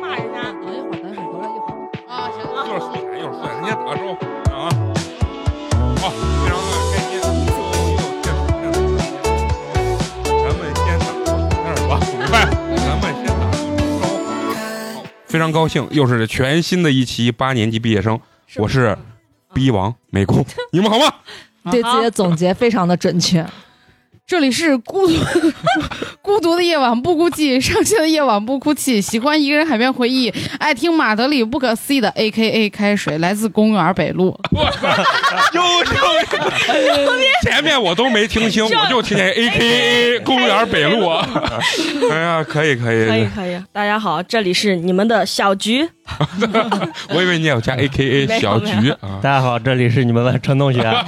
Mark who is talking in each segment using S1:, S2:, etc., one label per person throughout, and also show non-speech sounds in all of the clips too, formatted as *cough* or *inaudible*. S1: 骂人家。等一会儿，等一会儿，留着一会儿。
S2: 啊，行
S3: 又是
S2: 了，
S3: 素材，又是素材，人家打个招呼啊！好，非常的开心，咱们先打个那儿吧，明白？咱们先打个招呼。好非常高兴，又是全新的一期八年级毕业生，我是嗯逼王美 *laughs* 工，你们好吗？
S4: 对
S1: 啊
S4: 自己的总结非常的准确。
S1: 这里是孤独孤独的夜晚不孤寂，伤心的夜晚不哭泣，喜欢一个人海边回忆，爱听马德里不可思议的 A K A 开水，来自公园北路。
S3: 我操，优秀！前面我都没听清，我就听见 A
S5: 哎
S3: K A 公园北路啊！ *laughs* 哎呀，可以可
S5: 可以
S3: 以，
S5: 可以，大家好，这里是你们的小菊，
S3: 我以为你要加 A K
S5: 嗯没
S3: A
S5: 有
S3: 小
S5: 没
S3: 菊啊。
S6: 大家好，这里是你们的陈同学。啊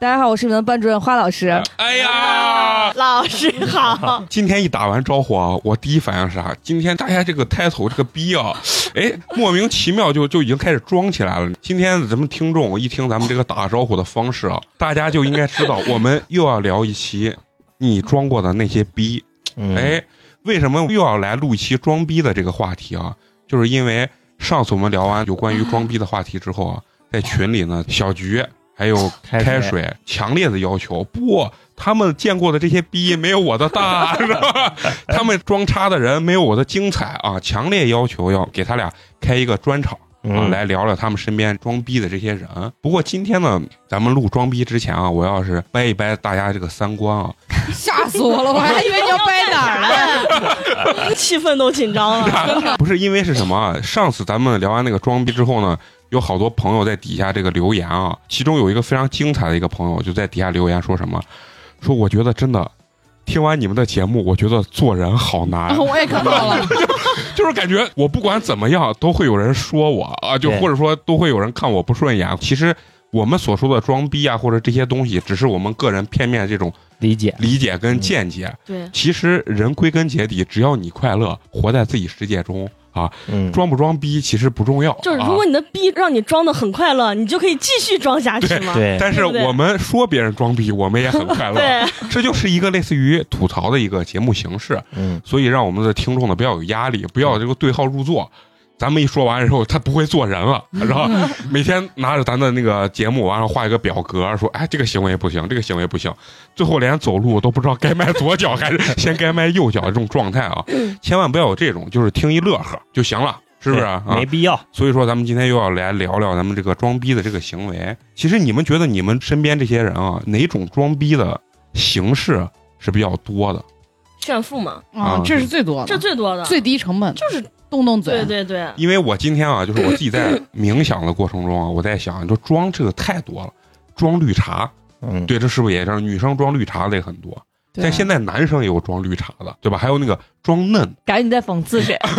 S4: 大家好，我是你们的班主任花老师。
S3: 哎呀，，
S5: 老师好
S3: *laughs* 今天一打完招呼啊，我第一反应是啥？今天大家这个 title 这个逼啊，哎，莫名其妙就就已经开始装起来了。今天咱们听众一听咱们这个打招呼的方式啊，大家就应该知道，我们又要聊一期你装过的那些逼。
S6: *laughs* 嗯，
S3: 哎，为什么又要来录一期装逼的这个话题啊？就是因为上次我们聊完有关于装逼的话题之后
S6: *laughs*
S3: 啊，在群里呢，小菊还有
S6: 开水
S3: 开水强烈的要求，不，他们见过的这些逼没有我的
S6: *laughs*
S3: 大，是吧？他们装叉的人没有我的精彩啊！强烈要求要给他俩开一个专场。啊，
S6: 嗯，
S3: 来聊聊他们身边装逼的这些人。不过今天呢，咱们录装逼之前啊，我要是掰一掰大家这个三观啊，
S1: 吓死
S3: *laughs*
S1: 我了，我还以为你要掰哪儿了。
S5: 气氛都紧张
S3: *laughs*
S5: 了。
S3: 不是因为是什么啊？上次咱们聊完那个装逼之后呢，有好多朋友在底下这个留言啊，其中有一个非常精彩的一个朋友就在底下留言说什么，说我觉得真的。听完你们的节目，我觉得做人好难
S1: 然后， *laughs* 我也看到
S3: 哎
S1: 了，
S3: 就是感觉我不管怎么样，都会有人说我啊，就
S6: 对
S3: 或者说都会有人看我不顺眼。其实我们所说的装逼啊，或者这些东西，只是我们个人片面这种
S6: 理解。
S3: 理解跟见解。
S5: 对，
S3: 其实人归根结底，只要你快乐，活在自己世界中啊，
S6: 嗯，
S3: 装不装逼其实不重要。
S5: 就是
S3: 啊
S5: 如果你的逼让你装的很快乐，你就可以继续装下去嘛。
S6: 对，
S3: 但是
S5: 对不对
S3: 我们说别人装逼，我们也很快乐。
S5: *laughs* 对，
S3: 这就是一个类似于吐槽的一个节目形式，
S6: 嗯，
S3: 所以让我们的听众呢不要有压力，不要这个对号入座。咱们一说完之后，他不会做人了，然后
S5: 嗯
S3: 每天拿着咱的那个节目，完了画一个表格，说哎这个行为不行，这个行为不行，最后连走路都不知道该迈左脚还是先该迈右脚这种状态啊，
S5: 嗯
S3: 千万不要有这种，就是听一乐呵就行了，是不是啊？
S6: 没必要。
S3: 所以说，咱们今天又要来聊聊咱们这个装逼的这个行为。其实你们觉得你们身边这些人啊，哪种装逼的形式是比较多的？
S5: 炫富嘛，
S3: 啊
S1: 啊，这是最多的，
S5: 这最多的，
S1: 最低成本，
S5: 就是
S1: 动动嘴
S5: 对。对对，
S3: 因为我今天啊，就是我自己在冥想的过程中啊，我在想，你说装这个太多了，装绿茶，
S6: 嗯，
S3: 对，这是不是也是女生装绿茶的也很多？
S1: 对啊
S3: 但现在男生也有装绿茶的，对吧？还有那个装嫩，
S4: 感觉你在讽刺谁？
S3: 啊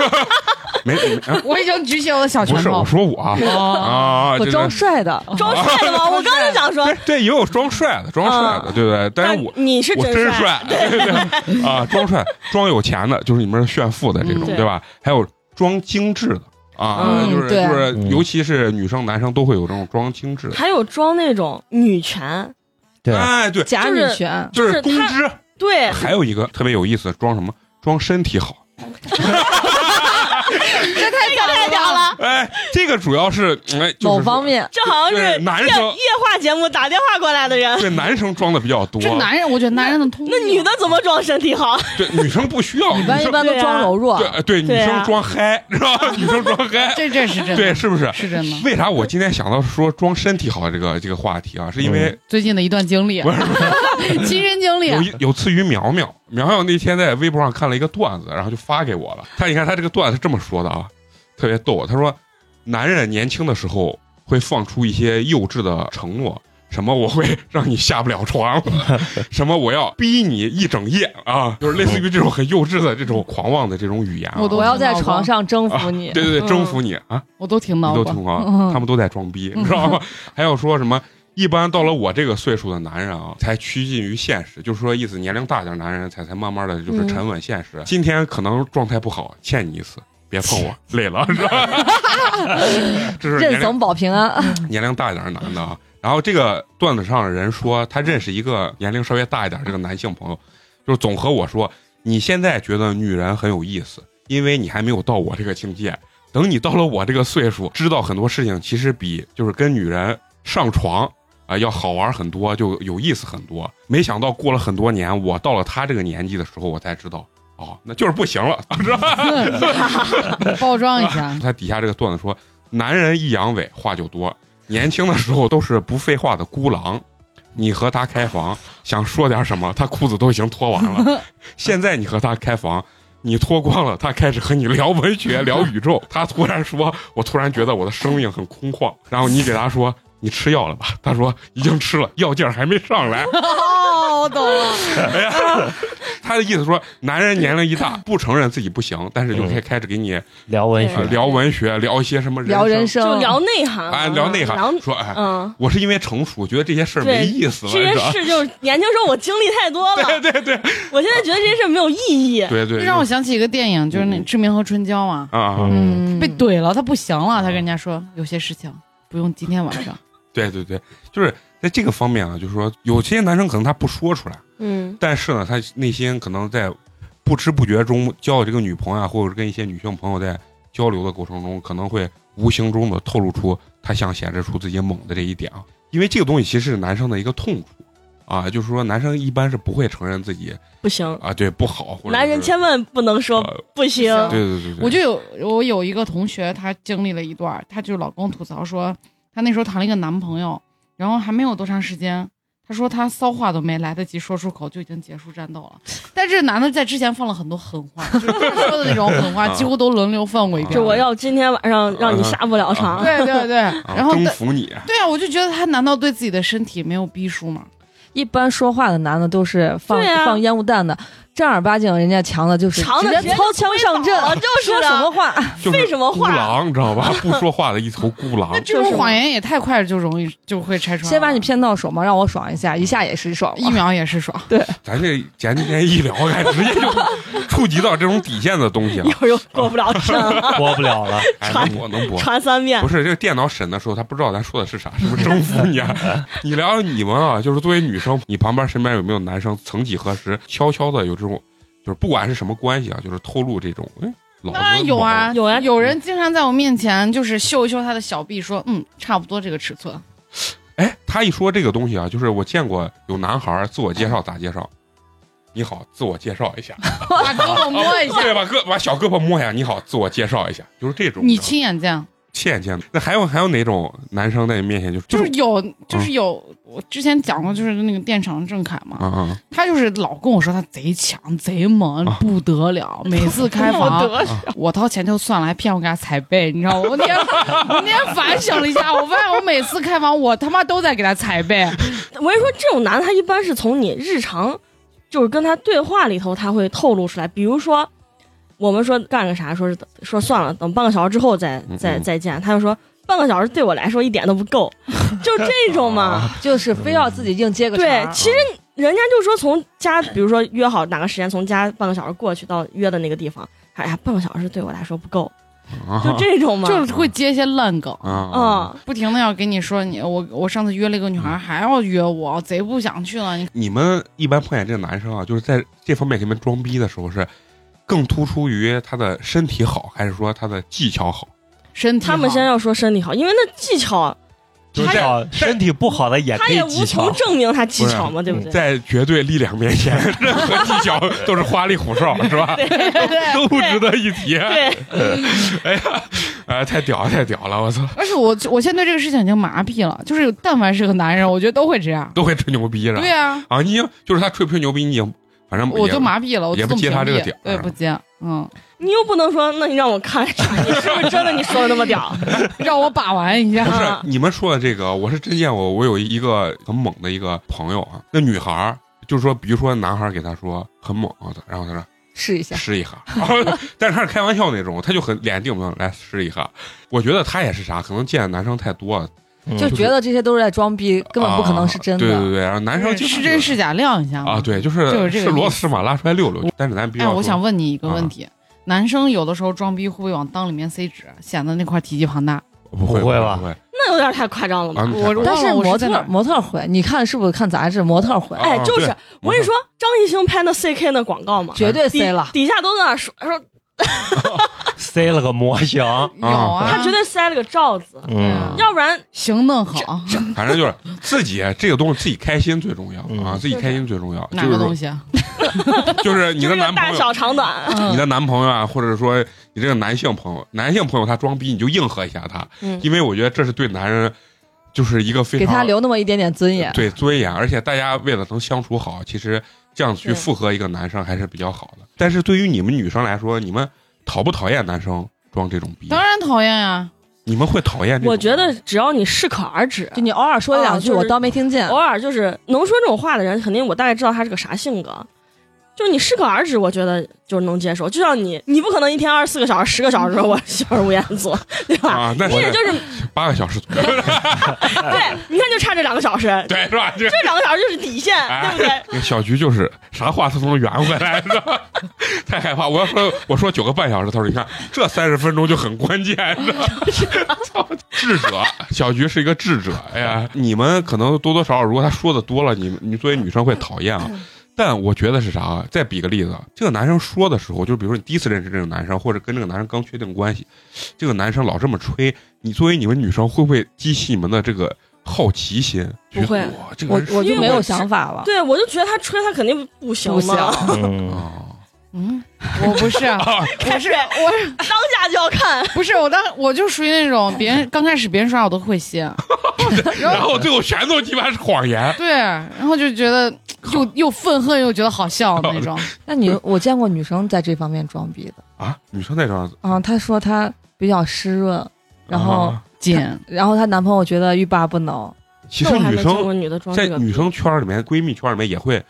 S3: 没，没啊
S1: 我已经举起我的小拳
S3: 不是
S1: 头
S3: 我。说我啊
S1: 哦，
S3: 啊，
S4: 我
S3: 这
S4: 装
S3: 个
S4: 帅的，
S5: 装帅了
S3: *laughs*
S5: 吗？我刚才想说，
S3: 对，也有装帅的，装帅的，对不对？但是我
S5: 你是
S3: 我
S5: *laughs* 真
S3: 真，帅，对对对 *laughs* 啊，装帅、装有钱的，就是你们炫富的这种，
S5: 嗯对
S3: 对吧？还有装精致的啊，
S5: 嗯
S3: 就是
S4: 对
S3: 就是，
S6: 嗯
S3: 尤其是女生、男生都会有这种装精致的。
S5: 还有装那种女权，
S6: 对，
S3: 哎，对，
S4: 假女权，
S3: 就
S5: 就是是
S3: 公
S5: 他
S3: 知。
S5: 对，
S3: 还有一个特别有意思，装什么？装身体好。
S5: 这太屌太屌了，
S3: 哎，这个主要是哎，就是
S4: 某方面
S5: 这好像是
S3: *laughs* 对
S5: 夜
S3: 男生
S5: 夜话节目打电话过来的人。
S3: 对男生装的比较多，
S1: 这男人，我觉得男人的通病。
S5: *laughs* 那女的怎么装身
S4: *laughs*
S5: 体好？
S3: 对女生不需要，
S4: 一
S3: 女
S4: 般一
S3: 生
S4: 般都装柔弱
S3: 对。呃对女
S5: 对啊
S3: 生装嗨，知道吧？女生装嗨，
S1: 这 *laughs* 这是真的，
S3: 对，是不
S1: *laughs*
S3: 是？
S1: 是真的。
S3: 为啥我今天想到说装身体好这个这个话题啊？是因
S4: 嗯
S3: 为
S1: 最近的一段经历，啊
S3: 不是不是
S1: 亲身经历啊
S3: 有，一有次于苗苗，苗苗那天在微博上看了一个段子，然后就发给我了。他你看他这个段子是这么说的啊，特别逗。他说，男人年轻的时候会放出一些幼稚的承诺，什么我会让你下不了床，什么我要逼你一整夜啊，就是类似于这种很幼稚的这种狂妄的这种语言啊。
S1: 我都
S4: 我要在床上征服你
S3: 啊，，对对对，
S5: 嗯
S3: 征服你啊！
S1: 我都挺
S3: 你
S1: 恼
S3: 都
S1: 火，
S3: 听啊，
S1: 嗯
S3: 他们都在装逼，你知道吗？还有说什么？一般到了我这个岁数的男人啊，才趋近于现实，就是说意思年龄大点儿男人才才慢慢的就是沉稳现实。今天可能状态不好，欠你一次，别碰我，累了，是吧？ *laughs* 这是年
S4: 认
S3: 龄
S4: 怂保平啊安。
S3: 年龄大一点的男的啊。然后这个段子上的人说，他认识一个年龄稍微大一点这个男性朋友，就是总和我说，你现在觉得女人很有意思，因为你还没有到我这个境界。等你到了我这个岁数，知道很多事情其实比就是跟女人上床啊、要好玩很多，就有意思很多。没想到过了很多年，我到了他这个年纪的时候，我才知道。哦，那就是不行了。。
S1: 包装一下
S3: 他底下这个段子说，男人一阳痿话就多，年轻的时候都是不废话的孤狼。你和他开房，想说点什么，他裤子都已经脱完
S4: *laughs*
S3: 了。现在你和他开房，你脱光了，他开始和你聊文学、聊宇宙。他突然说：“我突然觉得我的生命很空旷。”然后你给他说：“你吃药了吧？”他说：“已经吃了，药劲儿还没上来。”哎
S4: 哦，我懂了，
S3: 他的意思说，男人年龄一大，不承认自己不行，但是就开开始给你
S6: 聊文
S3: 呃
S5: 对
S6: 学，
S3: 聊文学，聊一些什么
S4: 聊人
S3: 生
S4: 生，
S5: 就聊内涵
S3: 哎，聊内
S5: 聊
S3: 涵，说哎，
S5: 嗯，
S3: 我是因为成熟，觉得这些事儿没
S5: 对
S3: 意思了，
S5: 这
S3: 是
S5: 些
S3: 吧？
S5: 事就是年轻时候我经历太多了，
S3: 对对对
S5: 我现在觉得这些事没有意义。
S3: 对对，嗯
S1: 这让我想起一个电影，就是那《志明和春娇》嘛，
S3: 啊，
S6: 嗯，
S4: 嗯，
S1: 被怼了，他不行了，他跟人家说有些事情不用今天晚上。
S3: 对对对，就是在这个方面啊，就是说有些男生可能他不说出来，
S5: 嗯，
S3: 但是呢，他内心可能在不知不觉中交了这个女朋友啊，或者是跟一些女性朋友在交流的过程中，可能会无形中的透露出他想显示出自己猛的这一点啊，因为这个东西其实是男生的一个痛处啊，就是说男生一般是不会承认自己
S5: 不行，
S3: 啊对不好，或者
S5: 男人
S3: 是
S5: 千万不能说
S3: 呃
S5: 不行。
S3: 对对对对，
S1: 啊我就有我有一个同学，她经历了一段儿，她就老跟我吐槽说，她那时候谈了一个男朋友，然后还没有多长时间，她说她骚话都没来得及说出口，就已经结束战斗了。但这男的在之前放了很多狠
S3: *laughs*
S1: 话，就是他说的那种狠话，
S3: 啊
S1: 几乎都轮流放过一遍
S5: 就。我要今天晚
S3: 嗯
S5: 上让你下不了床。
S1: 对对对，
S3: 啊
S1: 然后
S3: 征
S1: 但
S3: 服你，
S1: 对啊，我就觉得他难道对自己的身体没有逼数吗？
S4: 一般说话的男的都是放
S5: 对啊
S4: 放烟雾弹的，正儿八经人家强的就是
S5: 长的
S4: 直
S5: 直
S4: 接
S5: 接
S4: 操
S5: 就
S4: 枪上
S5: 推
S4: 阵
S5: 倒了，就是
S4: 说
S3: *laughs*
S5: 的
S4: 什么话？
S3: 就是
S5: 废什么
S3: 孤
S5: 话
S3: 狼，你知道
S1: *laughs*
S3: 吧？不说话的一头孤狼
S1: 那。这种谎言也太快就容易就会拆穿了。
S4: 先把你哦骗到手嘛，让我爽一下，一下也是爽
S1: 一
S4: 嘛。
S1: 秒也是爽。
S3: 咱这前几天一聊，哎，直接就触及到这种底线的东西
S5: 一
S3: 了。
S5: 会儿又
S3: *laughs*
S5: 过不了审了，
S6: 播不了了，
S3: 哎，能播能播。
S5: 传三遍
S3: 不。是这个电脑审的时候，他不知道咱说的是啥，是不是征服你
S1: *laughs*
S3: 啊？你聊聊你们啊，就是作为女生，你旁边身边有没有男生，曾几何时悄悄的有这种，就是不管是什么关系啊，就是透露这种，哎，老子
S1: 当然有啊，
S5: 有啊
S1: 有人经常在我面前就是秀一秀他的小臂，说嗯，差不多这个尺寸。
S3: 哎，他一说这个东西啊，就是我见过有男孩儿自我介绍咋介绍？你好，自我介绍一下，
S1: 把胳膊摸一下，
S3: 对，把胳把小胳膊摸一下。你好，自我介绍一下，就是这种。
S1: 你亲眼见，
S3: 见见。那还有还有哪种男生在你面前就是
S1: 就是有，就
S3: 嗯
S1: 是有。我之前讲过，就是那个电厂郑恺嘛，
S3: 啊啊
S1: 他就是老跟我说他贼强、贼猛
S3: 啊，
S1: 不得了。每次开房，我掏钱就算了，还骗我给他踩背，你知道吗？我那天我那天反省了一下，我发现我每次开房，我他妈都在给他踩背。
S5: 我跟你说，这种男的他一般是从你日常，就是跟他对话里头，他会透露出来。比如说，我们说干个啥，说是说算了，等半个小时之后再
S3: 嗯嗯
S5: 再再见。他就说半个小时对我来说一点都不够，就这种嘛。
S4: 就是非要自己硬接个茬
S5: 对
S4: 儿，啊
S5: 其实人家就说从家，比如说约好哪个时间，从家半个小时过去到约的那个地方，哎呀，半个小时对我来说不够，
S3: 啊！
S5: 就这种嘛。
S1: 就是会接一些烂梗，
S3: 啊啊！
S5: 嗯，
S1: 不停的要给你说你我我上次约了一个女
S3: 嗯
S1: 孩，还要约我，贼不想去了。你
S3: 你们一般碰见这个男生啊，就是在这方面给你们装逼的时候，是更突出于他的身体好，还是说他的技巧好？
S1: 身体好
S5: 他们先要说身体好，因为那技巧
S6: 技
S3: 就是在
S6: 巧身体不好的也
S5: 他
S6: 可以
S5: 也
S6: 技
S5: 无
S6: 巧
S5: 从，证明他技
S3: 不是
S5: 巧嘛，对不对？
S3: 在绝对力量面前， *laughs* 任何技巧都是花里胡哨，是吧？都不值得一提。
S5: 对，
S3: *laughs* 哎呀，哎，太屌了，太屌了！我操，
S1: 而且我我现在对这个事情已经麻痹了，就是但凡是个男人，我觉得都会这样。
S3: 都会吹牛逼是吧？
S1: 对啊，
S3: 啊，你已经就是他吹不吹牛逼，你已经反正
S1: 我
S3: 也
S1: 就麻痹了，我就
S3: 也不
S1: 自动
S3: 接他
S1: 屏
S3: 这个
S1: 蔽
S3: 点儿
S1: 对，不接，嗯，
S5: 你又不能说，那你让我
S4: *laughs*
S5: 看啥？你是不是真的你说的那么屌？
S1: 让我把玩一
S3: 不
S1: 下，
S3: 是
S5: 啊
S3: 你们说的这个，我是真见过。我有一个很猛的一个朋友啊，那女孩儿就是说，比如说男孩儿给她说很猛的，然后她说
S4: 试一下。
S3: 试一下，然后但是她是开玩笑那种，她就很脸定不定来试一下。我觉得她也是啥，可能见的男生太多了，
S6: 嗯
S4: 就觉得这些都是在装逼，根本不可能是真的。
S3: 啊对对对，然后 *laughs* 男生就是
S1: 真是假亮一下嘛
S3: 啊，对，就是
S1: 就是这个
S3: 骡
S1: 意
S3: 子
S1: 思
S3: 是马拉出来溜溜去。但是咱必须
S1: 哎，
S3: 要
S1: 我
S3: 说啊
S1: 想问你一个问题：男生有的时候装逼会不会往裆里面塞纸，显得那块体积庞大？
S3: 不会
S6: 不会吧
S3: 不会
S5: 那有点太夸张了吧？
S3: 啊，
S1: 我
S3: 你太棒了
S4: 但是
S1: 忘了我
S4: 模
S1: 是在哪
S4: 特
S1: 儿
S4: 模特会，你看是不是看杂志？模特会，
S3: 啊
S5: 哎，就是
S3: 对嗯
S5: 我跟你说，张艺兴拍那 CK 那广告嘛，
S4: 绝对
S5: 底
S4: 塞了。
S5: 底下都在那说说
S6: 塞了个模型，
S1: 有啊，
S5: 他绝对塞了个罩子，
S3: 啊
S6: 嗯，
S5: 要不然
S1: 行动好，
S3: *laughs* 反正就是自己啊这个东西自己开心最重要
S6: 嗯
S3: 啊，自己开心最重要。
S1: 哪个
S3: 就是
S1: 东
S3: 说
S1: 西啊？
S3: *laughs* 就是你
S5: 就
S3: 的
S5: 是
S3: 男
S5: 个
S3: 朋
S5: 大
S3: 友
S5: 小长短，
S3: 你
S1: 嗯，
S3: 的男朋友啊，或者说你这个男性朋友，男性朋友他装逼，你就应和一下他，
S5: 嗯
S3: 因为我觉得这是对男人就是一个非
S4: 给
S3: 常
S4: 他留那么一点点尊严。
S3: 对尊严，而且大家为了能相处好，其实这样去
S5: 对
S3: 附和一个男生还是比较好的。但是对于你们女生来说，你们讨不讨厌男生装这种逼？
S1: 当然讨厌呀，
S3: 你们会讨厌这种？
S5: 我觉得只要你适可而止，
S3: 嗯
S4: 就你偶尔说一两句，
S5: 啊就是
S4: 我当没听见
S5: 偶。尔就是能说这种话的人，肯定我大概知道他是个啥性格。就是你适可而止，我觉得就是能接受。就像你，你不可能一天二十四个小时、十个小时，我媳妇儿吴彦祖，对吧？
S3: 啊，那
S5: 你也
S3: 是
S5: 就是
S3: 八个小时左右， *laughs*
S5: 对，你看就差这两个小时，
S3: 对，是吧？这
S5: 这两个小时就是底线，
S3: 哎 *laughs*
S5: 对不对？
S3: 那小菊就是啥话他都能圆回来，知道吧？ *laughs* 太害怕。我要说我说九个半小时，他说你看这三十分钟就很关键，知道吧？操，智者，小菊是一个智者。哎呀，你们可能多多少少，如果他说的多了，你你作为女生会讨厌
S5: 嗯
S3: 啊。但我觉得是啥啊？再比个例子，这个男生说的时候，就比如说你第一次认识这个男生，或者跟这个男生刚确定关系，这个男生老这么吹，你作为你们女生会不会激起你们的这个好奇心？
S5: 不会
S3: 觉得哇，这个
S4: 我
S3: 人
S4: 我就没有
S3: 想。
S4: 想法了。
S5: 对，我就觉得他吹他肯定不行
S4: 不行，
S5: 嘛，
S6: 嗯，
S3: 哦
S1: 嗯，我不
S3: *laughs*
S1: 是，
S5: 开始我当下就要看，
S1: 不是我当我就属于那种别人刚开始别人刷我都会心，
S3: *laughs* 然后最后全都鸡巴是谎言。
S1: 对，然后就觉得
S3: *laughs*
S1: 又又愤恨又觉得好笑那种，
S4: 那你我见过女生在这方面装逼的
S3: 啊，女生那装，
S4: 啊，她说她比较湿润，然后、
S3: 啊
S1: 紧
S4: 然后她男朋友觉得欲罢不能。
S3: *laughs* 其
S5: 那
S3: 实
S5: 我还
S3: 女
S5: 没见过
S3: 生
S5: 女的装
S3: 在
S5: 这个
S3: 女生圈里面、闺蜜圈里面也会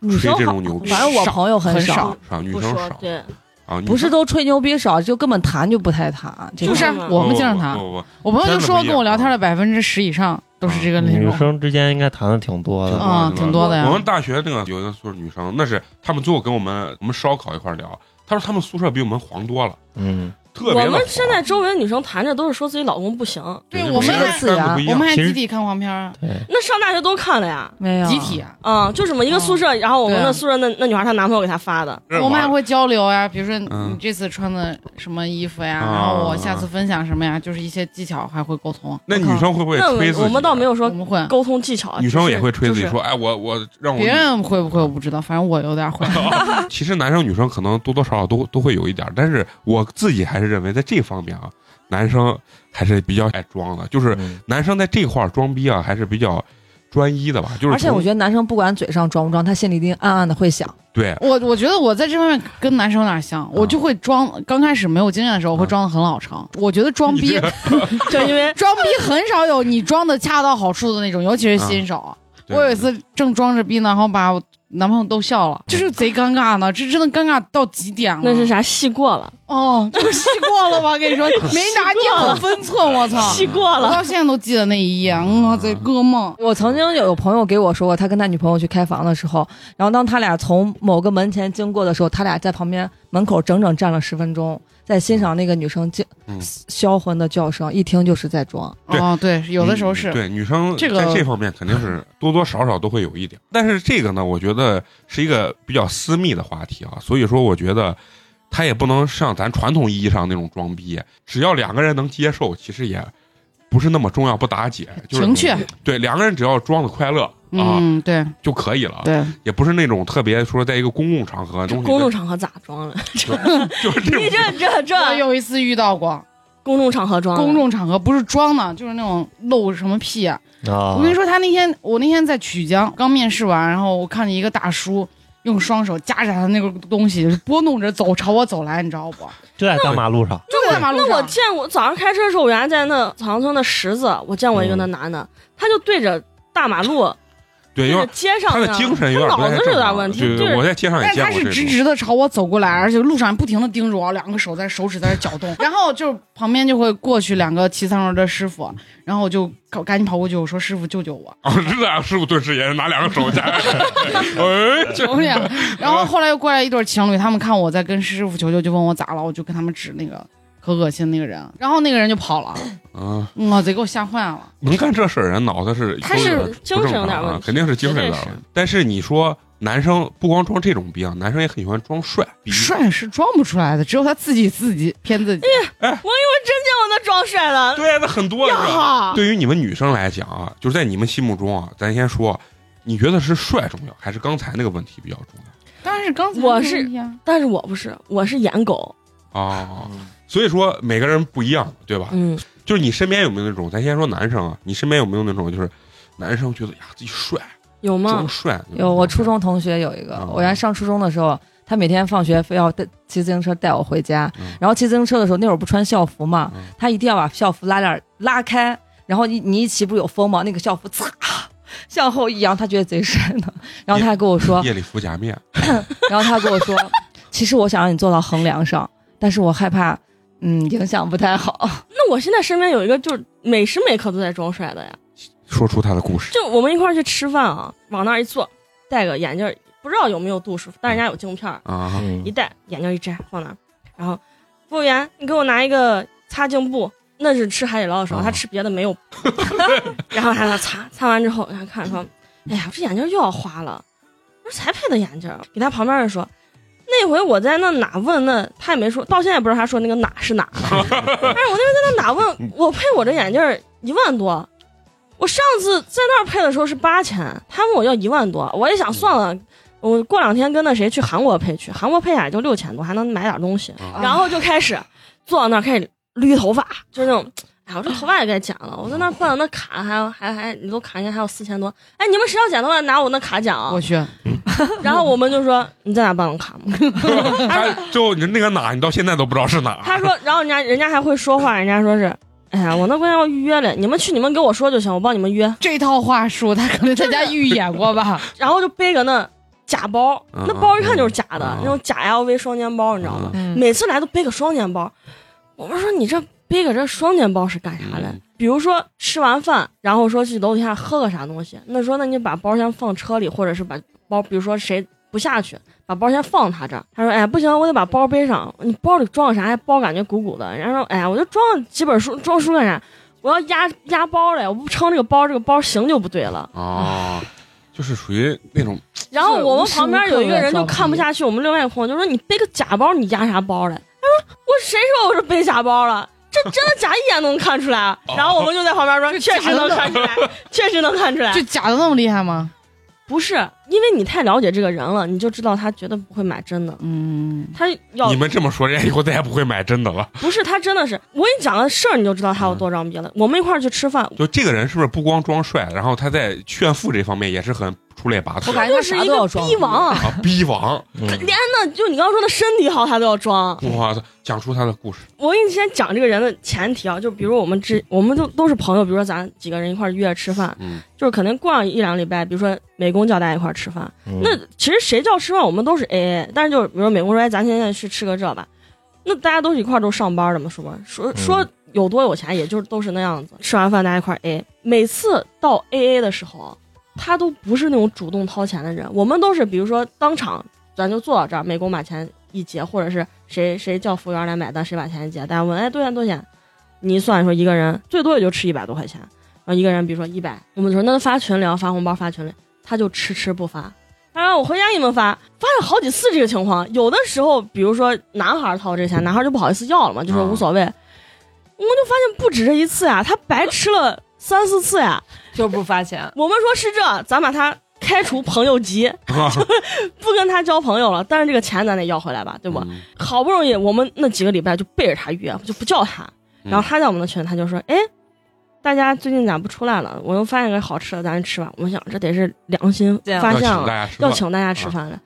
S4: 女
S3: 吹
S4: 生
S3: 这
S4: 好，
S3: 种牛逼，
S4: 反正我
S1: 少
S4: 朋友很
S1: 很少
S3: 是吧？女
S5: 不
S3: 生
S5: 说
S3: 少
S5: 对，
S3: 啊，女
S4: 不是
S3: 生
S4: 都吹牛逼少，就根本谈就不太谈。这
S1: 就
S4: 种
S1: 是
S5: 不
S1: 我们见着他，
S3: 哦不不
S1: 我朋友就
S3: 真的
S1: 说
S3: 不一样嗯哦
S1: 跟我聊天的百分之十以上都是这个内
S6: 女
S1: 容，
S6: 生之间应该谈的挺多
S3: 不，
S6: 的，
S1: 啊挺多的呀
S3: 哦我们大学那个有一个宿舍女生，那是他们最后跟我们我们烧烤一块儿聊，她说他们宿舍比我们黄多了，
S6: 嗯，
S3: 特别啊
S5: 我
S3: 的
S5: 们
S3: 黄
S5: 现在周围女生谈着都是说自己老公不行，
S1: 对我们
S3: 圈子
S4: 次元
S3: 不一
S1: 我
S3: 样
S1: 们还
S6: 其实
S1: 集体看黄片儿，
S6: 对，
S5: 那上大学都看了呀。
S4: 没有
S1: 集体啊。
S5: 啊、就什么一
S3: 哦
S5: 个宿舍，然后我们
S1: 对啊
S5: 那宿舍那那女孩她男朋友给她发的，
S3: 这
S1: 我们还
S3: 玩
S1: 会交流呀，比如说
S3: 嗯
S1: 你这次穿的什么衣服呀，
S3: 啊
S1: 然后我下次分享什么呀，就是一些技巧还会沟通。
S3: 那女生会不会
S5: 那
S3: 吹自己？
S5: 我我们倒没有
S1: 我
S5: 说
S1: 们会，
S5: 沟通技巧啊，
S3: 女生也会吹自己
S5: 就是
S3: 说，哎，我我让我
S1: 别人会不会我不知道，反正我有点会。 *laughs*
S3: 其实男生女生可能多多少少都都会有一点儿，但是我自己还是认为在这方面啊，男生还是比较爱装的，就是
S6: 嗯
S3: 男生在这块儿装逼啊，还是比较专一
S1: *laughs*
S3: 的吧。就是
S4: 而且我觉
S3: 得
S4: 得男生不管嘴上装不装，他心里一定暗暗的会想，
S3: 对，
S1: 我我觉得我在这方面跟男生有点像，
S3: 啊
S1: 我就会装。刚开始没有经验的时候，我会装的很老成。我觉得装
S3: 你
S1: 逼
S3: 这，
S5: 就因
S3: 哦
S5: 为
S1: 装逼很少有你装的恰到好处的那种，尤其是新手。
S3: 啊对
S1: 我有一次正装着逼呢，然后把我男朋友逗笑了，就是贼尴尬呢，这真的尴尬到极点了。
S5: 那是啥戏过了，
S1: 哦，这个吸过了吧？跟
S3: *laughs*
S1: 你说，没拿捏好分寸，我操！
S5: 戏过
S1: 我
S5: 了，
S1: 到现在都记得那一页，我
S3: 啊
S1: 这噩梦。
S4: 我曾经有个朋友给我说过，他跟他女朋友去开房的时候，然后当他俩从某个门前经过的时候，他俩在旁边门口整整站了十分钟，在欣赏那个女生叫
S3: 嗯
S4: 销魂的叫声，一听就是在装。
S3: 对嗯
S1: 哦，对，有的时候是，
S3: 对女生
S1: 这个
S3: 在这方面肯定是多多少少都会有一点儿，但是这个呢，我觉得是一个比较私密的话题啊，所以说我觉得。他也不能像咱传统意义上那种装逼，只要两个人能接受，其实也不是那么重要，不打紧。就是
S1: 情趣，
S3: 对两个人只要装的快乐啊、
S1: 嗯，对
S3: 就可以了。
S1: 对，
S3: 也不是那种特别说在一个公共场合东西，
S5: 公众场合咋装
S3: *laughs*
S5: 了？
S3: 就是这
S5: *laughs* 你
S3: 种
S5: 这这
S1: 我
S5: 这
S1: 有一次遇到过
S5: 公众场合装的，
S1: 公众场合，不是装呢，就是那种露什么屁啊！
S6: 啊，
S1: 我跟你说，他那天我那天在曲江刚面试完，然后我看见一个大叔。用双手夹着他那个东西拨弄着走，朝我走来，你知道不？
S6: 就在大马路上，
S1: 就在马路
S5: 那
S1: 上。
S5: 我见我早上开车的时候，我原来在那草堂村的十字，我见过一个那男的，他就对着大马路，
S3: 嗯对，
S5: 对
S3: 因
S5: 着
S3: 为
S5: 街上
S3: 他
S5: 那，
S3: 的精神有点
S5: 他
S3: 不
S5: 脑
S3: 太
S5: 子
S3: 正
S5: 有点
S3: 常
S5: 问题，
S3: 对
S5: 就
S3: 对，
S5: 是
S3: 我在街上也
S1: 但
S3: 见
S1: 他
S3: 过
S1: 是
S3: 这
S1: 直
S3: *laughs* 种。
S1: 直的朝我走过来，而且路上不停的盯着我，两个手在手指在这搅动，然后就旁边就会过去两个骑三轮的师傅，然后我就赶赶紧跑过去，我说师傅救救我，
S3: 哦，是这样，师傅顿时也是拿两个手
S5: *laughs*
S3: 夹。哎，
S1: *laughs*
S3: 这
S1: 救
S3: *laughs*
S1: 命！然后后来又过来一对情侣，他们看我在跟师傅求救，就问我咋了，我就跟他们指那个可恶心那个人，然后那个人就跑了，
S3: 啊，
S1: 我贼给我吓坏了。
S3: 能干这事儿人脑子是
S5: 他
S3: 都
S5: 是
S3: 有点
S5: 精
S3: 不正
S5: 神有点
S3: 常啊
S5: 问题
S3: 肯定是精神有
S5: 绝对
S3: 点问
S5: 是
S3: 题。但是你说男生不光装这种逼啊，男生也很喜欢装帅。比
S1: *laughs*
S3: 哎
S1: 帅是装不出来的，只有他自己自己骗自己。
S5: 见过那装帅的，啊
S3: 对，那很多是吧？
S5: 呀，
S3: 对于你们女生来讲啊，就是在你们心目中啊，咱先说，你觉得是帅重要，还是刚才那个问题比较重
S1: 当然是刚才
S5: 我
S1: 那个
S5: 是
S1: 问题啊
S5: 但是我不是，我是颜狗，
S3: 要啊？
S6: 嗯
S3: 所以说每个人不一样，对吧？
S5: 嗯，
S3: 就是你身边有没有那种，咱先说男生啊，你身边有没有那种就是男生觉得呀自己帅，
S5: 有吗
S3: 装？帅？那种
S4: 嗯有我初中同学有一个
S3: 嗯，
S4: 我原来上初中的时候，他每天放学非要带骑自行车带我回家
S3: 嗯，
S4: 然后骑自行车的时候，那会儿不穿校服嘛
S3: 嗯，
S4: 他一定要把校服拉链拉开，然后你你一骑不是有风吗？那个校服擦。向后一扬，他觉得贼帅呢。然后他还跟我说，
S3: 夜里服假面，
S4: 然后他跟我
S3: *laughs*
S4: 说，其实我想让你坐到横梁上，但是我害怕，嗯，影响不太
S5: *laughs*
S4: 好。
S5: 那我现在身边有一个就是每时每刻都在装帅的呀，
S3: 说出他的故事。
S5: 就我们一块儿去吃饭啊，往那儿一坐，戴个眼镜儿，不知道有没有度数，但人家有镜片儿，
S3: 啊，
S6: 嗯
S5: 一戴眼镜一摘放那儿，然后服务员，你给我拿一个擦镜布。那是吃海底捞的时候，
S3: 啊
S5: 他吃别的没有， *laughs* 然后还那擦，擦完之后，然后看说，哎呀，我这眼镜又要花了，我说才配的眼镜儿，给他旁边人说，那回我在那哪问那，他也没说，到现在也不知道 *laughs* 他说那个哪是哪，但是我那回在那哪问，我配我这眼镜儿一万多，我上次在那儿配的时候是八千，他问我要一万多，我也想算了，我过两天跟那谁去韩国配去，韩国配啊下来就六千多，还能买点东西。然后就开始坐到那儿开始捋头发，就是那种，哎，我这头发也该剪了。我在那儿办了那卡，还有还还，你都卡应该还有四千多。哎，你们谁要剪头发拿我那卡剪啊
S1: 我？去，
S5: 然后我们就说你在哪办了卡吗？
S3: 他最后你那个哪，你到现在都不知道是哪。
S5: 他说，然后人家人家还会说话，人家说是，哎呀，我那关键要预约嘞，你们去你们给我说就行，我帮你们约。
S1: 这套话术他可能在家预演
S3: *laughs*
S1: 过吧？
S5: 然后就背个那假包，
S3: 嗯
S5: 那包一看就是假的，
S3: 嗯嗯
S5: 那种假 LV 双肩包，你知道吗？
S4: 嗯
S5: 每次来都背个双肩包。我们说你这背个这双肩包是干啥嘞？
S3: 嗯
S5: 比如说吃完饭，然后说去楼底下喝个啥东西，那说那你把包先放车里，或者是把包，比如说谁不下去，把包先放他这儿。他说哎不行，我得把包背上，你包里装啥？包感觉鼓鼓的。然后说哎呀，我就装几本书，装书干啥？我要压压包嘞，我不撑这个包，这个包型就不对了。
S3: 啊，就是属于那种
S5: 然后我们旁边有一个人就看不下去，我们另外一个朋友就说：“你背个假包，你压啥包嘞？”他说：“我谁说我是背假包了？这真的假一眼能看出
S4: *laughs*
S5: 来啊。”
S4: 哦
S5: 然后我们就在旁边说：“确实能看出来，确实能看出来
S1: 就。假的那么厉害吗？”
S5: 不是因为你太了解这个人了，你就知道他绝对不会买真的。
S1: 嗯，
S3: *laughs*
S5: 他要
S3: 你们这么说，人家以后再也不会买真的了。
S5: 不是他真的是，我给你讲个事儿，你就知道他有多装逼了。我们一块儿去吃饭，
S3: 就这个人是不是不光装帅，然后他在炫富这方面也是很出类拔
S4: 我
S3: 萃
S4: 感觉
S5: 就
S4: 他
S5: 是
S4: 啥
S5: 一
S4: 都
S5: 个
S4: 要装。
S5: 逼王 *laughs* 啊！
S3: 啊，逼王！
S6: 嗯
S5: 连那就你刚刚说的身体好，他都要装。
S3: 我操，讲出他的故
S5: *laughs*
S3: 事
S5: 我给你先讲这个人的前提啊，就比如我们之，我们都都是朋友，比如说咱几个人一块儿约着吃饭，
S3: 嗯
S5: 就是可能过上一两个礼拜，比如说美工叫大家一块儿吃饭，
S6: 嗯
S5: 那其实谁叫吃饭我们都是 A A，但是就是比如说美工说，哎，咱现在去吃个这吧，那大家都是一块儿都上班的嘛，说吧，说
S6: 嗯
S5: 说有多有钱，也就是都是那样子，吃完饭大家一块儿 A，每次到 A A 的时候，他都不是那种主动掏钱的人，我们都是比如说当场咱就坐到这儿，美工把钱一结，或者是谁谁叫服务员来买单，谁把钱一结，大家问哎多少钱多少钱，你一算说一个人最多也就吃一百多块钱，然后一个人比如说一百，我们说那发群聊发红包发群里，他就迟迟不发。他让我回家给你们发，发了好几次这个情况。有的时候，比如说男孩掏这钱，男孩就不好意思要了嘛，就说
S3: 嗯
S5: 无所谓。我们就发现不止这一次呀，他白吃了三四次呀。
S4: 就不发钱。
S5: 我们说是这，咱把他开除朋友籍，
S3: 啊，
S5: 不跟他交朋友了。但是这个钱咱得要回来吧，对不？
S3: 嗯
S5: 好不容易我们那几个礼拜就背着他约，就不叫他。
S3: 嗯
S5: 然后他在我们的群，他就说：“哎，大家最近咋不出来了？我又发现个好吃的，咱去吃吧。”我们想这得是良心
S4: 这样
S5: 发
S3: 要
S5: 现
S3: 请大家
S5: 了，
S3: 吃
S5: 要
S3: 饭，
S5: 请大家吃饭了。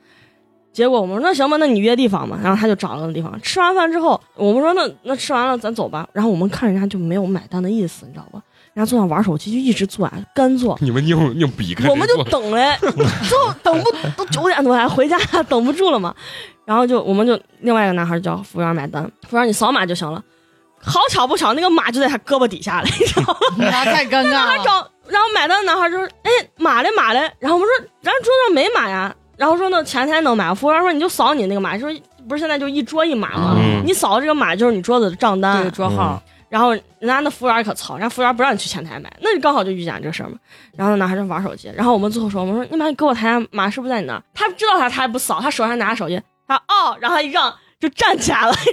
S5: 结果我们说那行吧，那你约地方吧。然后他就找了个地方，吃完饭之后，我们说那那吃完了咱走吧。然后我们看人家就没有买单的意思，你知道吧？人家坐那玩手机就一直坐啊，干坐。
S3: 你们硬硬比开，
S5: 我们就等
S3: *laughs*
S5: 嘞，最后等不都九点多还回家等不住了嘛，然后就我们就另外一个男孩叫服务员买单，服务员你扫码就行了。好巧不巧，那个码就在他胳膊底下了，你知道吗？
S1: 啊，太尴尬
S5: 他
S1: 了。
S5: 找，然后买单的男孩就说：“哎，码嘞码嘞。”然后我们说：“咱桌上没码呀。”然后说：“那前天能买。”服务员说：“你就扫你那个码，说不是现在就一桌一码吗？
S3: 嗯
S5: 你扫这个码就是你桌子的账单。啊
S4: 对桌号，
S5: 然后人家那服务员可糙，人家服务员不让你去前台买，那你刚好就遇见这事儿嘛。然后那男孩就玩手机，然后我们最后说，我们说你妈你给我台码是不是在你那儿？他知道他他还不扫，他手上拿着手机，他哦，然后他一让就站起来了。 *laughs*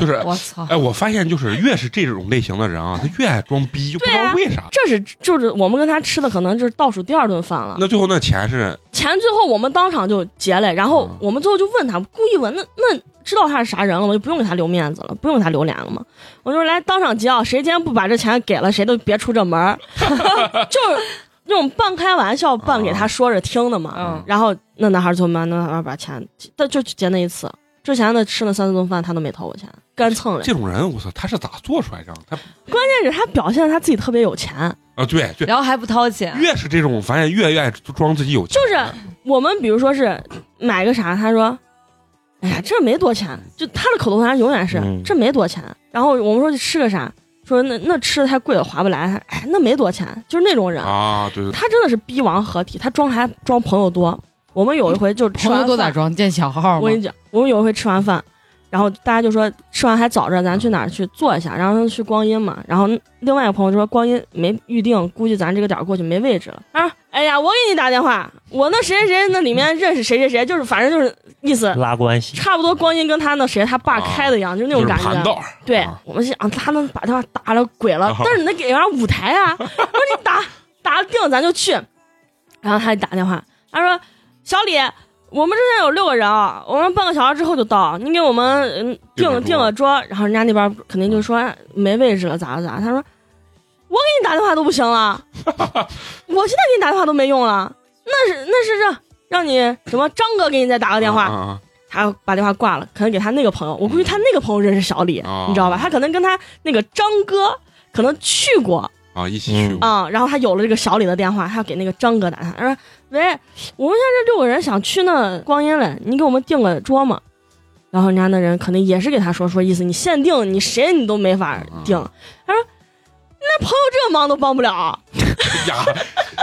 S3: 就是
S4: 我操，
S3: 哎，我发现就是越是这种类型的人啊，他越爱装逼，就不知
S5: 对
S3: 道
S5: 啊
S3: 为啥。
S5: 这是就是我们跟他吃的可能就是倒数第二顿饭了，
S3: 那最后那钱是
S5: 钱最后我们当场就结了，然后
S3: 嗯
S5: 我们最后就问他，故意问那那知道他是啥人了吗？就不用给他留面子了，不用给他留脸了嘛。我就说来当场结啊，谁今天不把这钱给了，谁都别出这门儿， *laughs* 就是那种半开玩笑半给他说着听的嘛。
S4: 嗯
S5: 然后那男孩就慢慢慢慢把钱，他就结那一次，之前的吃那三四顿饭他都没掏我钱，干蹭嘞。
S3: 这种人，我操，他是咋做出来这样？他
S5: 关键是他表现他自己特别有钱，
S3: 啊，对对，
S4: 然后还不掏钱，
S3: 越是这种，发现越爱装自己有钱。
S5: 就是我们比如说是买个啥，他说，哎呀，这没多钱，就他的口头禅永远是、
S3: 嗯
S5: 这没多钱。然后我们说去吃个啥，说那那吃的太贵了，划不来。哎，那没多钱，就是那种人，
S3: 啊，对对对，
S5: 他真的是逼王合体，他装还装朋友多。我们有一回就吃
S1: 朋
S5: 完
S1: 友
S5: 饭
S1: 都咋装？见小号
S5: 我
S1: 吗
S5: 跟？你讲，我们有一回吃完饭，然后大家就说吃完还早着，咱去
S3: 嗯
S5: 哪儿去坐一下？然后去光阴嘛。然后另外一个朋友就说光阴没预定，估计咱这个点儿过去没位置了。啊，哎呀，我给你打电话，我那谁谁谁那里面认识谁谁谁，就是反正就是意思。
S6: 拉关系，
S5: 差不多，光阴跟他那谁他爸
S3: 嗯啊
S5: 开的一样，就那
S3: 就
S5: 种
S3: 是
S5: 感
S3: 盘
S5: 觉。
S3: 道，
S5: 对
S3: 啊，
S5: 我们想他能把电话打了鬼了
S3: 啊，
S5: 但是你得给人家舞台啊！
S3: *laughs*
S5: 我说你打打定咱就去。然后他就打电话，他说：“小李，我们这现有六个人啊，我们半个小时之后就到，你给我们嗯
S3: 定个
S5: 订
S3: 桌
S5: 订个桌。”然后人家那边肯定就说哎没位置了，咋了咋了？他说：“我给你打电话都不
S3: *laughs*
S5: 行了，我现在给你打电话都没用了，那是那是让让你什么张哥给你再打个电话。
S3: 啊啊
S5: 他把电话挂了，可能给他那个朋友，我估计他那个朋友认识小李，
S3: 哦
S5: 你知道吧？他可能跟他那个张哥可能去过
S3: 啊啊，一起去
S6: 嗯
S3: 过
S5: 啊、然后他有了这个小李的电话，他要给那个张哥打电话，他说：“喂，我们现在这六个人想去那光阴嘞，你给我们订个桌嘛。”然后人家那人可能也是给他说说意思，你限定你谁你都没法定。他说：“那朋友这忙都帮不了。
S3: 呀，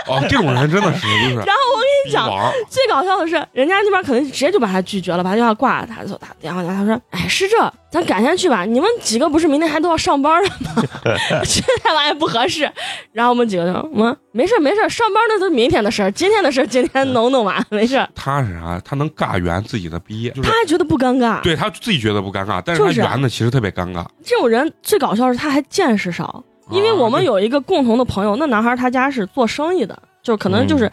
S3: 哦，这种人真的是就是”
S5: 然后我跟你
S3: 逼
S5: 讲，
S3: 王，
S5: 最搞笑的是，人家那边可能直接就把他拒绝了，把电话挂了。他就打电话，他说：“哎，是这，咱改天去吧。你们几个不是明天还都要上班了吗？ *laughs* 去太晚也不合适。”然后我们几个就说：“我们没事儿没事儿，上班那都是明天的事儿，今天的事儿今天能弄完，没事儿。
S3: 他是啥？他能尬圆自己的逼，”就是
S5: 他还觉得不尴尬。
S3: 对他自己觉得不尴尬，但是他
S5: 就是
S3: 圆的其实特别尴尬。啊
S5: 这种人最搞笑的是他还见识少，因为我们有一个共同的朋友，那男孩他家是做生意的，就是可能就是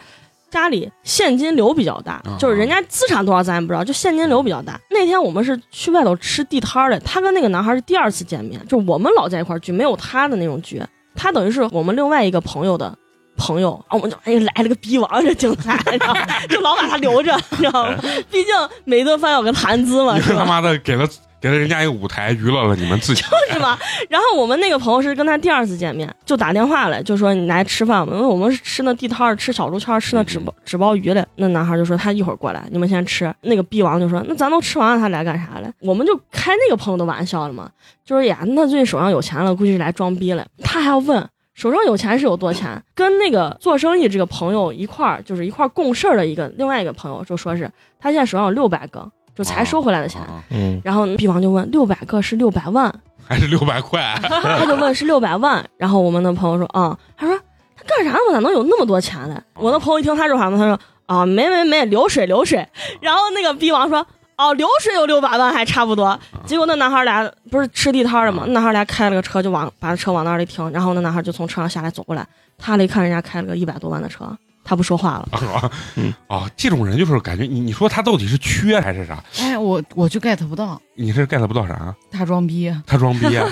S5: 家里现金流比较大，
S3: 嗯啊
S5: 就是人家资产多少咱也不知道，就现金流比较大。那天我们是去外头吃地摊儿的，他跟那个男孩是第二次见面，就是我们老在一块儿聚，没有他的那种局，他等于是我们另外一个朋友的。朋友啊，我们就哎来了个逼王，这精彩，然后就老把他留着，你知道
S3: *laughs*
S5: 吗？毕竟每顿饭有个谈资嘛，
S3: 你
S5: 是
S3: 这
S5: 吧
S3: 他？妈的给了给了人家一个舞台，娱乐了你们自己。啊
S5: 是吧？然后我们那个朋友是跟他第二次见面，就打电话来，就说你来吃饭吧，因为我们是吃那地摊儿，吃小猪圈儿，吃那纸包纸包鱼嘞。那男孩就说他一会儿过来，你们先吃。那个逼王就说那咱都吃完了，他来干啥嘞？我们就开那个朋友的玩笑了嘛，就是呀，那最近手上有钱了，估计是来装逼嘞。他还要问。手上有钱是有多钱，跟那个做生意这个朋友一块儿，就是一块儿共事儿的一个另外一个朋友就说是他现在手上有六百个，就才收回来的钱。
S3: 啊
S6: 嗯，
S5: 然后逼王就问六百个是六百万，
S3: 还是六百块，啊
S5: 他就问是六百万，然后我们的朋友说啊、他说他干啥呢？我咋能有那么多钱呢？我的朋友一听他这话嘛，他说啊，没没没，流水流水。然后那个逼王说哦，流水有六百万还差不多。结果那男孩俩不是吃地摊的嘛，那男孩俩开了个车就往把车往那里停，然后那男孩就从车上下来走过来，他来看人家开了个一百多万的车，他不说话了。
S3: 啊
S6: 嗯
S3: 啊！这种人就是感觉你你说他到底是缺还是啥？
S1: 哎，我我就 get 不到
S3: 你是 get 不到啥？
S1: 他装逼。啊、
S3: 他装
S5: *laughs*
S3: 逼啊，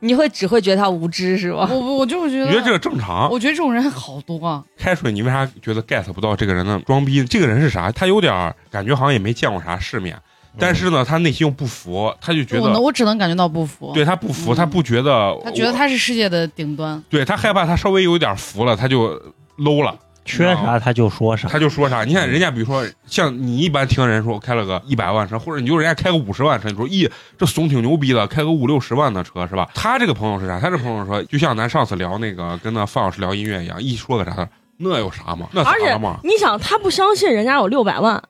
S4: 你会只会觉得他无知是吧？
S1: 我我就觉
S3: 你
S1: 得，
S3: 觉得这个正常？
S1: 我觉得这种人好多啊。
S3: 开水，你为啥觉得 get 不到这个人呢？装逼，这个人是啥？他有点儿感觉好像也没见过啥世面，但是呢，他内心又不服，他就觉
S1: 哦我能
S3: 得
S1: 我只能感觉到不服。
S3: 对他不服，
S1: 嗯
S3: 他不觉得，
S1: 他觉得
S3: 我
S1: 他是世界的顶端，
S3: 对他害怕，他稍微有点服了，他就呃 low 了，
S6: 缺啥他就说啥，
S3: 他就说啥。你看人家，比如说像你一般听人说开了个一百万车，或者你就人家开个五十万车，你说咦，这怂挺牛逼的，开个五六十万的车是吧？他这个朋友是啥？他这朋友说，就像咱上次聊那个跟那范老师聊音乐一样，一说个啥，他说那有啥嘛？那
S5: 而且
S3: 啥嘛？
S5: 你想，他不相信人家有六百万，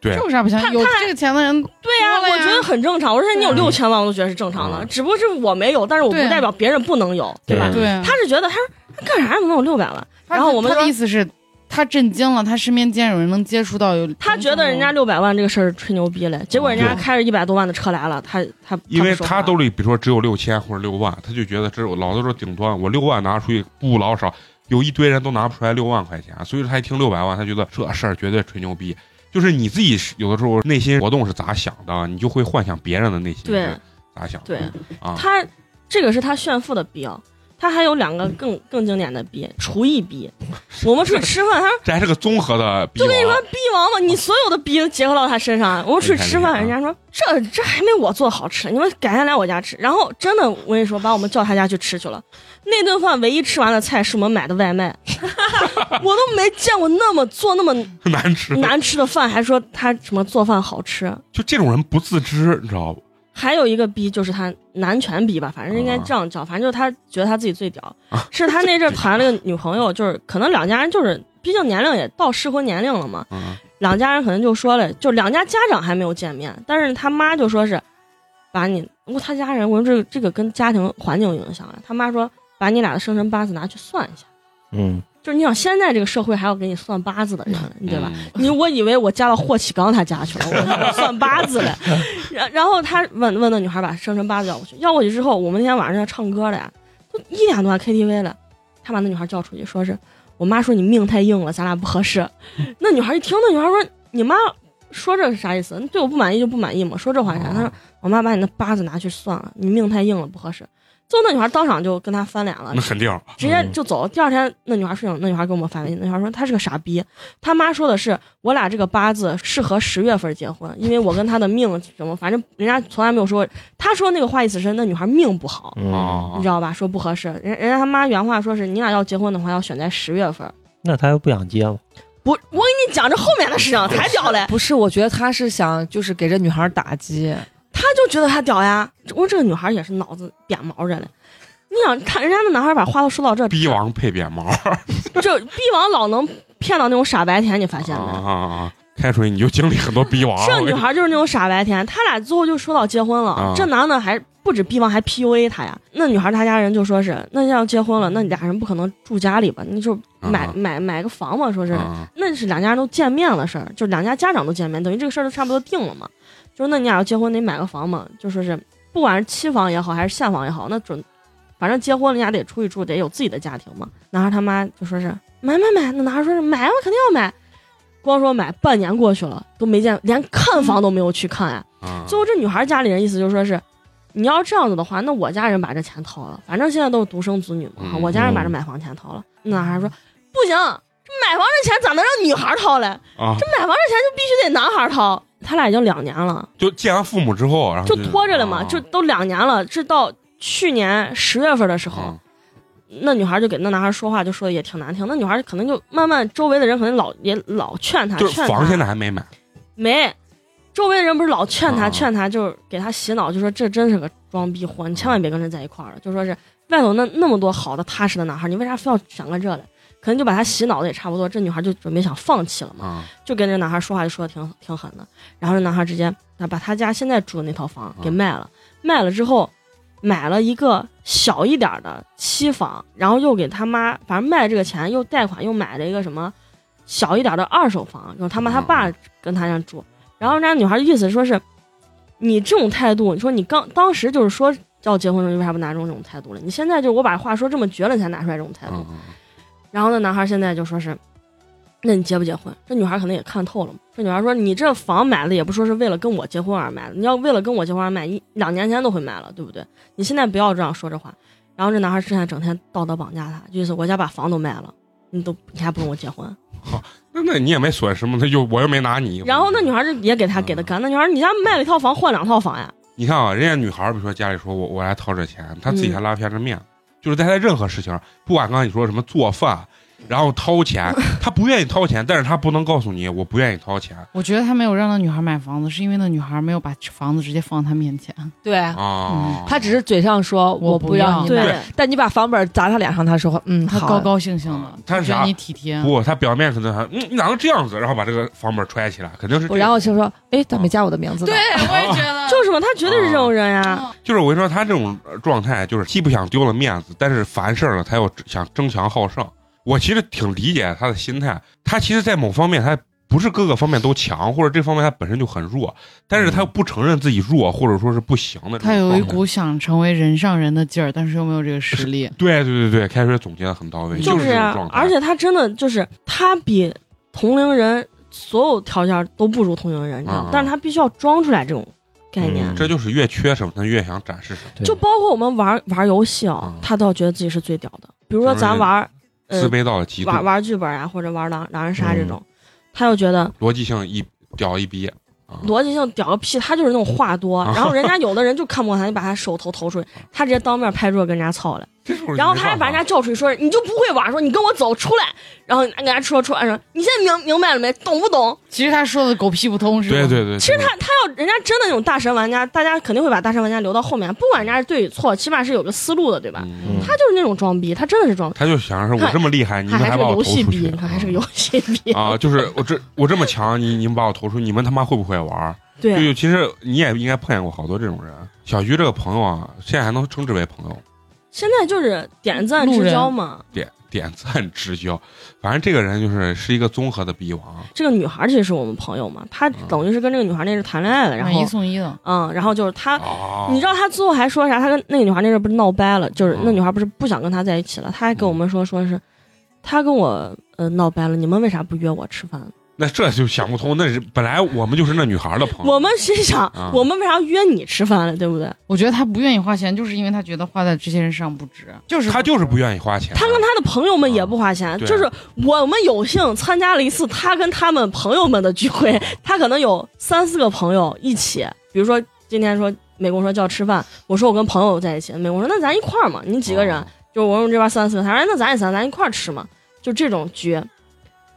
S3: 对
S1: 这有啥啊不相信？
S5: 他
S1: 有
S5: 他
S1: 这个钱的人，
S5: 对呀、
S1: 多了
S5: 我
S1: 呀
S5: 觉得很正常。我说你有
S1: 对啊
S5: 六千万，我都觉得是正常的，
S3: 嗯
S5: 只不过是我没有，但是我不
S1: 对啊
S5: 代表别人不能有，对吧？
S6: 对
S1: 对，
S5: 他是觉得他说他干啥能有六百万？
S1: 他
S5: 然后我们
S1: 他的
S5: 说
S1: 意思是，他震惊了，他身边竟然有人能接触到有，
S5: 他觉得人家六百万这个事儿吹牛逼嘞，结果人家
S3: 哦对
S5: 开着一百多万的车来了，他他
S3: 因为
S5: 不说话
S3: 他兜里比如说只有六千或者六万，他就觉得这是我老子说顶端，我六万拿出去不老少，有一堆人都拿不出来六万块钱，啊所以说他一听六百万，他觉得这事儿绝对吹牛逼。就是你自己是有的时候内心活动是咋想的，你就会幻想别人的内心
S5: 对
S3: 是咋想的。
S5: 对
S3: 啊，
S5: 他这个是他炫富的逼啊。他还有两个更更经典的逼，厨艺逼。我们出去吃饭，他说
S3: 这还是个综合的比啊
S5: 就
S3: 王。
S5: 跟你说逼王嘛，你所有的逼都结合到他身上。我们出去吃饭，
S3: 厉害
S5: 人
S3: 厉害
S5: 家说这这还没我做好吃，你们改天来我家吃。然后真的，我跟你说，把我们叫他家去吃去了。那顿饭唯一吃完的菜是我们买的外卖，我都没见过那么做那么
S3: *laughs* 难吃，
S5: 难吃的饭，还说他什么做饭好吃。
S3: 就这种人不自知，你知道不？
S5: 还有一个逼就是他男权逼吧，反正应该这样叫，反正就是他觉得他自己最屌，是他那阵儿谈了个女朋友，就是可能两家人就是，毕竟年龄也到适婚年龄了嘛，
S3: 嗯，
S5: 两家人可能就说了，就两家家长还没有见面，但是他妈就说是把你，我他家人，我说这个这个跟家庭环境有影响啊，他妈说把你俩的生辰八字拿去算一下，
S6: 嗯，
S5: 就是你想现在这个社会还要给你算八字的人，对吧？
S3: *laughs* 嗯？
S5: 你我以为我嫁到霍启刚他家去了，我算八字嘞。然然后他问问那女孩把生辰八字要过去，要过去之后，我们那天晚上要唱歌了呀，都一点多了 KTV 了，他把那女孩叫出去，说是我妈说你命太硬了，咱俩不合适。 *laughs* 那女孩一听，那女孩说你妈说这是啥意思？你对我不满意就不满意嘛，说这话啥？她说我妈把你的八字拿去算了，你命太硬了，不合适。最后那女孩当场就跟他翻脸了
S3: *laughs* 那，肯定。啊
S5: 直接就走。第二天，那女孩睡醒，那女孩给我们发微信，那女孩说她是个傻逼，他妈说的是我俩这个八字适合十月份结婚，因为我跟他的命什么，反正人家从来没有说过。他说那个话意思是那女孩命不好，
S6: 嗯，
S3: 啊
S5: 你知，道吧？说不合适。人人家他妈原话说是你俩要结婚的话要选在十月份。
S6: 那他又不想接了，
S5: 不，我跟你讲，这后面的事情才屌
S4: *laughs*
S5: 嘞，
S4: 不是，我觉得他是想就是给这女孩打击，
S5: 他就觉得他屌呀。我说这个女孩也是脑子扁毛着嘞。你想，他人家那男孩把话都说
S3: *laughs*
S5: 到这，
S3: 啊逼王配扁毛。
S5: 就逼王老能骗到那种傻白甜，你发现没？
S3: 啊啊啊！开水你就经历很多逼王。
S5: 这女孩就是那种傻白甜，他俩最后就说到结婚了。
S3: 啊
S5: 这男的还不止逼王，还 PUA 她呀。那女孩她家人就说是，那要结婚了，那你俩人不可能住家里吧？你就买、
S3: 啊
S5: 买买个房嘛，说是，
S3: 啊
S5: 那是两家人都见面了事儿，就两家家长都见面，等于这个事儿都差不多定了嘛。就是那你俩要结婚得买个房嘛，就说是不管是期房也好还是现房也好，那准反正结婚了人家得出去住，得有自己的家庭嘛。男孩他妈就说是买买买，那男孩说是买，我肯定要买。光说买，半年过去了都没见，连看房都没有去看呀、
S3: 啊！
S5: 最后这女孩家里人意思就说是，你要这样子的话，那我家人把这钱掏了，反正现在都是独生子女嘛，
S3: 嗯
S5: 我家人把这买房钱掏了。那男孩说不行，这买房这钱咋能让女孩掏嘞？
S3: 啊，
S5: 这买房这钱就必须得男孩掏。他俩已经两年了，
S3: 就见完父母之后，然后
S5: 就拖着了嘛，
S3: 啊
S5: 就都两年了，这到去年十月份的时候，
S3: 啊
S5: 那女孩就给那男孩说话，就说的也挺难听。那女孩可能就慢慢周围的人可能老也老劝他，
S3: 就是
S5: 劝
S3: 房
S5: 他
S3: 现在还没买，
S5: 没，周围的人不是老劝他，
S3: 啊
S5: 劝他就是给他洗脑，就说这真是个装逼货，你千万别跟人在一块儿了。就说是外头那那么多好的踏实的男孩，你为啥非要选个这嘞？可能就把他洗脑的也差不多，这女孩就准备想放弃了嘛，
S3: 啊
S5: 就跟这男孩说话就说的挺挺狠的。然后这男孩直接那把他家现在住的那套房给卖了，卖了之后买了一个小一点儿的期房，然后又给他妈，反正卖了这个钱又贷款又买了一个什么小一点儿的二手房，然后他妈他爸跟他家住。然后人家女孩的意思说是，你这种态度，你说你刚当时就是说要结婚的时候，你为啥不拿出这种态度了？你哎
S3: 嗯
S5: 现在就是我把话说这么绝了，你才拿出来这种态度。
S3: 嗯嗯
S5: 然后那男孩现在就说是，那你结不结婚？这女孩可能也看透了嘛。这女孩说：“你这房买的也不说是为了跟我结婚而买的，你要为了跟我结婚而买，一两年前都会买了，对不对？你现在不要这样说这话。”然后这男孩现在整天道德绑架她，就是我家把房都卖了，你都你还不跟我结婚？
S3: 那那你也没损失嘛，他就我嗯又没拿你。
S5: 然后那女孩就也给他给的干，那女孩你家卖了一套房换两套房呀？
S3: 你看啊，人家女孩儿比如说家里说我我来掏这钱，她自己还拉偏着面，
S5: 嗯
S3: 就是在她任何事情，不管刚才你说什么做饭，
S5: 嗯
S3: 然后掏
S5: *laughs*
S3: 钱，她不愿意掏钱，但是她不能告诉你我不愿意掏钱
S1: 我觉得他没有让那女孩买房子，是因为那女孩没有把房子直接放他面
S3: *laughs*
S1: 前。
S4: 对
S5: 嗯
S3: 啊。
S4: 他只是嘴上说
S1: 我不
S4: 不让
S1: 要
S4: 你
S1: 对
S4: 买，但你把房本砸他脸上，他说嗯
S1: 他
S4: 好，
S1: 高高兴兴的，
S3: 啊嗯他
S1: 他
S3: 是啊
S1: 觉
S3: 啥
S1: 得你体贴。
S3: 不，她表面可能还嗯你哪能这样子，然后把这个房本揣起来，肯定是这
S4: 我
S3: 样。
S4: 然后就说哎咋没加我的名字呢？
S1: 对，
S3: *laughs*
S1: 我
S3: 啊
S1: 也觉得
S5: 就是嘛，他绝对是这种人呀。
S1: 嗯
S3: 就是我跟你说，他这种呃状态就是既不想丢了面子，但是凡事呢，他又想争强好胜。我其实挺理解他的心态，他其实，在某方面他不是各个方面都强，或者这方面他本身就很弱，但是他又不承认自己弱或者说是不行的这种状态。
S1: 他有一股想成为人上人的劲儿，但是又没有这个实
S3: *laughs*
S1: 力。
S3: 对对对对，开水总结的很到位，
S5: 就是是
S3: 这种
S5: 啊
S3: 状，态。
S5: 而且他真的就是他比同龄人所有条件都不如同龄人，你知道吗
S3: 嗯？
S5: 但是他必须要装出来这种概念。
S3: 这就是越缺什么，他越想展示什么，
S6: 对
S5: 就包括我们玩玩游戏啊、
S3: 嗯
S5: 他都要觉得自己是最屌的。比如说咱玩，
S3: 自
S5: 呃，
S3: 卑到了极度，嗯
S5: 玩玩剧本啊，或者玩狼狼人杀这种，他就觉得
S3: 逻辑性一屌一逼。啊
S5: 逻辑性屌个屁，他就是那种话多，
S3: *laughs* 啊
S5: 然后人家有的人就看不惯他，就把他手头投出去，他直接当面拍桌子跟人家操了，
S3: 这时候
S5: 然后他还
S3: 没办
S5: 把人
S3: 法
S5: 家叫出去说你就不会玩，说你跟我走出来，然后人家说出来说你现在明明白了没，懂不懂？
S1: 其实他说的狗屁不通，是吧？
S3: 对对对，
S5: 其实
S3: 对
S5: 他他要人家真的那种大神玩家，大家肯定会把大神玩家留到后面，不管人家是对与错，起码是有个思路的，对吧？
S3: 嗯
S5: 他就是那种装逼，他真的是装逼。
S3: 他就想着是我这么厉害，你
S5: 他
S3: 们
S5: 还
S3: 嗯
S5: 是
S3: 把
S5: 个
S3: 我
S5: 游
S3: 投
S5: 戏
S3: 出
S5: 逼，
S3: 去，嗯
S5: 他还是个游戏逼。
S3: 啊，就是我这我这么强，你你们把我投出，你们他妈会不会玩儿？就
S5: 对，
S3: 就其实你也应该碰见过好多这种人。小徐这个朋友啊，现在还能称之为朋友，
S5: 现在就是点赞之交嘛。
S3: 点点赞之交。反正这个人就是是一个综合的逼王，
S5: 这个女孩其实是我们朋友嘛，
S3: 啊
S5: 她等于是跟这个女孩那是谈恋爱了，然
S1: 买一
S5: 后
S1: 送一的，
S5: 嗯，然后就是她，
S3: 啊，
S5: 你知道她最后还说啥？她跟那个女孩那阵不是闹掰了，就是那女孩不是不想跟他在一起了，她还跟我们说说是，她跟我呃闹掰了，你们为啥不约我吃饭？
S3: 那这就想不通。那是本来我们就是那女孩的朋友，
S5: 我们心想
S3: 哦啊，
S5: 我们为啥约你吃饭了，对不对？
S1: 我觉得他不愿意花钱，就是因为他觉得花在这些人上不值，就是
S3: 他就是不愿意花钱。
S5: 他跟他的朋友们也不花钱，
S3: 嗯对
S5: 就是我们有幸参加了一次他跟他们朋友们的聚会，他可能有三四个朋友一起，比如说今天说美工说叫吃饭，我说我跟朋友在一起，美工说那咱一块儿嘛，你几个人？
S3: 啊
S5: 就是我们这边三四个，他说哎那咱也三，咱一块儿吃嘛，就这种局。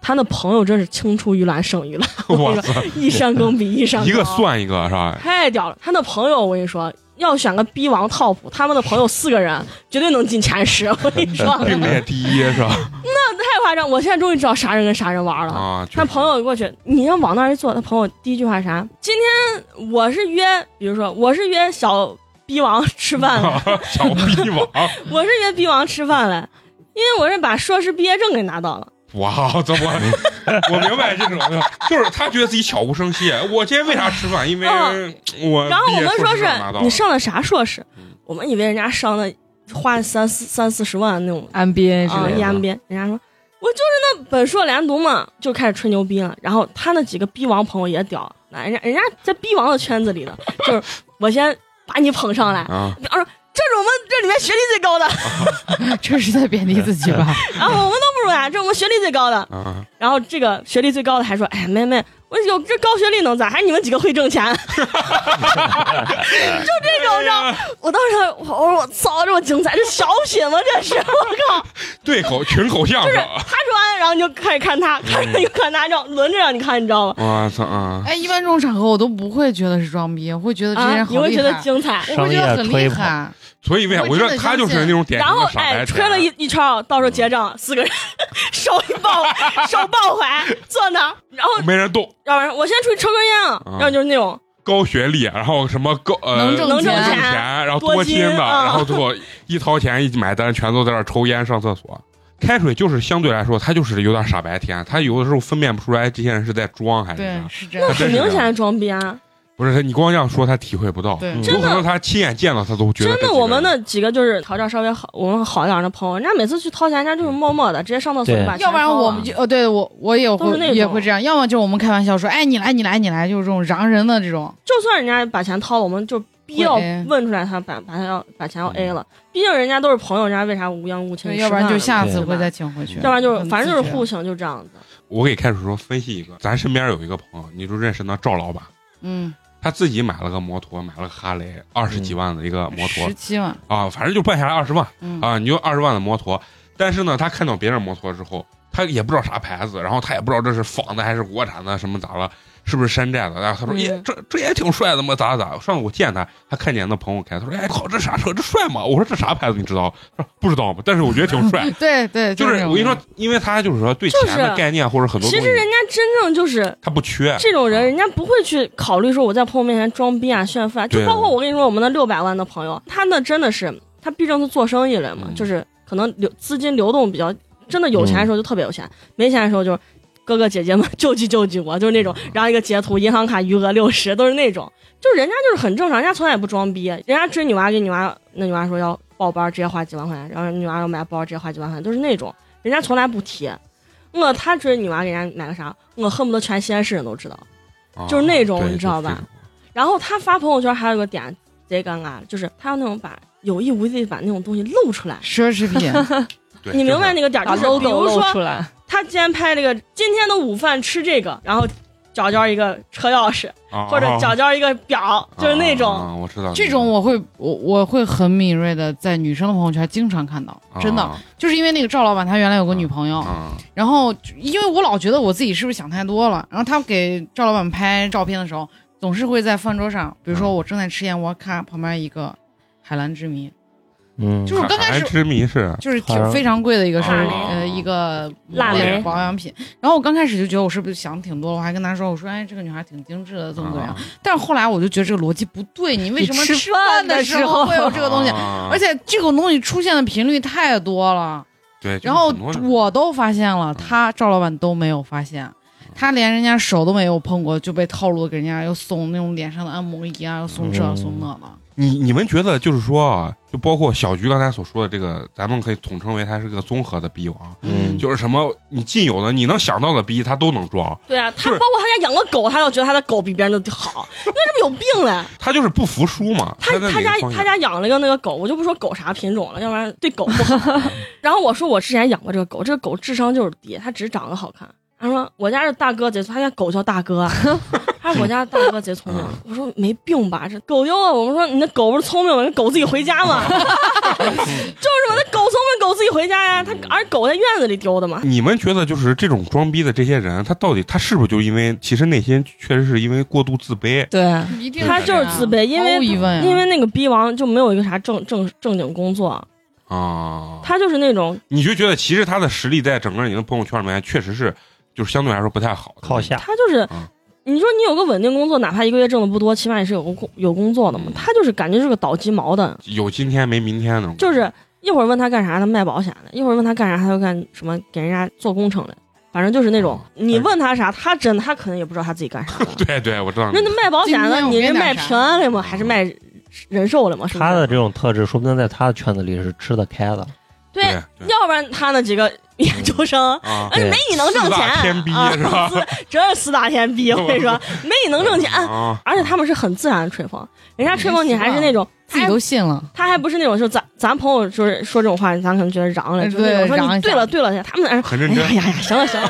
S5: 他的朋友真是青出于蓝胜于蓝，我
S3: 哇
S5: 跟你
S3: 塞，
S5: 说，一山更比一山高，
S3: 一个算一个是吧？
S5: 太屌了！他那朋友，我跟你说，要选个逼王 top，他们的朋友四个人绝对能进前十。我跟你说，
S3: 并列第一是吧？
S5: 太夸张！我现在终于知道啥人跟啥人玩了。
S3: 啊，
S5: 他朋友过去，你要往那儿一坐，他朋友第一句话啥？今天我是约，比如说我是约小逼王吃饭的，
S3: *laughs* 小逼王，
S5: 我是约逼王吃饭的，因为我是把硕士毕业证给拿到了。
S3: 哇，怎么？ *laughs* 我明白这种，就是他觉得自己悄无声息。我今天为啥吃饭？因为
S5: 嗯
S3: 我
S5: 然后我们说
S3: 呃毕业硕士
S5: 是
S3: 证拿到了
S5: 你上的啥硕士
S3: 嗯？
S5: 我们以为人家上的花三四三四十万那种
S4: MBA 之
S5: 啊
S4: 类
S3: 是
S4: 的，
S5: 一边，人家说我就是那本硕连读嘛，就开始吹牛逼了。然后他那几个逼王朋友也屌，那人家人家在逼王的圈子里的，就是我先把你捧上来，
S3: 啊，
S5: 然后说这是我们这里面学历最高
S1: *laughs*
S5: 的，
S1: 这是在贬低自己吧？
S5: 然后我们都不如他，这是我们学历最高的。
S3: 啊，
S5: 然后这个学历最高的还说，哎妹妹，我有这高学历能咋？还你们几个会挣钱， *laughs* 就这种让我当时我我我操，这么精彩，这小品吗？这是我靠。
S3: 对口群口相
S5: 就是
S3: 声，
S5: 他说完，然后你就开始看
S3: 嗯
S5: 他，看着你看他，让轮着让你看，你知道吗？
S3: 我操啊！
S1: *laughs* 哎，一般这种场合我都不会觉得是装逼，我会觉得这些
S5: 啊
S1: 人，
S5: 你
S1: 好
S5: 会
S1: 厉
S5: 觉
S1: 害，
S5: 得精彩。
S1: 我会觉得很
S6: 商业
S1: 厉
S6: 推
S1: 害
S6: 捧。
S3: 所以为啥我觉得他就是那种典
S5: 然
S3: 型
S5: 后
S3: 的傻
S5: 哎，
S3: 白啊嗯
S5: 吹了一
S3: 甜。
S5: 一圈儿，到时候结账，四个人 *laughs* 手一
S3: *laughs*
S5: 抱，手抱怀，坐那儿，然后
S3: 没人动，
S5: 要不然我先出去抽根烟啊
S3: 嗯，
S5: 要不就是那种
S3: 高学历，然后什么高呃
S1: 能挣
S5: 能挣
S1: 钱
S3: 挣
S5: 钱，
S3: 然后多金的，
S5: 多金啊
S3: 然后最后一掏钱一买单，全都在那儿抽烟上厕所。开水就是相对来说，他就是有点傻白甜，他有的时候分辨不出来这些人是在装还是
S1: 对，
S3: 啥。
S1: 是这样
S3: 他。真
S5: 很
S3: 是这样
S5: 明显的装逼啊。
S3: 不是他，你光这样说他体会不到，
S1: 对
S6: 嗯
S3: 有
S5: 真
S3: 可
S5: 的
S3: 能他亲眼见到他都觉得
S5: 真
S3: 这几
S5: 的，
S3: 个
S5: 我们
S3: 人
S5: 的几个就是条件稍微好，我们好一点的朋友，人家每次去掏钱，人家就是默默
S3: 嗯
S5: 的直接上厕所
S6: 对
S5: 把钱
S1: 要不然
S5: 掏了
S1: 我们就呃，对我我也
S5: 啊都是那
S1: 会
S5: 种
S1: 也会这样，要么就我们开玩笑说，哎，你来你来你来，就是这种嚷人的这种，
S5: 就算人家把钱掏了，我们就必要
S1: 会 A
S5: 问出来他把把他要把钱要
S6: 嗯
S5: A 了，毕竟人家都是朋友，人家为啥无缘无情
S1: 对，
S5: 吃饭呢？
S1: 要不然就下次
S5: 对吧
S1: 会再请回去，
S5: 要不然就是
S1: 很
S5: 反正就是
S1: 自觉啊
S5: 互请，就这样子。
S3: 我给开始说分析一个，咱身边有一个朋友，你就认识那赵老板，
S1: 嗯，
S3: 他自己买了个摩托，买了个哈雷，二十几万的一个摩托、
S1: 十七万，
S3: 啊，反正就办下来二十万
S1: 嗯，
S3: 啊，你就二十万的摩托。但是呢，他看到别人摩托之后，他也不知道啥牌子，然后他也不知道这是仿的还是国产的，什么咋了，是不是山寨的？然啊后他说：“
S1: 嗯
S3: 耶、这这也挺帅的嘛，咋咋？”上次我见他，他看见那朋友开，他说：“哎，靠，这啥车？这帅吗？”我说：“这啥牌子？你知道？”他说：“不知道嘛，但是我觉得挺帅。”
S1: 对对，
S3: 就是是我跟你说，因为他就是说对
S5: 就是
S3: 钱的概念或者很多
S5: 其
S3: 东西哎啊
S5: 实，人家真正就是
S3: 他不缺。
S5: 这种人，人家不会去考虑说我在朋友面前装逼啊、炫富啊。就
S3: 对
S5: 包括我跟你说，我们那六百万的朋友，他那真的是他毕竟是做生意人嘛，
S3: 嗯
S5: 就是可能流资金流动比较，真的有钱的时候就特别有钱，没钱的时候就是哥哥姐姐们救济救济我，就是那种，
S4: 嗯
S5: 然后一个截图，银行卡余额六十，都是那种，就是人家就是很正常，人家从来也不装逼，人家追女娃给女娃，那女娃说要报班，直接花几万块钱，然后女娃要买包，直接花几万块钱，都是那种，人家从来不提。我他追女娃给人家买个啥，我恨不得全西安市人都知道。
S3: 啊
S5: 就是那种
S3: 对
S5: 你知道吧
S3: 就是
S5: 然后他发朋友圈还有一个点贼尴尬，就是他要那种把有意无意地把那种东西露出来，
S1: 奢侈
S3: *laughs*
S1: 品，
S3: 这种对
S5: 你明白
S3: 就是
S5: 那个点儿
S4: 把
S5: 就是，比
S4: logo
S5: 如
S4: 露出
S5: 说
S4: 来，
S5: 他今天拍了一个今天的午饭吃这个，然后角角一个车钥匙
S3: 啊
S5: 或者角角一个表，就是那
S3: 啊啊
S5: 种。
S3: 啊我知道
S1: 这种我会我我会很敏锐的在女生的朋友圈经常看到，真的，就是因为那个赵老板他原来有个女朋友，
S3: 啊，
S1: 然后因为我老觉得我自己是不是想太多了，然后他给赵老板拍照片的时候，总是会在饭桌上，比如说我正在吃燕窝，咔旁边一个海蓝之谜，
S6: 嗯，
S1: 就是我刚开始
S3: 海蓝之谜是
S1: 就是
S6: 海
S1: 挺
S6: 蓝
S1: 非常贵的一个是
S5: 啊
S1: 呃一个
S5: 腊梅
S1: 保养品，然后我刚开始就觉得我是不是想挺多了，我还跟他说我说哎这个女孩挺精致的怎么怎么
S4: 啊
S3: 啊
S1: 样，但是后来我就觉得这个逻辑不对，你为什么
S4: 你吃
S1: 饭
S4: 饭
S1: 的
S4: 的
S1: 时
S4: 时
S1: 候
S4: 候啊
S1: 会
S5: 哦
S1: 有这个东西？
S3: 而
S1: 而且这种东西出现的频率太多了，
S3: 对，就是
S1: 然后
S3: 很多人嗯
S1: 我都发现了，他赵老板都没有发现，他连人家手都没有碰过就被套路，给人家又送那种脸上的按摩仪啊，又送这
S6: 嗯
S1: 送那的。
S3: 你你们觉得就是说啊，就包括小菊刚才所说的这个，咱们可以统称为它是个综合的逼王，
S6: 嗯
S3: 就是什么你尽有的你能想到的逼他都能装，
S5: 对啊，他
S3: 是
S5: 包括他家养个狗，他都觉得他的狗比别人
S3: *laughs*
S5: 的好，那是不是有病嘞？
S3: 他就是不服输嘛。
S5: 他
S3: 在哪
S5: 他
S3: 个
S5: 家
S3: 方
S5: 他
S3: 向
S5: 家养了一个那个狗，我就不说狗啥品种了，要不然对狗
S3: *laughs*
S5: 不好。然后我说我之前养过这个狗，这个狗智商就是低，它只是长得好看。他说我家是大哥贼聪明，他家狗叫
S3: *laughs*
S5: 大哥啊。他说我家大哥贼聪明。
S3: 嗯
S5: 我说没病吧，这狗丢了。我们说你那狗不是聪明吗？那狗自己回家
S3: *laughs*
S5: 嘛。就是嘛，那狗聪明，狗自己回家呀。它而狗在院子里丢的嘛。
S3: 你们觉得就是这种装逼的这些人，他到底他是不是就因为其实内心确实是因为过度自卑？
S4: 对，
S1: 一定
S5: 他
S1: 这
S5: 就是
S1: 样
S5: 自卑，因为
S1: 毫无疑问呀
S5: 因为那个逼王就没有一个啥正正正经工作，
S3: 啊，
S5: 他就是那种
S3: 你就觉得其实他的实力在整个你的朋友圈里面确实是就是相对来说不太好的
S6: 靠。下，
S5: 他就是
S3: 嗯，
S5: 你说你有个稳定工作，哪怕一个月挣的不多，起码也是有个工有工作的嘛
S3: 嗯。
S5: 他就是感觉是个倒鸡毛的，
S3: 有今天没明天那种，。
S5: 就是一会儿问他干啥，他卖保险的；一会儿问他干啥，他就干什么给人家做工程的。反正就是那种，你问他啥，他真的他可能也不知道他自己干啥的
S3: *laughs* 对对，我知道你
S5: 人家卖保险的，
S1: 今天我
S5: 你是
S1: 干
S5: 卖
S1: 啥
S5: 平安
S3: 嗯
S5: 的吗？还是卖人寿的吗？是不
S6: 他的
S5: 是？
S6: 这种特质，说不定在他的圈子里是吃得开的。
S5: 对，
S3: 对
S5: 要不然他那几个研
S3: *laughs*
S5: 究生。
S3: 啊，
S5: 哎，
S6: 对
S5: 没你能挣
S3: 四
S5: 钱
S3: 大天逼
S5: 啊！
S3: 是吧？
S5: 真是四大
S3: *laughs*
S5: 天逼，我跟你说，没你能挣钱。
S3: 啊，
S5: 而且他们是很自然的吹风，人家吹风你还是那种
S1: 自己
S3: 哎
S1: 都信了，
S5: 他还不是那种，就咱咱朋友就是说这种话，咱可能觉得嚷了，
S1: 哎
S5: 就是那
S1: 对
S5: 种说
S1: 嚷
S5: 你
S1: 一下
S5: 对了对了，他们哎
S3: 很认真
S5: 哎，呀呀呀，行了
S1: *laughs*
S5: 行了，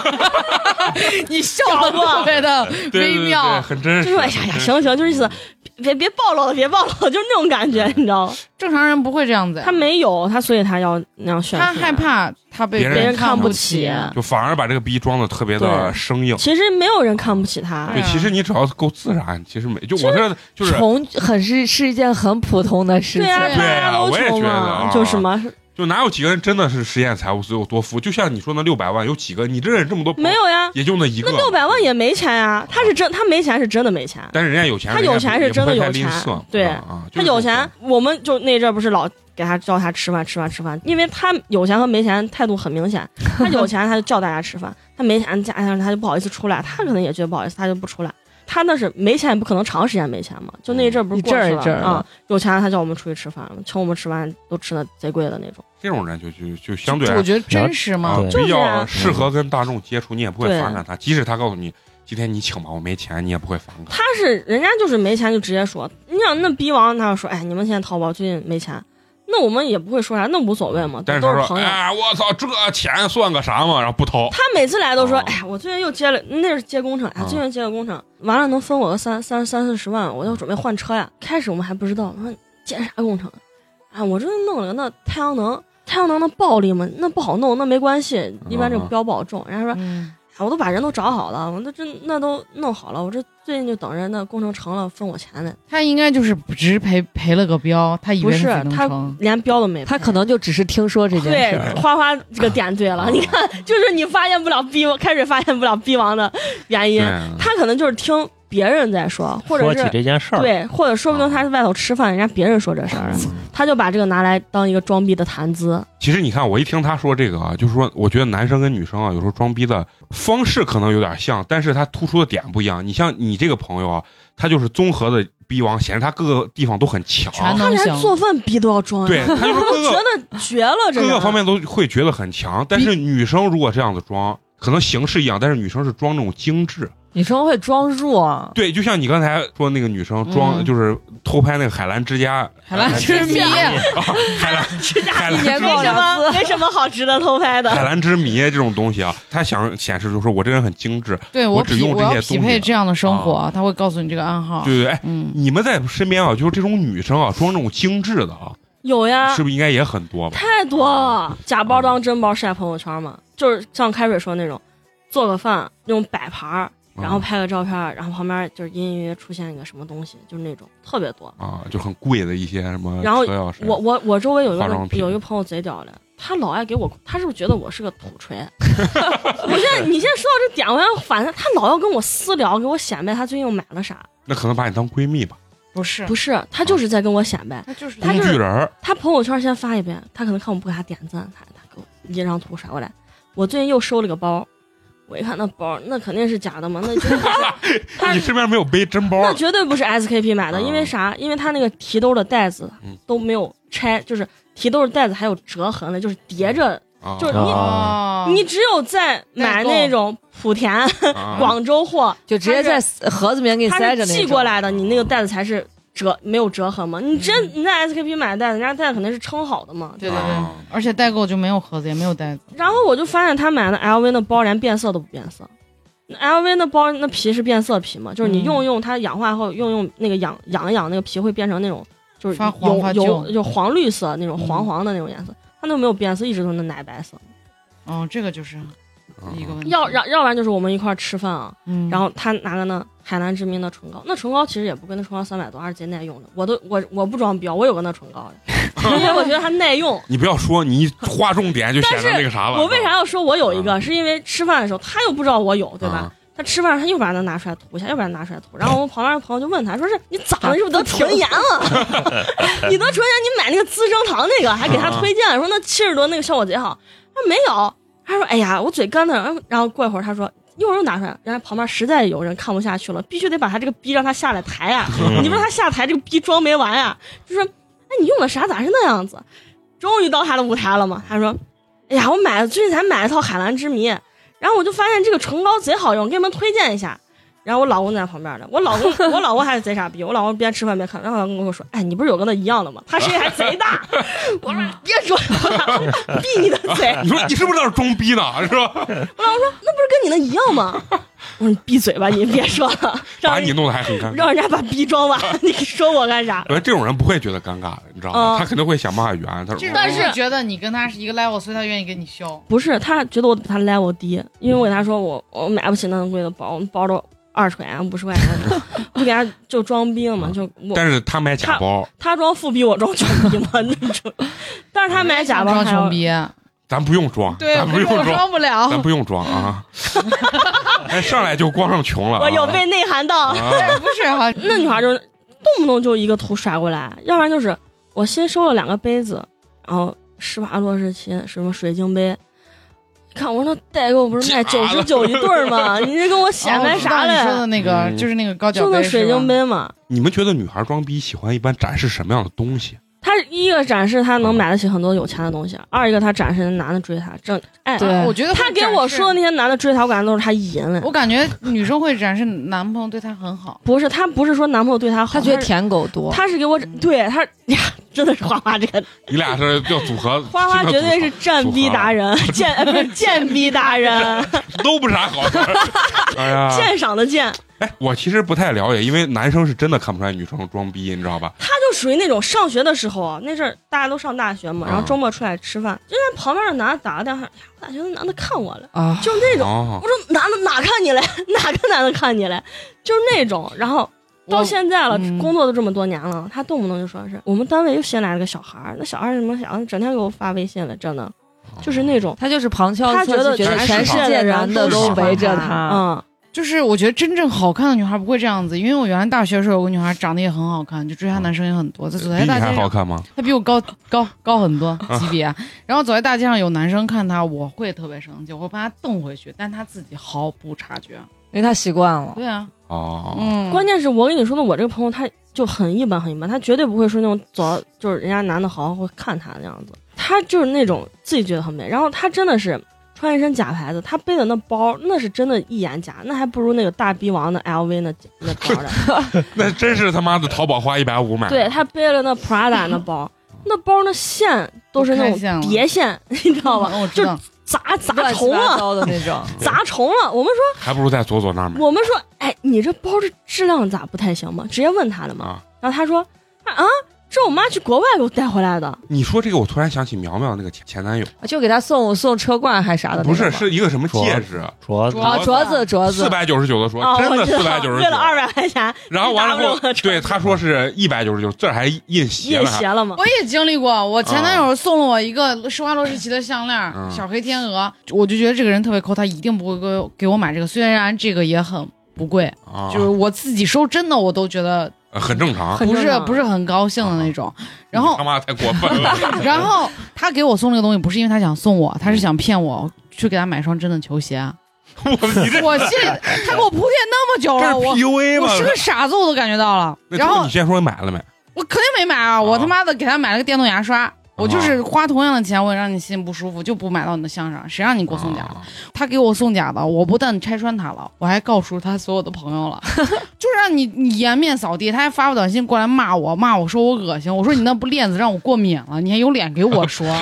S1: 你笑的特别的
S3: 哎对对
S1: 微
S3: 对对，
S1: 妙。
S3: 很真实。
S5: 就是说哎呀呀，行了行了，就是意思别别暴露了，别暴露了，就是那种感觉，你
S1: *laughs*
S5: 知道吗？
S1: 正常人不会这样子呀，
S5: 他没有他，所以他要那样炫，
S1: 他害。怕他被
S3: 别人
S1: 看
S5: 看不
S1: 起啊
S5: 起，
S3: 就反而把这个逼装的特别的
S5: 对
S3: 生硬。
S5: 其实没有人看不起他
S1: 对
S3: 对，
S1: 啊
S3: 其实你只要够自然，其实没就我这就是
S4: 穷很是是一件很普通的事情。
S5: 啊，
S1: 对
S5: 大家
S3: 啊
S5: 都
S3: 我也
S5: 穷
S3: 觉得啊
S5: 嘛，就是嘛，
S3: 就哪有几个人真的是实现财务自由多富？就像你说那六百万，有几个你认识这么多朋友
S5: 没有呀，
S3: 也就那一个。
S5: 那六百万也没钱呀，他是真他没钱是真的没钱，
S3: 但是人家有钱，
S5: 他有钱
S3: 人家
S5: 是真的
S3: 也不会
S5: 有
S3: 太吝
S5: 钱
S3: 啬
S5: 对
S3: 啊，就
S5: 他
S3: 是
S5: 有钱，我们就那阵儿不是老给他叫他吃饭吃饭吃饭，因为他有钱和没钱态度很明显。他有钱他就叫大家吃饭，他没钱家里人他就不好意思出来，他可能也觉得不好意思，他就不出来。他那是没钱也不可能长时间没钱嘛，就那一阵儿不是
S4: 嗯一
S5: 过
S4: 阵儿
S5: 去
S4: 一阵
S5: 了
S4: 儿
S5: 啊、有钱了他叫我们出去吃饭，请我们吃饭都吃的贼贵的那种。
S3: 这种人就就就相对
S1: 就
S3: 来
S1: 我觉得真实嘛
S3: 啊，，
S6: 对
S5: 就是
S3: 比较
S5: 啊
S3: 适合跟大众接触，你也不会
S5: 对
S3: 反感他。即使他告诉你今天你请吧，我没钱，你也不会反感。
S5: 他是人家就是没钱就直接说，你想那逼王他要说，哎，你们现在淘宝最近没钱，那我们也不会说啥，那无所谓嘛，
S3: 但
S5: *laughs* 都
S3: 是他
S5: 是
S3: 说：“
S5: 朋友。
S3: 哎，我操，这钱算个啥嘛？”然后不掏。
S5: 他每次来都说，
S3: 哦
S5: 哎呀，我最近又接了，那是接工程，哎
S3: 嗯，
S5: 最近接了工程，完了能分我个三三三四十万，我要准备换车呀。开始我们还不知道，那接啥工程啊？哎，我这弄了个那太阳能，太阳能那暴力嘛，那不好弄，那没关系，一般这个标不好中。人家说，
S1: 嗯，
S5: 哎，我都把人都找好了，我那这那都弄好了，我这最近就等着那工程成了分我钱呢，
S1: 他应该就是只是赔赔了个标，他以为
S5: 不
S1: 自
S5: 是
S1: 己能
S5: 他
S1: 成。
S5: 连标都没
S4: 他
S5: 配
S4: 可能就只是听说这件
S5: 对
S4: 事儿，
S5: 花花这个点对
S3: *laughs*
S5: *laughs* 了，你看，就是你发现不了逼王，开始发现不了逼王的原因
S3: 对，啊
S5: 他可能就是听别人在说，或者
S6: 说起
S5: 是
S6: 这件事儿，
S5: 对，或者说不定他在外头吃饭，人家别人说这事儿，他就把这个拿来当一个装逼的谈资。
S3: 其实你看，我一听他说这个啊，就是说，我觉得男生跟女生啊，有时候装逼的方式可能有点像，但是他突出的点不一样。你像你这个朋友啊，他就是综合的逼王，显示他各个地方都很强，
S1: 全能
S5: 他连
S1: 行
S5: 做饭逼都要装，
S3: 对他就是
S5: 我
S3: 各
S1: *laughs*
S5: 觉
S3: 个
S5: 得绝了，这
S3: 各个
S5: 人
S3: 方面都会觉得很强。但是女生如果这样子装，可能形式一样，但是女生是装那种精致。
S4: 女生会装弱，
S3: 对，就像你刚才说那个女生装，
S1: 嗯
S3: 就是偷拍那个海澜之家，
S1: 海澜之谜， *laughs*
S3: 啊，海澜之家，海澜
S4: 结
S5: 没
S4: 果
S5: 什么 *laughs* 没什么好值得偷拍
S3: 海
S5: 的。
S3: 澜之谜这种东西啊，他想显示就是说我这人很精致，
S1: 对
S3: 我只
S1: 匹
S3: 用这
S1: 我要
S3: 些
S1: 匹
S3: 东西
S1: 配这样的生活
S3: 啊，
S1: 他会告诉你这个暗
S5: 啊
S1: 号。
S3: 对不对？哎，
S1: 嗯，
S3: 你们在身边啊，就是这种女生啊，装这种精致的啊，
S5: 有呀
S3: 是，不是应该也很多吧？
S5: 太多了，假包当真包晒朋友圈嘛，就是像开水说那种，做个饭那种摆盘儿，
S3: 嗯
S5: 然后拍个照片儿，然后旁边就是隐隐约约出现一个什么东西，就是那种特别多。
S3: 啊，就很贵的一些什么
S5: 然后
S3: 车钥匙，
S5: 我我我周围有一
S3: 化
S5: 个
S3: 妆品
S5: 有一个朋友贼屌的，他老爱给我，他是不是觉得我是个土
S3: *laughs*
S5: 锤？我现在你现在说到这点，我要反正他老要跟我私聊，给我显摆他最近又买了啥。
S3: 那可能把你当闺蜜吧，
S1: 不是，
S5: 不是，他就是在跟我显摆。
S1: 他就是
S5: 他
S3: 工
S5: 就
S3: 具
S5: 是
S3: 人儿
S5: 他朋友圈先发一遍，他可能看我不给他点赞，他他给我一张图甩过来。我最近又收了个包，我一看那包，那肯定是假的嘛，那 *laughs* 绝对不是他
S3: *laughs* 你身边没有背真包
S5: 那
S3: 的，
S5: 绝对不是 SKP 买的，
S3: 嗯
S5: 因为啥？因为他那个提兜的带子
S3: 嗯
S5: 都没有拆，就是提兜的带子还有折痕的，就是叠着。
S3: 啊
S5: 就是你
S6: 啊，
S1: 哦嗯
S5: 你只有在
S1: 代
S5: 买
S1: 购
S5: 那种莆田、 *laughs*
S3: 啊
S5: 广州货，
S4: 就直接在盒子里面给你
S5: 他
S4: 塞
S5: 是
S4: 着那
S5: 寄
S4: 种
S5: 过来的，你那个袋子才是折没有折痕嘛？你真你在 SKP 买的袋子，人家袋子肯定是称好的嘛。
S1: 对对对
S3: 啊，
S1: 而且代购就没有盒子，也没有袋子，
S5: 然后我就发现他买的 LV 那包连变色都不变色。那 LV 那包那皮是变色皮嘛？就是你
S1: 嗯
S5: 用用它氧化后，用用那个氧养一养，那个皮会变成那种就是
S1: 发黄
S5: 油
S1: 发
S5: 油
S1: 旧
S5: 就黄绿色那种
S1: 嗯
S5: 黄黄的那种颜色，它都没有变色，一直都是那奶白色。
S1: 嗯，这个就是
S3: 啊
S1: 一个问题。
S5: 要要要不然就是我们一块儿吃饭啊，
S1: 嗯，
S5: 然后他拿个那海南之谜的唇膏，那唇膏其实也不贵，那唇膏三百多，而且贼耐用的。我都我我不装逼啊，我有个那唇膏 *laughs* 的，因为我觉得它耐用。
S3: 你不要说，你一划重点就显得那个啥了。啊
S5: 我为啥要说我有一个？是因为吃饭的时候他又不知道我有，对吧？
S3: 啊
S5: 他吃饭他又把它拿出来涂一下，又把它拿出来涂。然后我们旁边的朋友就问他说：“是你咋了？是不是得唇炎 *laughs* 了？你得唇炎，你买那个资生堂那个，还给他推荐说那七十多那个效果贼好。”他说没有，他说：“哎呀，我嘴干的。”然后过一会儿他说。一会儿又拿出来，人家旁边实在有人看不下去了，必须得把他这个逼让他下来抬啊呀、
S3: 嗯
S6: 嗯
S5: 你不让他下台，这个逼装没完呀、啊就说：“哎，你用的啥？咋是那样子？”终于到他的舞台了嘛，他说：“哎呀，我买了，最近才买了一套海蓝之谜，然后我就发现这个唇膏贼好用，给你们推荐一下。然后我老公在旁边呢，我
S3: *laughs*
S5: 老公我老公还是贼傻逼，我老公边吃饭边看，然后我老公跟我说：“哎，你不是有个那一样的吗？他声音还贼大。”
S3: *laughs*
S5: 我说：“别说了，闭你的嘴！
S3: 你说你是不是在这装逼呢？是
S5: *laughs*
S3: 吧？
S5: 跟你那一样吗？”我说：“你闭嘴吧，你别说了，
S3: *laughs*
S5: 让
S3: 把
S5: 人
S3: 你弄得还很尴
S5: 让
S3: 尬。
S5: 人家把逼装完，你说我干啥？”
S3: 因为这种人不会觉得尴尬的，你知道吗？
S5: 嗯
S3: 他肯定会想办法圆。他说
S1: 这种
S5: 但是
S1: 人觉得你跟他是一个 level，所以他愿意跟你削。
S5: 不是，他觉得我比他 level 低，因为我给
S3: 嗯
S5: 他说我我买不起那么贵的包，我包都二十块钱、五十块钱的， *laughs* 我给他就装逼了嘛，就我
S3: 啊但是他买假包，
S5: 他装富逼，我装穷逼嘛 *laughs* 那种。但是他买假包
S1: 啊装
S5: 还
S1: 穷
S5: 要，
S1: 逼，
S3: 咱不用装，
S1: 对，
S3: 咱不用
S1: 我
S3: 装，
S1: 装不
S3: 咱
S1: 了，
S3: 不用装
S5: *laughs*
S3: 啊！哎，上来就光上穷了啊。
S5: 我有被内涵到。
S3: 啊，
S1: *laughs* 不是哈，
S5: *laughs*
S1: 哦
S5: 那女孩就是动不动就一个图甩过来，要不然就是我新收了两个杯子，然后施华洛世奇什么水晶杯，看我说那代购不是卖九
S3: 假
S5: 十
S3: 的
S5: 九一对
S3: *laughs*
S5: 儿吗？你这跟我显摆
S1: 哦
S5: 啥
S1: 我知道你说
S5: 嘞？
S1: 的那个
S3: 嗯
S1: 就是那个高脚
S5: 就
S1: 杯
S5: 那
S1: 是
S5: 水晶
S1: 吧，
S5: 杯嘛，
S3: 你们觉得女孩装逼喜欢一般展示什么样的东西？
S5: 他一个展示他能买得起很多有钱的东西，二一个他展示人男的追他，这哎，
S4: 对
S1: 我觉得
S5: 他
S1: 会
S5: 给
S1: 展
S5: 我
S1: 示
S5: 说的那些男的追他，我感觉都是他淫嘞。
S1: 我感觉女生会展示男朋友对她很好，
S5: 不是，他不是说男朋友对他好，
S4: 他觉得舔狗多，
S5: 他是给我对他 *laughs* 呀，真的是花花这个
S3: 你俩是要组合，
S5: *laughs* 花花绝对是站逼达人，鉴呃不是鉴逼达人，
S3: 都不是啥好事
S5: *laughs*
S3: 儿。哎呀，
S5: 鉴赏的鉴，
S3: 哎，我其实不太了解，因为男生是真的看不出来女生装逼，你知道吧？
S5: 他就属于那种上学的时候啊，那阵儿大家都上大学嘛，然后
S3: 嗯
S5: 周末出来吃饭，就让旁边的男的打个电话，哎呀，我咋觉得男的看我了？
S4: 啊，
S5: 就那种，
S3: 哦
S5: 我，说男的哪看你嘞？ *laughs* 哪个男的看你嘞？就是那种，然后。到
S1: 我
S5: 现在了，
S1: 嗯
S5: 工作都这么多年了，他动不动就说是我们单位又新来了个小孩儿，那小孩儿怎么想，整天给我发微信了，真的就是那种，
S4: 他就是旁敲
S5: 他
S4: 侧
S5: 觉得
S4: 击，觉
S3: 全
S4: 全
S3: 世
S4: 世
S3: 界
S4: 界
S5: 的人
S4: 男的
S3: 都
S4: 都
S3: 喜欢
S4: 围着
S5: 他
S4: 他，
S5: 嗯，
S1: 就是我觉得真正好看的女孩不会这样子，因为我原来大学的时候有个女孩长得也很好看，就追她男生也很多，在走
S3: 呃比哦
S1: 在
S3: 你
S1: 大
S3: 还
S1: 街
S3: 好
S1: 上，
S3: 看吗？
S1: 她比我高高高很多级别，啊
S3: *laughs*
S1: 然后走在大街上有男生看她，我会特别生气，我会把她瞪回去，但她自己毫不察觉。
S4: 因为他习惯了。
S1: 对啊，
S3: 哦，
S1: 嗯，
S5: 关键是我跟你说的，我这个朋友他就很一般很一般，他绝对不会说那种走到就是人家男的好好会看他的样子，他就是那种自己觉得很美，然后他真的是穿一身假牌子，他背的那包那是真的一眼假，那还不如那个大逼王的 LV 那那包呢。
S3: 那真是他妈的淘宝花一百五买。
S5: 对，他背了那 Prada 那
S3: 哦
S5: 包，那包那线都是那
S1: 都开线
S5: 种
S1: 了
S5: 叠线， *laughs* 你知道吧？
S1: 嗯我知道，
S5: 砸砸
S4: 乱七
S5: 重
S4: 八
S5: 了，
S4: 糟的
S5: *laughs*
S4: 那种，
S5: 砸重了。我们
S3: 还不如在左左那儿买
S5: 说，我们说，哎，你这包这质量咋不太行嘛？直接问他的嘛。
S3: 啊！
S5: 然后他说：“啊，这我妈去国外给我带回来的。
S3: 你说这个，我突然想起苗苗那个前前男友，
S5: 啊
S4: 就给他送送车冠还啥的那种
S3: 不
S4: 吧，
S3: 是是一个什么
S6: 说
S3: 戒指，
S6: 镯子
S1: 镯
S4: *laughs* 啊，镯子镯
S3: 四
S4: 子，
S3: 百九十九的说，
S5: 啊，
S3: 真
S5: 我
S3: 的
S5: 知道
S3: 四百九十
S5: 为了二
S3: 九。
S5: 百块钱
S3: 然后完了
S5: 打不
S3: 后
S5: 了，车
S3: 对他说是一百九十九，这还印鞋
S5: 验
S3: 了还
S5: 鞋。了吗？
S1: 我也经历过，我前男友送了我一个施华洛世奇的项链，
S3: 嗯
S1: 小黑天鹅，我就觉得这个人特别抠，他一定不会给我给我买这个，虽然这个也很不贵，
S3: 啊，
S1: 就是我自己收真的我都觉得
S3: 呃很正常。
S5: 很
S1: 不是
S5: 正常
S1: 不是很高兴的那
S3: 哦
S1: 种。然后啊
S3: 他妈太过分了，
S1: 然后他给我送这个东西，不是因为他想送我，
S3: 嗯
S1: 他是想骗我去给他买双真的球鞋。啊
S3: 我你这
S1: 我
S3: *laughs*
S1: 信他给我铺垫那么久
S3: 这是
S1: 了，哦我
S3: PUA
S1: 我
S3: 吗？
S1: 是个傻子，我都感觉到了。
S3: 那
S1: 然
S3: 那
S1: 后
S3: 你先哦说买了没？
S1: 我肯定没买啊！我他妈的给他买了个电动牙刷，我
S3: 哦
S1: 就是花同样的钱，我也让你心里不舒服，就不买到你的项上。谁让你给我送假的？
S3: 啊
S1: 他给我送假的，我不但拆穿他了，我还告诉他所有的朋友了， *laughs* 就让你你颜面扫地。他还发个短信过来骂我，骂我说我恶心，我说你那不链子让我过敏了，你还有脸给我说？ *laughs*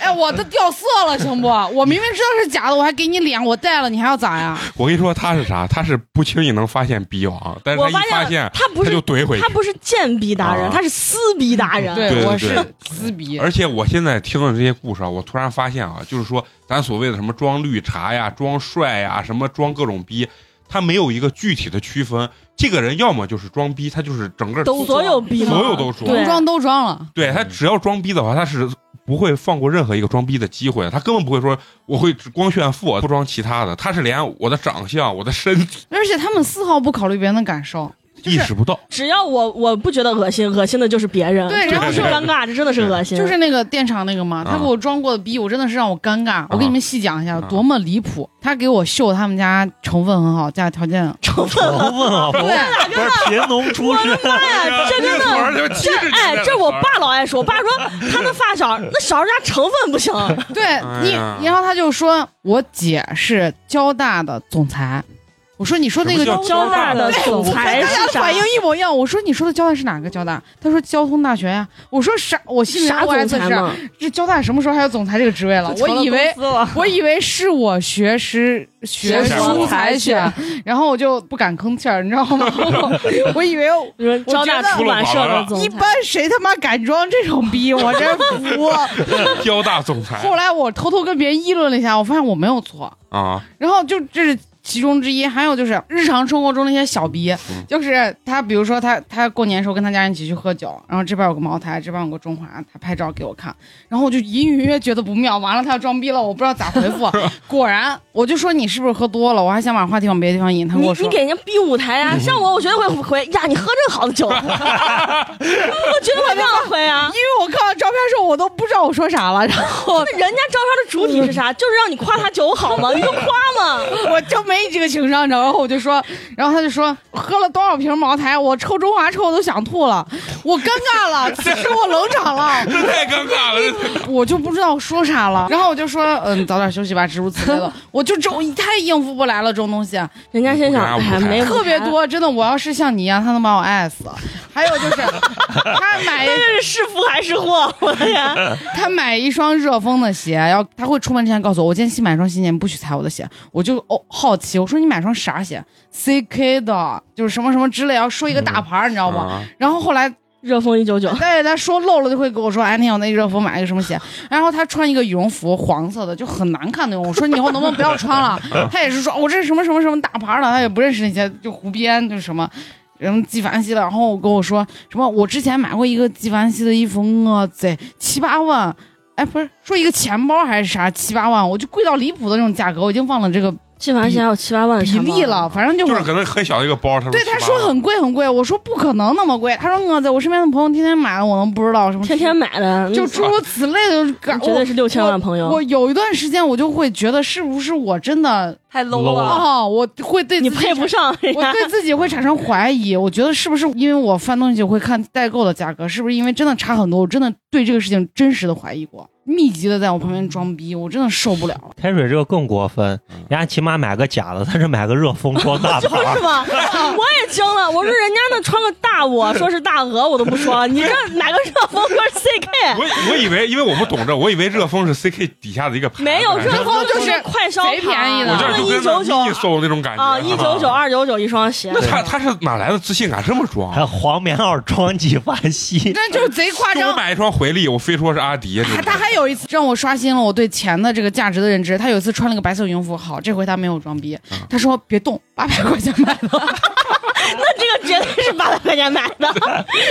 S1: 哎，我都掉色了，行不？我明明知道是假的，我还给你脸，我戴了，你还要咋呀？
S3: 我跟你说他是啥？他是不轻易能发现逼王，但是
S5: 我
S3: 他一发
S5: 现
S3: 现
S5: 了他不
S3: 哎他就是怼回去
S5: 他。不是贱逼达人，
S3: 啊
S5: 他是撕逼达人。
S3: 对
S1: 我
S3: 对
S1: 是撕逼。
S3: 而且我现在听了这些故事啊，我突然发现啊，就是说咱所谓的什么装绿茶呀、装帅呀、什么装各种逼，他没有一个具体的区分。这个人要么就是装逼，他就是整个
S4: 都
S5: 所有逼嘛
S3: 所有都装
S5: 对
S1: 都装都装了，
S3: 对他只要装逼的话，他是不会放过任何一个装逼的机会，他根本不会说我会只光炫富，不装其他的。他是连我的长相、我的身体
S1: 而且他们丝毫不考虑别人的感受。
S3: 意识不 *laughs* 到。
S5: 只要我我不觉得恶心，恶心的就是别人，
S1: 对
S5: 这
S1: 然后
S5: 不是
S3: 就是
S5: 尴尬，这真的是恶心。
S1: 就是那个电厂那个嘛，
S3: 啊
S1: 他给我装过的逼，我真的是让我尴尬。我给你们细讲一下
S3: 啊
S1: 多么离谱。他给我秀他们家成分很好，家条件
S5: 成分
S6: 我问啊，不
S1: 对，
S6: 是贫农出身，
S5: 哎呀，这真
S3: 的
S5: 的。这哎，这我爸老爱说，我爸说他们发小那小人家成分 *laughs* 不行，
S1: 对
S3: 哎呀
S1: 你，然后他就说我姐是交大的总裁。我说你说那个
S3: 什么叫
S5: 交大的总裁
S1: 大家
S5: 是啥
S1: 反应？一模一样。我说你说的交大是哪个交大？他说交通大学呀、我说啥？我心里
S5: 啥
S1: 我还测
S5: 总裁
S1: 试，
S5: 嘛？
S1: 这交大什么时候还有总裁这个职位了？我以为 *laughs* 我以为是我学识学
S3: 学
S1: 术
S3: 术
S1: 才选，然后我就不敢吭气儿，你知道 *laughs* 吗？我以为
S5: 你说交大出版社的总
S1: 一
S5: 裁，
S1: 般谁他妈敢装这种逼，我真 *laughs* 服。
S3: 交大总裁
S1: 后来我偷偷跟别人议论了一下，我发现我没有错，
S3: 啊，
S1: 然后就这是其中之一。还有就是日常生活中那些小逼，就是他，比如说他他过年的时候跟他家人一起去喝酒，然后这边有个茅台，这边有个中华，他拍照给我看，然后我就隐隐约约觉得不妙，完了他要装逼了，我不知道咋回 *laughs* 复。果然，我就说你是不是喝多了？我还想把话题往别的地方引，他跟
S5: 你
S1: 我说
S5: 你给人家逼舞台啊！像我，我绝对会回呀，你喝这好的 *laughs* 酒，我绝对会这样回 *laughs* 啊。
S1: 因为我看到照片的时候，我都不知道我说啥了，然后
S5: 那人家照片的主体是啥？就是让你夸他酒好吗？你就夸嘛。
S1: *laughs* 我就没这个情商，你知道吗？然后我就说，然后他就说喝了多少瓶茅台，我抽中华抽我都想吐了，我尴尬了，此时我冷场了，
S3: 这太尴尬了，这太
S1: 我就不知道说啥了。然后我就说，嗯，早点休息吧，诸如此类的。我就这种太应付不来了，这种东西啊
S5: 人家心想，
S3: 不敢
S5: 哎，
S3: 不敢
S5: 没
S1: 特别多，真的。我要是像你一样，他能把我爱死。还有就是，他
S5: *laughs*
S1: 买
S5: 这 *laughs* 是是福还是祸？我的 *laughs* 天！
S1: 他买一双热风的鞋，然后他会出门之前告诉我，我今天新买一双新鞋，你不许踩我的鞋。我就哦好奇，我说你买双啥鞋？CK 的，就是什么什么之类，要说一个大牌儿，你知道吗？
S3: 啊
S1: 然后后来
S5: 热风一九 *laughs* 九，
S1: 对他说漏了就会跟我说，哎，那天我那热风买了个什么鞋，然后他穿一个羽绒服，黄色的，就很难看那种。我说你以后能不能不要穿了？他也是说，我、这是什么什么什么大牌的，他也不认识那些，就湖边就是什么。然后纪梵希的，然后我跟我说什么？我之前买过一个纪梵希的衣服，我贼七八万，哎，不是说一个钱包还是啥七八万，我就贵到离谱的那种价格，我已经忘了这个
S5: 纪梵希还有七八万的
S1: 比
S5: 钱包
S1: 例了，，反正就
S3: 就是可能很小的一个包，他说
S1: 对他说
S3: 18
S1: 很贵很贵，我说不可能那么贵，他说呃我在我身边的朋友天天买的，我能不知道什么？
S5: 天天买的，
S1: 就诸如此类的，感
S5: 那绝对是六千万朋
S1: 我
S5: 友
S1: 我。有一段时间，我就会觉得是不是我真的
S4: 太
S6: low 了哇
S1: 啊、我会对
S5: 你
S1: 自己
S5: 配不上人
S1: 我
S5: 家，
S1: 对自己会产生怀疑，我觉得是不是因为我翻东西会看代购的价格，是不是因为真的差很多？我真的对这个事情真实的怀疑过，密集的在我旁边装逼，我真的受不了了。
S6: 开水这个更过分，人家起码买个假的，他是买个热风装大牌
S5: 是 *laughs*
S6: 儿，
S1: *laughs*
S5: 吧？我也惊了，我说人家那穿个大我，说是大鹅，我都不说，你这买个热风说是
S3: *laughs*
S5: CK，
S3: 我以我以为，因为我不懂这，我以为热风是 CK 底下的一个牌子，
S5: 没有
S3: 感觉
S5: 热风
S1: 就是
S5: 快消
S1: 贼便宜的
S3: 我这
S1: 就
S3: 就
S1: 是
S5: 一
S3: 跟
S5: 九九
S3: Miniso 那种感觉
S5: 啊，一九九二九九一双鞋
S3: 那，他他是哪来的自信敢这么装
S6: 还？有黄棉袄装纪梵
S1: *laughs*
S6: 希，
S1: 但就是贼夸
S3: 就
S1: 张
S3: 我，买一双回力，我非说是阿迪。
S1: 他他还有一次让我刷新了我对钱的这个价值的认知。他有一次穿了个白色羽绒服，好，这回他没有装逼。他说别动，八百块钱买的， *laughs*
S5: 那这个绝对是八百块钱买的，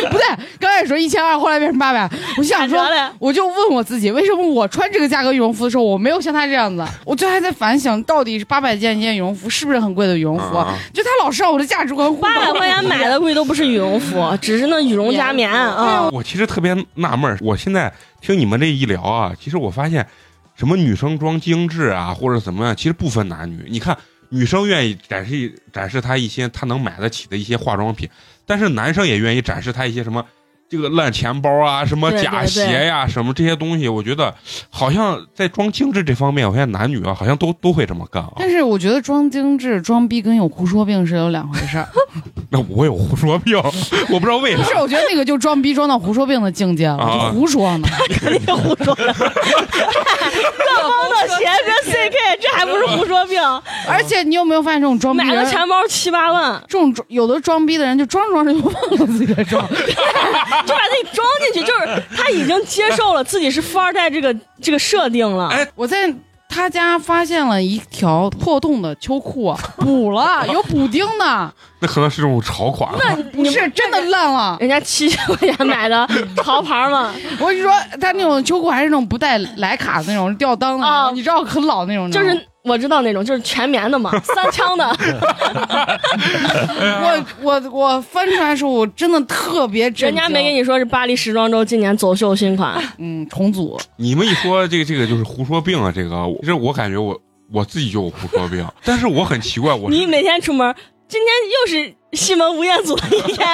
S1: 不对，刚开始说一千二，后来变成八百。我 *laughs* 想说
S5: 打折嘞，
S1: 我就问我自己，为什么我穿这个价格羽绒服的时候，我没有像他这样子？我最后还在反省，到底是八百件一件羽绒服是不是很贵的羽绒服？
S3: 啊
S1: 就他老是让我的价值观互
S5: 八百块钱买的估计都不是羽绒服，只是那羽绒加棉啊。
S3: 我其实特别纳闷儿，我现在听你们这一聊啊，其实我发现，什么女生装精致啊，或者怎么样，其实不分男女。你看，女生愿意展示一展示她一些她能买得起的一些化妆品，但是男生也愿意展示她一些什么。这个烂钱包啊，什么
S5: 对对
S3: 假鞋
S5: 对
S3: 呀、什么这些东西，我觉得好像在装精致这方面，我发现男女啊，好像都都会这么干啊。
S1: 但是我觉得装精致、装逼跟有胡说病是有两回事儿。 *laughs*
S3: 那我有胡说病，我不知道为啥
S1: 不。是，我觉得那个就装逼装到胡说病的境界了，
S3: 啊
S1: 就胡说呢。
S5: 肯定胡
S3: *laughs*
S5: 说的，热风的鞋跟 CK，这还不是胡说病？
S1: 而且你有没有发现这种装逼
S5: 买
S1: 人？
S5: 个钱包七八
S3: 啊
S5: 万，
S1: 这种装有的装逼的人就装着装着就忘了自己
S3: *laughs*
S1: 在装，
S5: 就把自己装进去，就是他已经接受了自己是富二代这个这个设定了。
S3: 哎
S1: 我在他家发现了一条破洞的秋裤啊，补了，有补丁的，
S3: 那可能是这种潮款啊。
S1: 不是真的烂了。
S5: 人家七千块钱买的潮牌嘛，
S1: 我跟你说，他那种秋裤还是那种不带莱卡的那种吊裆的那
S5: 啊
S1: 种，你知道很老那
S3: 嗯
S1: 种。
S5: 就是我知道那种，就是全棉的嘛，三枪
S3: *laughs*
S5: 的，
S3: 哎
S1: 我我我翻出来的时候，我真的特别震
S5: 人
S1: 惊。
S5: 家没跟你说是巴黎时装周今年走秀新款，
S1: 嗯重组，
S3: 你们一说这个这个就是胡说病啊，这个我这我感觉我我自己就有胡说
S5: *laughs*
S3: 病，但是我很奇怪，我是
S5: 你每天出门，今天又是西门吴彦祖的一天，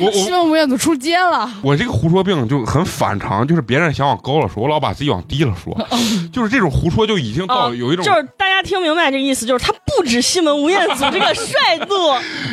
S3: 我
S1: 西
S3: 我
S1: 门吴彦祖出街了。
S3: 我这个胡说病就很反常，就是别人想往高了说，我老把自己往低了说，就是这种胡说就已经
S5: 啊，
S3: 到有一种、
S5: 哦就是大家听明白这意思，就是他不止西门吴彦祖这个帅度，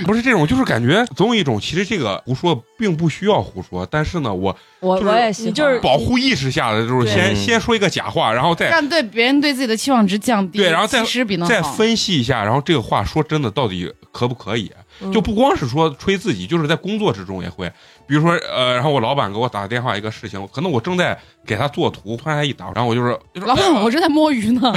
S3: 不是这种，就是感觉总有一种其实这个胡说并不需要胡说，但是呢，我
S4: *laughs* 我
S3: 就是
S4: 我也喜
S5: 你
S4: 欢，
S5: 就是
S3: 保护意识下的就是
S5: 对
S3: 先
S6: 嗯
S3: 先说一个假话，然后再
S1: 让对别人对自己的期望值降低，
S3: 对然后再
S1: 其实比那
S3: 再
S1: 嗯好
S3: 分析一下，然后这个话说真的到底可不可以？
S5: 嗯
S3: 就不光是说吹自己，就是在工作之中也会。比如说呃，然后我老板给我打电话一个事情，可能我正在给他做图，突然他一打，然后我就是
S1: 老板，我正在摸鱼呢。
S3: *laughs*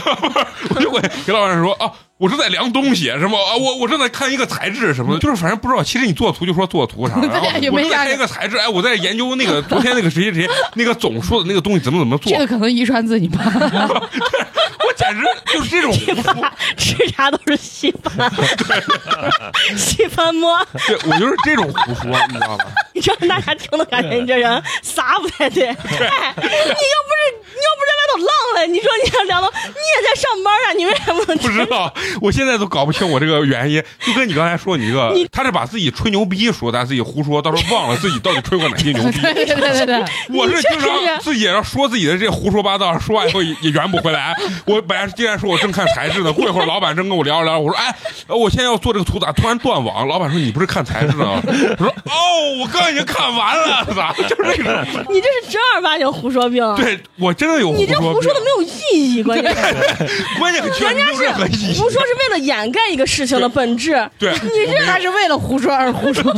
S4: *laughs*
S3: 我就会给老板说啊，我正在量东西什么啊，我我正在看一个材质什么的，就是反正不知道。其实你做图就说做图啥，
S1: *laughs*
S3: 然后
S1: 嗯对也
S3: 我
S1: 没
S3: 正
S1: 啥
S3: 在看一个材质，哎，我在研究那个 *laughs* 昨天那个谁谁谁那个总说的那个东西怎么怎么做
S1: *laughs* 这，个可能遗传自你
S5: *laughs*
S1: 爸。
S3: 我简直就是
S1: *laughs*
S3: 这种
S5: *laughs* 吃啥都是稀
S3: *laughs*
S5: 饭，稀饭摸。
S3: 对，我就是这种胡说，你知道吧？
S5: 你知道大家听的感觉，你这人啥不太对。哎，你又不是你又不是在外头浪了，你说你要聊到你也在上班啊，你为啥不能
S3: *laughs* 不知道，我现在都搞不清我这个原因。就跟你刚才说你这个，他是把自己吹牛逼说，但自己胡说，到时候忘了自己到底吹过哪些牛
S1: 对
S5: *laughs*
S3: 逼。
S1: 对对对对，
S3: 我是经
S1: 你这
S3: 常
S1: 是
S3: 自己也要说自己的这胡说八道，说完以后也也圆不回来。我本来是今天说我正看材质呢，过一会儿老板正跟我聊着聊着，我说哎，呃我现在要做这个图咋突然断网？老板说你不是看材质呢？我说哦，我刚刚已经看啊完了，
S5: *laughs*
S3: 咋就是这种？
S5: 你这是正儿八经胡说病。啊
S3: 对我真的有胡
S5: 你这胡
S3: 说
S5: 说的没有意义，关键是
S3: 病，关键很确实
S5: 人
S3: 没
S5: 家
S3: 有任何意
S5: 是
S3: 义。
S5: 胡说是为了掩盖一个事情的本质。
S3: 对，
S5: 你这
S1: 他是为了胡说而胡
S3: *laughs*
S1: 说。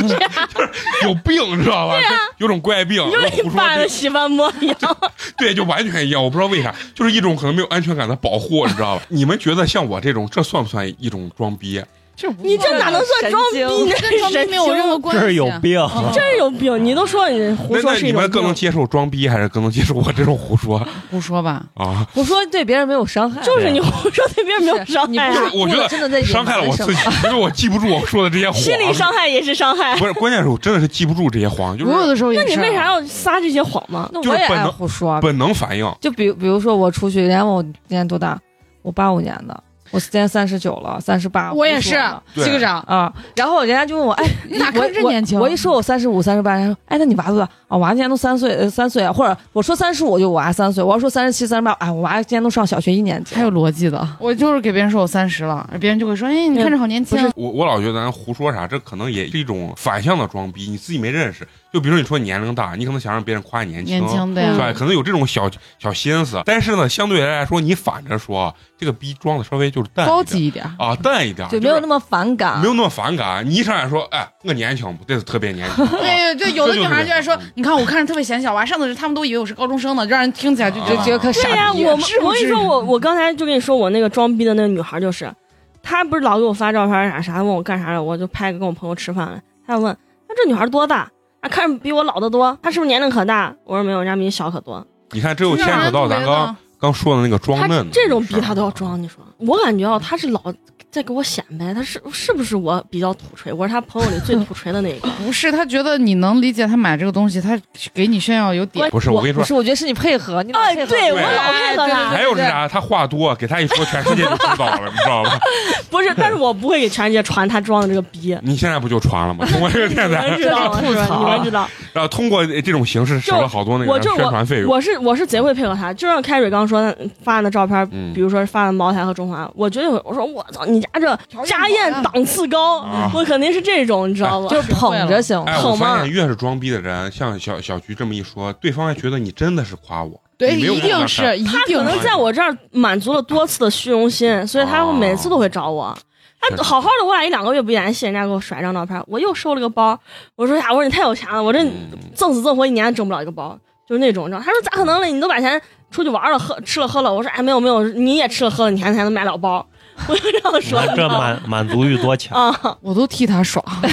S3: 有病，你知道吧？就有种怪病，
S5: 你就
S3: 有
S5: 跟
S3: 胡说
S5: 你爸
S3: 病
S5: 的洗饭摸一样，
S3: 对，就完全一样。我不知道为啥，就是一种可能没有安全感的保护，你知道吧？你们觉得像我这种，这算不算一种装逼？
S1: 这无
S5: 你这哪能算装逼？
S2: 神经
S5: 你
S1: 跟装
S5: 是
S1: 逼
S5: 神
S1: 没有任何
S5: 经，
S1: 关系？啊
S6: 这是有病，啊
S5: 真是有病！你都说你胡
S3: 那
S5: 说
S3: 那
S5: 是
S3: 你
S5: 一种
S3: 们更能
S5: 病，
S3: 接受装逼，还是更能接受我这种胡说
S1: 胡说吧，
S3: 啊？
S4: 我说对别人没有伤害，
S5: 就是你胡说对别人没有伤
S4: 你
S5: 害
S4: 不
S3: 就
S5: 啊，
S3: 是我觉得
S4: 真的在隐瞒
S3: 伤害了我自己
S4: 什么，
S3: 因为我记不住我说的这些谎。
S5: 心理伤害也是伤害。
S3: 不是，关键是我真的是记不住这些谎，就
S1: 我有
S3: 是
S1: 的时候也
S5: 那你
S4: 啊
S1: 是啊
S5: 为啥要撒这些谎吗？
S4: 那
S3: 就是
S4: 我也
S3: 本
S4: 爱
S3: 能
S4: 胡说。啊
S3: 本能反应。
S4: 就比如比如说我出去，人家问我今年多大，我八五年的，我今年三十九了，三十八，
S1: 我也是
S3: 对
S1: 这个长，
S4: 啊，然后人家就
S1: *laughs*
S4: 问我，哎，
S1: 你咋
S4: 我
S1: 看着年轻？
S4: 我一说我三十五、三十八，人家说，哎，那你娃多大？啊，我娃今年都三岁，呃，三岁啊，或者我说三十五就我娃三岁，我要说三十七、三十八，哎，我娃今年都上小学一年级
S1: 还
S4: 了。
S1: 有逻辑的，我就是给别人说我三十了，别人就会说，哎，你看着好年轻。
S3: 我我老觉得咱胡说啥，这可能也是一种反向的装逼，你自己没认识。就比如说你说年龄大，你可能想让别人夸你
S1: 年轻啊的
S3: 是吧？
S1: 呀，
S3: 可能有这种小小心思，但是呢，相对来说，你反着说，这个逼装的稍微就是淡一点
S1: 高级一点。
S3: 啊，淡一点，
S4: 就是没有那么反感，
S3: 没有那么反感。你一上来说，哎，我年轻不？这是特别年轻。啊
S1: 哎呀，对，有的女孩就爱
S3: *laughs*
S1: 说
S3: 这嗯就是，
S1: 你看我看着特别显小吧，上次他们都以为我是高中生呢，让人听起
S3: 啊
S1: 来就
S4: 就觉得可
S3: 对
S4: 傻
S5: 对呀，
S4: 逼。啊
S5: 我
S1: 至不
S5: 我跟你
S1: 至
S5: 说，
S1: 于
S5: 我我刚才就跟你说，我那个装逼的那个女孩就是，她不是老给我发照片啥啥，问我干啥的，我就拍个跟我朋友吃饭了，她就问，那这女孩多大？啊，看着比我老得多，她是不是年龄可大？我说没有，人家比你小可多。
S3: 你看，这
S5: 啊
S3: 又牵
S1: 让
S3: 扯
S1: 人
S3: 到
S1: 特
S3: 咱
S1: 别
S3: 刚
S1: 的
S3: 刚说的那个装
S5: 她
S3: 嫩的
S5: 这种
S3: 事
S5: 逼
S3: 儿啊
S5: 她都要装，你说？我感觉啊，她是老在给我显摆，她是是不是我比较土锤？我是她朋友里最土锤的 *laughs* 那一个。
S1: 不是，他觉得你能理解他买这个东西，他给你炫耀有点。
S3: 不是我跟你
S4: 不
S3: 说。
S4: 是，我觉得是你配合，你老
S5: 哎
S4: 配，合
S5: 对我
S4: 我
S5: 老配合她，
S3: 还有是啥？他话多，给他一说，全世界就知道了，你知道吧？
S5: 不是，但是我不会给全世界传她装的这个逼。
S3: *laughs* 你现在不就传了吗？ *laughs* 通过这个
S5: 你
S3: 电台
S5: 们，知道吗？是吧你们知道。
S3: *laughs* 然后通过这种形式省了好多那
S5: 我
S3: 个
S5: 就
S3: 宣
S5: 我
S3: 传费用。
S5: 我是我是贼会配合他，就像开水刚说的发的照片，
S3: 嗯
S5: 比如说发的茅台和中华，我绝对会我说我操，你家这
S4: 嗯
S5: 家宴档次高，
S3: 啊
S5: 我肯定是这种，你知道吧？
S4: 啊就是捧着行。
S3: 哎，
S5: 好
S3: 我发
S5: 嘛
S3: 现越是装逼的人，像小小菊这么一说，对方还觉得你真的是夸我。
S1: 对，
S3: 你没有
S1: 一
S3: 办法
S1: 定是，一
S5: 他可
S1: 定
S5: 能
S1: 是。
S5: 在我这儿满足了多次的虚荣
S3: 哦
S5: 心，所以他会每次都会找我。
S3: 确
S5: 他
S3: 实
S5: 好好的，我俩一两个月不联系，人家给我甩张照片，我又收了个包。我说呀，我说你太有钱了，我这
S3: 嗯
S5: 挣死挣活一年挣不了一个包，就是那种，你知道？他说咋可能嘞？你都把钱出去玩了、喝吃了喝了。我说哎，没有没有，你也吃了喝了，你还才能买了包。我就这样说，啊
S6: 那
S5: 你知
S6: 这
S5: 道吗
S6: 满满足欲多强。
S5: 啊，
S1: 我都替他爽。
S3: 啊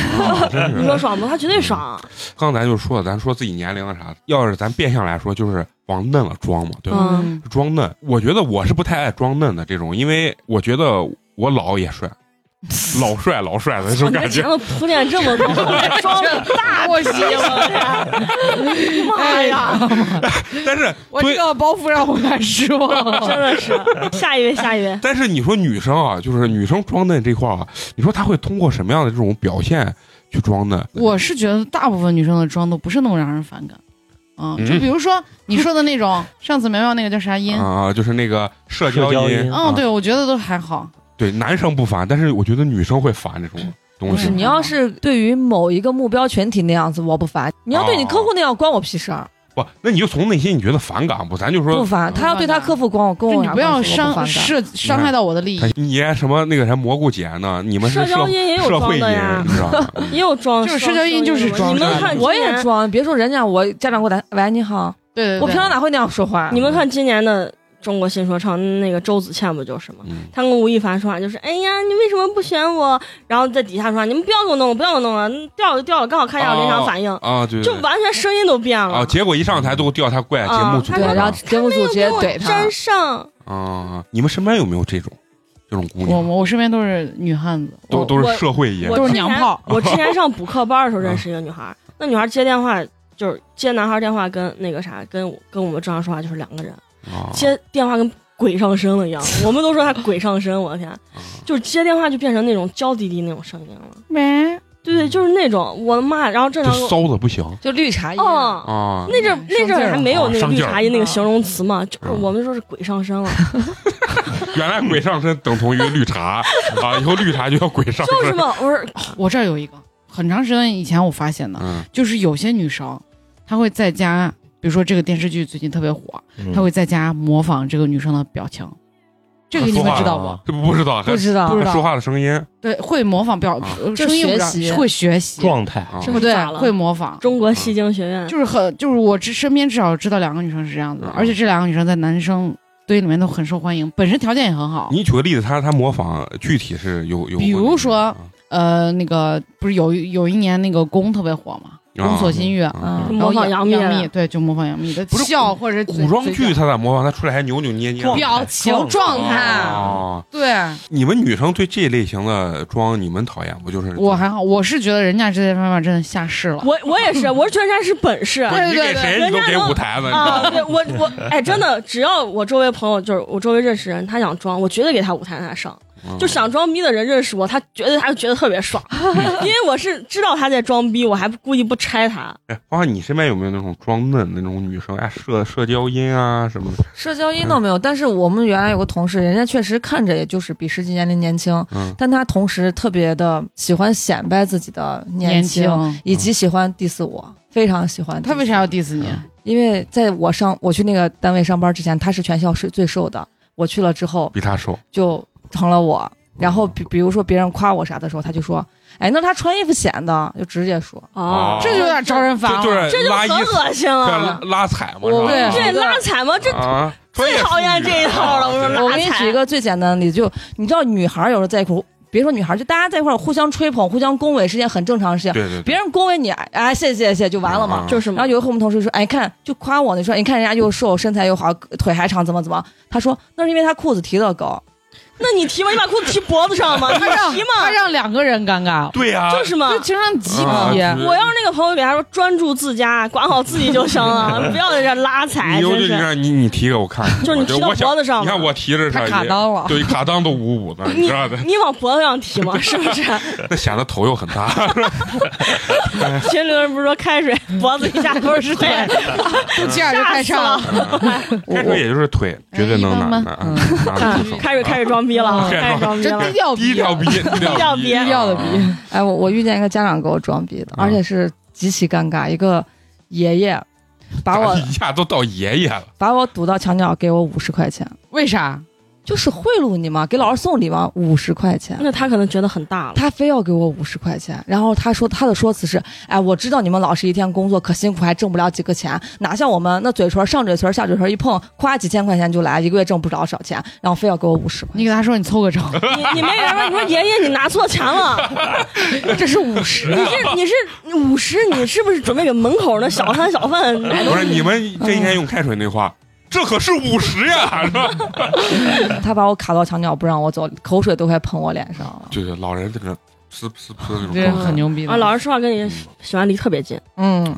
S3: 真是
S5: 你说爽不？他绝对爽。
S3: 刚才就说了，咱说自己年龄啊啥，要是咱变相来说，就是往嫩了装嘛，对吧？
S5: 嗯，
S3: 装嫩，我觉得我是不太爱装嫩的这种，因为我觉得我老也
S1: *laughs*
S3: 帅，老帅老帅的这种
S5: 我啊这
S3: 感
S5: 前
S3: 觉。
S5: 头铺垫这么多，
S1: *laughs*
S5: 我这装的大
S1: 我
S5: 逼，我这 *laughs*
S1: 哎
S5: 妈呀，
S3: 但是
S1: 我这
S3: 对，
S1: 个包袱让我很失
S5: 真
S1: 望。
S5: 的是。下一位，下一位，
S3: 但是你说女生啊，就是女生装嫩这块儿啊，你说她会通过什么样的这种表现去装嫩？
S1: 我是觉得大部分女生的妆都不是那么让人反感，嗯，
S3: 嗯
S1: 就比如说你说的那种，上次苗苗那个叫啥音？
S3: 啊，就是那个社
S6: 社交
S3: 音
S6: 音，
S3: 啊
S1: 嗯，对，我觉得都还好。
S3: 对，男生不烦，但是我觉得女生会烦这
S5: 嗯
S3: 种东
S4: *laughs* 不是
S3: 西。
S4: 你要是对于某一个目标群体那样子，我不烦；你要对你客户那样，关我屁事儿。
S3: 不，那你就从内心你觉得反感不？咱就
S4: 不
S3: 说
S4: 烦，他要对他克服光，跟
S1: 就
S4: 我
S1: 你
S4: 有啥
S1: 不要
S4: 关系我
S1: 伤
S4: 反感
S1: 是伤害到我的利益
S3: 他，你爷什么那个啥蘑菇姐呢？你们是
S5: 社
S3: 社
S5: 交阴也有
S3: 社会
S5: 装的
S3: 阴 *laughs*
S5: 呀，
S3: 你知道
S5: *laughs*
S3: 吗？
S5: 也有装，
S1: 就是社交阴就是装
S5: 你
S3: 的
S5: 们看，
S4: 我也。装，别说人家，我家长给我打喂你好，
S1: 对对对，
S4: 我平常哪会那样说话？啊
S5: 你们看今年的中国新说唱，那个周子倩不就是吗？
S3: 嗯，
S5: 他跟吴亦凡说话就是，哎呀，你为什么不选我？然后在底下说，你们不要给我弄了，不要给我弄了，掉了就掉了，刚好看一下我临场反应，
S3: 啊，对，
S5: 就
S3: 对
S5: 完全声音都变了。
S3: 啊，结果一上台都调他怪节目组
S5: 啊
S4: 对，
S5: 他
S4: 然后节目组直接
S5: 没有给
S4: 怼
S5: 我
S4: 他
S5: 粘，上，
S3: 啊，你们身边有没有这种这种姑
S1: 我
S3: 娘？
S1: 我身边都是女汉子，
S3: 都都是社会阴
S5: 我
S1: 都
S5: 之
S1: 是
S5: 前
S1: 娘炮
S5: 我之前上补课班的时候认识一个女孩，那女孩接电话就是接男孩电话，跟那个啥，跟我跟我们正常说话就是两个人，
S3: 啊，
S5: 接电话跟鬼上身了一样。我们都说她鬼上身，我的天，就是接电话就变成那种娇滴滴那种声音了。
S1: 没
S5: 对对，就是那种，我的妈！然后正
S3: 就
S5: 常给我
S3: 骚的不行
S4: 就绿茶一样。
S5: 哦， *laughs*
S3: 啊，
S5: 那阵儿那阵儿还没有那个
S3: 上
S5: 绿
S3: 劲儿
S5: 茶音那个形容词嘛，就是
S3: 嗯
S5: 我们说是鬼上身了，
S3: 原来鬼上身等同于绿茶啊，以后绿茶就叫鬼上身。
S5: *laughs* 就是嘛，我说
S1: 我这儿有一个，很长时间以前我发现的，
S3: 嗯
S1: 就是有些女生，她会在家，比如说这个电视剧最近特别火，
S6: 嗯
S3: 嗯
S1: 她会在家模仿这个女生的表情，这个你们知道
S6: 啊
S1: 不？
S3: 这不知道，还
S4: 不知道
S1: 不，知道
S3: 说话的声音
S1: 对，会模仿表
S3: 啊
S1: 呃
S4: 就
S1: 声音不知道
S4: 学习
S1: 会学习，
S6: 状态
S3: 啊，
S5: 这么
S1: 对
S5: 咋，了？
S1: 会模仿。
S5: 中国戏精学院
S1: 就是很，就是我知身边至少知道两个女生是这样子的，
S3: 嗯
S1: 而且这两个女生在男生堆里面都很受欢迎，本身条件也很好。
S3: 你举个例子，他他模仿具体是有有，
S1: 比如说
S3: 啊
S1: 呃，那个不是有一有一年那个宫特别火嘛，《宫锁心玉》
S3: 啊
S4: 嗯，
S1: 然后
S5: 模仿
S1: 杨
S5: 杨幂
S1: 幂，对，就模仿杨幂的
S3: 不是
S1: 笑或者嘴
S3: 古装剧
S1: 嘴角
S3: 他咋模仿？他出来还扭扭捏捏的。
S6: 状态
S1: 表情状态，
S3: 哦，
S1: 对
S3: 你们女生对这类型的妆，你们讨厌不？就是
S1: 我还好，我是觉得人家这些方面真的下市了。
S5: *laughs* 我我也是，我是觉得这是本事
S3: 不
S5: 啊！
S3: 是你给
S1: 对对对
S3: 谁你
S5: 人
S3: 都
S5: 家
S3: 给
S5: 能
S3: 舞台了，你知道吗
S5: 对我我哎，真的，只要我周围朋友就是我周围认识人，他想装，我绝对给他舞台让他上。
S3: 嗯
S5: 就想装逼的人认识我，他绝对他就觉得特别爽，因为我是知道他在装逼，我还故意不拆他。
S3: 哎，花花，你身边有没有那种装嫩的那种女生？哎，社社交音啊什么的，
S4: 社交音都没有。但是我们原来有个同事，人家确实看着也就是比实际年龄年轻，
S3: 嗯
S4: 但他同时特别的喜欢显摆自己的
S1: 年
S4: 年轻，
S1: 轻，
S4: 以及喜欢 diss 我，非常喜欢。
S1: 他为啥？要 diss 你？
S5: 哦
S4: 因为在我上我去那个单位上班之前，他是全校是最瘦的，我去了之后
S3: 比她瘦，
S4: 就成了我。然后比比如说别人夸我啥的时候，他就说：“哎，那他穿衣服显的。”就直接说。
S3: 哦
S1: 这就有点招人烦
S3: 就
S1: 了。
S3: 就是
S5: 这就
S3: 拉一
S5: 很恶心
S3: 对啊
S5: 了
S3: 拉。拉踩嘛，
S4: 我
S1: 啊
S3: 是吧
S4: 对
S5: 对，拉踩吗？啊这
S3: 啊，专业
S5: 最讨厌
S3: 术语
S5: 这一套了我说
S3: 啊
S5: 拉
S4: 我给你举一个最简单的例子，就你知道，女孩有时候在一块儿，别说女孩，就大家在一块儿互相吹捧、互相恭维是件很正常的事情。
S3: 对对对，
S4: 别人恭维你，哎哎，谢谢谢谢就完了嘛。
S3: 啊
S5: 就是嘛
S4: 然后有一回我们同事说，哎，看就夸我呢，哎说你看人家又瘦，身材又好，腿还长，怎么怎么？他说那是因为他裤子提的高，
S5: 那你提吗？你把裤子提脖子上吗？你
S1: 他让
S5: 提
S1: 他
S5: 吗？
S1: 让两个人尴尬，
S3: 对呀，
S5: 就是嘛
S1: 就。情商极
S3: 啊
S1: 低。
S3: 就是
S5: 我要是那个朋友，给他说专注自家，管好自己就行
S3: *laughs*
S5: 了，不要在这拉
S3: 你
S5: 踩，
S3: 就
S5: 哎真
S3: 你
S5: 是。
S3: 看你你提给我看，
S5: 就是你
S3: 我这
S5: 提到
S3: 我想
S5: 脖子上
S3: 你看
S5: 嘛
S3: 我提着
S4: 他
S3: 它
S4: 卡
S3: 也 *laughs*
S4: 裆了。
S3: 对，卡裆都鼓鼓的，你
S5: 你
S3: 知道的，
S5: 你往脖子上提吗？是不
S3: *laughs*
S5: 是？
S3: 那显得头又很 *laughs* 大，
S5: 群里人不是说开水脖子一下都
S3: *laughs*
S5: 是水，
S1: 肚脐眼就
S5: 吓
S1: 开
S5: 死
S1: 上了
S5: 了。。
S3: 开水也就是腿，绝对能拿
S1: 一般
S3: 拿拿得住手
S5: 开始开始装逼了，
S1: 啊
S5: 开始装逼
S1: 这
S5: 了
S1: 低。调
S3: 低调逼，低
S5: 调
S3: 逼，
S5: 逼低
S1: 调的逼
S3: 啊
S4: 哎，我我遇见一个家长给我装逼的，
S3: 嗯
S4: 而且是极其尴尬，一个爷爷把我
S3: 咱一下都到爷爷了，
S4: 把我堵到墙角，给我五十块钱，
S1: 为啥？
S4: 就是贿赂你嘛，给老师送礼嘛，五十块钱。
S5: 那他可能觉得很
S3: *laughs*
S5: 大了，
S4: 他非要给我五十块钱，然后他说他的说辞是，哎，我知道你们老师一天工作可辛苦，还挣不了几个钱，哪像我们那嘴唇上嘴唇下嘴唇一碰，夸几千块钱就来，一个月挣不着少钱，然后非要给我五十块
S1: 你给他说你凑
S3: *laughs*
S1: 个整，
S5: 你你没人吗？你说爷爷你拿错钱了，
S4: 钱，这是五十
S5: 你
S3: 啊
S5: 是你是五十，你是不是准备给门口那小摊小贩买
S3: 不
S5: 东
S3: 是
S5: 西？
S3: 你们这应该用开水那话。这可是五十呀，是吧？
S4: *laughs* 他把我卡到墙角不让我走，口水都快喷我脸上了，
S3: 对对，老人在那呲呲呲那种
S1: 这人
S3: 状态
S1: 很。牛逼的。
S5: 啊，老师说话跟你喜欢离特别近，
S4: 嗯，
S3: 嗯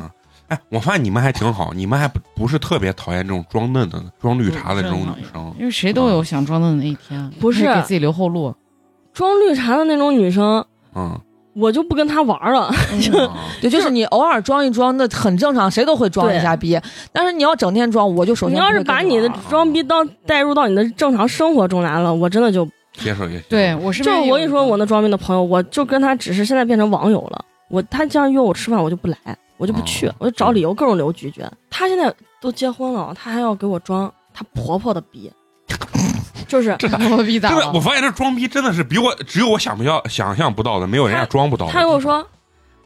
S3: 哎，我发现你们还挺好，你们还不不是特别讨厌这种装嫩的、装绿茶的这种女生。
S1: 因为谁都有想装嫩的那一天，
S5: 不是
S1: 可以给自己留后路。
S5: 装绿茶的那种女生，
S3: 嗯，
S5: 我就不跟她玩了。
S3: 啊
S4: 嗯 *laughs* 对，就是你偶尔装一装，那很正常，谁都会装一下逼，但是你要整天装，我就首先
S5: 你要是把你的装逼当带入到你的正常生活中来了，我真的就
S3: 接受也行
S1: 对，我是
S5: 就我跟你说，我那装逼的朋友，我就跟他只是现在变成网友了。我他这样约我吃饭，我就不来。我就不去，我就找理由各种理由拒绝。她现在都结婚了，她还要给我装她婆婆的逼，就是
S1: 我逼
S3: 真
S1: 咋
S3: 的，我
S1: 了？
S3: 发现这装逼真的是比我只有我想不到、想象不到的，没有人家装不到的。
S5: 她跟我说：“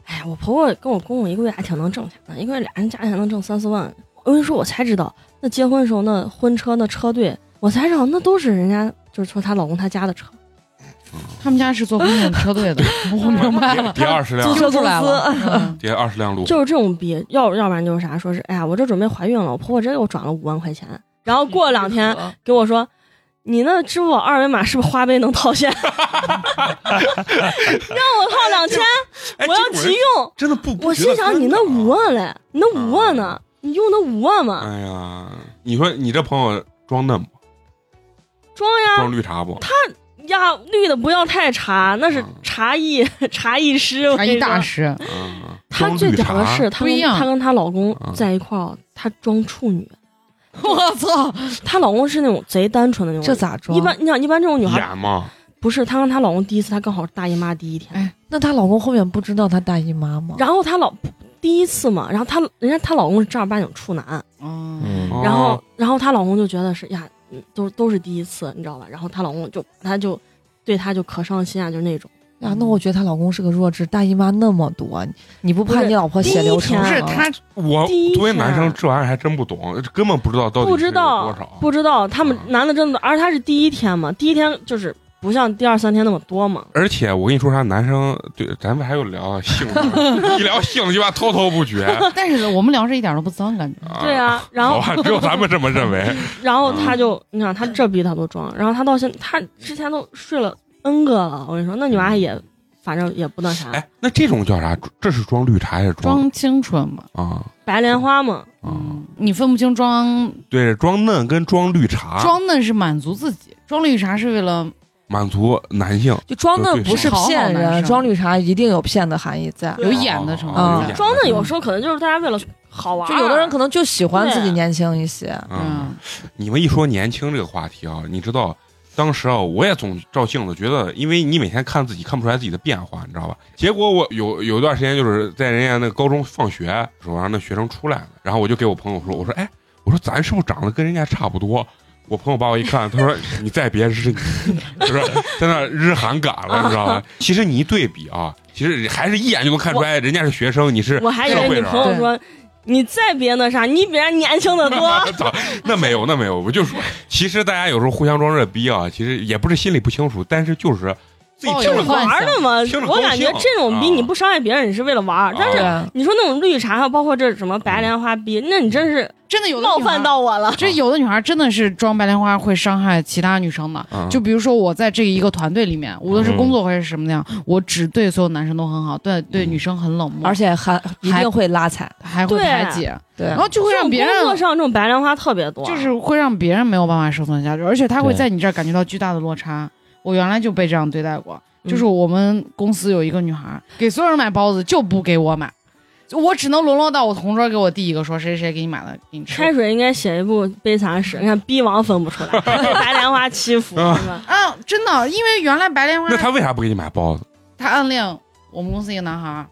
S5: 哎，我婆婆跟我公公一个月还挺能挣钱的，一个月俩人加起来能挣三四万。”我跟你说，我才知道那结婚时候那婚车那车队，我才知道那都是人家就是说她老公他家的车，
S1: 他们家是做婚检车
S3: *laughs*
S1: 队的，我明白
S5: *laughs*
S1: 了。
S3: 叠二十辆
S4: 租，车出来了，
S1: 嗯
S3: 叠二十辆路，
S5: 呃就是这种逼。要要不然就是啥，说是哎呀，我这准备怀孕了，我婆婆这又转了五万块钱，然后过两天给我说。你那支付宝二维码是不是花呗能套现？让 *laughs* 我套两千，
S3: 哎，
S5: 我要
S3: 这种
S5: 急
S3: 人
S5: 用。
S3: 真的不，
S5: 我
S3: 不觉
S5: 心
S3: 得
S5: 想，
S3: 真
S5: 你
S3: 的
S5: 那
S3: 啊
S5: 五万嘞，你那五万呢？你用那五万吗？
S3: 哎呀，你说你这朋友装嫩不？
S5: 装
S3: 装
S5: 呀
S3: 绿茶不？
S5: 呀，绿的不要太茶，那是
S3: 嗯
S5: 茶艺茶艺师。我
S1: 啊，
S5: 跟你
S1: 一大
S5: 说，
S1: 师，
S3: 嗯，
S5: 她
S3: 装
S5: 最
S3: 绿
S5: 屌的
S3: 茶
S5: 是，她
S1: 不一
S5: 跟
S1: 样
S5: 她跟她老公
S3: 嗯
S5: 在一块儿，她装处女。 *laughs*
S1: 我操！
S5: 她老公是那种贼单纯的那种。
S4: 这？咋装？啊
S5: 一般你想，一般这种女孩
S3: 演嘛，
S5: 不是她跟她老公第一次，她刚好是大姨妈第一天，
S4: 那她老公后面不知道她大姨妈吗？
S5: 然后她老第一次嘛，然后她人家她老公是正儿八经处男，
S1: 嗯，
S6: 嗯，
S3: 哦
S5: 然后，然后她老公就觉得是呀，嗯都都是第一次，你知道吧？然后她老公就她就对她就可上心啊，就是那种。
S4: 呀，那我觉得她老公是个弱智，大姨妈那么多，你不
S5: 不
S4: 怕
S5: 是
S4: 你老婆血流成
S5: 第一
S1: 不
S5: 天啊
S1: 是
S4: 吗
S1: 他，
S3: 我
S5: 第一
S3: 作为男生
S5: 天
S3: 这玩意儿还真不懂，根本不知道到底
S5: 不
S3: 是
S5: 知
S3: 有
S5: 道
S3: 多少，啊
S5: 不知道，他们男的真的，而且他是第一天嘛，第一天就是不像第二三天那么多嘛。
S3: 而且我跟你说啥，男生对咱们还有聊性的，
S5: *laughs*
S3: 一聊性就吧滔滔不绝。
S1: 但是我们聊着一点都不脏，感觉。
S3: 哦
S5: 对啊，
S3: *laughs*
S5: 然
S3: 好
S5: 后
S3: 吧，只有咱们这么认
S5: *laughs*
S3: 为。
S5: 然后他就，
S3: 嗯
S5: 你想他这逼他都装，然后他到现他之前都睡了 N 个了，我跟你说，那女娃也反正也不那
S1: 啊
S5: 啥，
S3: 哎，那这种叫啥？这是装绿茶还是
S1: 装清纯嘛，
S3: 啊
S5: 白莲花嘛，
S3: 啊？
S1: 嗯，你分不清装
S3: 对，装嫩跟装绿茶，
S1: 装嫩是满足自己，装绿茶是为了
S3: 满足男性
S4: 就装
S3: 对
S4: 嫩
S3: 对
S4: 不是
S1: 好好
S4: 骗
S1: 男
S4: 人，
S1: 生
S4: 装绿茶一定有骗的含义在。
S1: 有演的成分。
S4: 啊
S3: 有演
S5: 装的有时候可能就是大家为了好玩儿，啊
S4: 就有的人可能就喜欢自己
S5: 对
S4: 年轻一些，
S3: 嗯，
S1: 嗯，
S3: 你们一说年轻这个话题啊，你知道，当时啊，我也总照镜子，觉得因为你每天看自己看不出来自己的变化，你知道吧？结果我有有一段时间就是在人家那个高中放学的时候，让那学生出来了，然后我就给我朋友说，我说，哎，我说咱是不是长得跟人家差不多？我朋友把我一看，他说：“ *laughs* 你再别日你，就是在那日韩感了，你知道吧？其实你一对比啊，其实还是一眼就能看出来，人家是学生，你是
S5: 我还以
S3: 社
S5: 为
S3: 会
S5: 你
S3: 人
S5: 朋友说你再别那啥，你比人年轻
S3: *laughs*
S5: 的多。
S3: 操，那没有，那没有，我就说，其实大家有时候互相装这逼啊，其实也不是心里不清楚，但是就是自己
S1: 抱
S3: 听
S1: 有
S3: 着
S1: 幻
S3: 高
S1: 想
S5: 玩儿的嘛
S3: 听着，高
S5: 我感觉
S3: 兴嗯
S5: 这种逼
S3: 啊
S5: 你不伤害别人，你是为了玩儿。但
S3: 对
S5: 是
S4: 啊
S5: 你说那种绿茶，还有包括这什么白莲花逼，那你真是
S1: 真的有的
S5: 冒
S1: 女孩
S5: 犯。到我了。
S1: 这有的女孩真的是装白莲花会伤害其他女生的，
S3: 嗯
S1: 就比如说我在这一个团队里面，无论是工作还是什么样，我只对所有男生都很好，对对
S3: 嗯
S1: 女生很冷漠，
S4: 而且还一定会拉踩。
S1: 还会
S5: 对
S1: 排挤，
S4: 对
S3: 哦
S1: 然后就会
S5: 这
S1: 让
S5: 种
S1: 别
S5: 工
S1: 人
S5: 作上这种白莲花特别多，
S1: 就是会让别人没有办法生存下去，而且他会
S6: 对
S1: 在你这儿感觉到巨大的落差。我原来就被这样对待过，
S5: 嗯
S1: 就是我们公司有一个女孩儿，给所有人买包子就不给我买，就我只能沦落到我同桌给我递一个说谁谁谁给你买的，给你吃。
S5: 开水应该写一部悲惨史，你看逼王分不出来，被白莲花欺负，
S3: 啊
S5: 是吧？
S1: 啊，真的，因为原来白莲花
S3: 那他为啥不给你买包子？
S1: 他暗恋我们公司一个男孩儿，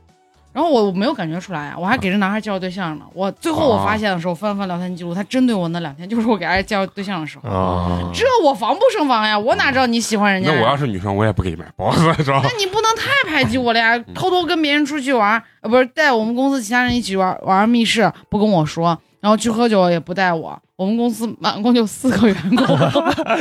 S1: 然后我我没有感觉出来啊呀，我还给这男孩介绍对象呢。我最后我发现的时候，翻了翻聊天记录，他针对我那两天就是我给人家介绍对象的时候，
S6: 啊，
S1: 这我防不胜防呀，我哪知道你喜欢人
S3: 嗯
S1: 家
S3: 那
S1: 呀？
S3: 我要是女生，我也不给你买包子，知 *laughs* 道吧
S1: 那？你不能太排挤我了呀！偷偷跟别人出去玩儿，呃，不是带我们公司其他人一起玩玩密室，不跟我说，然后去喝酒也不带我。我们公司满共就四个员工。哎，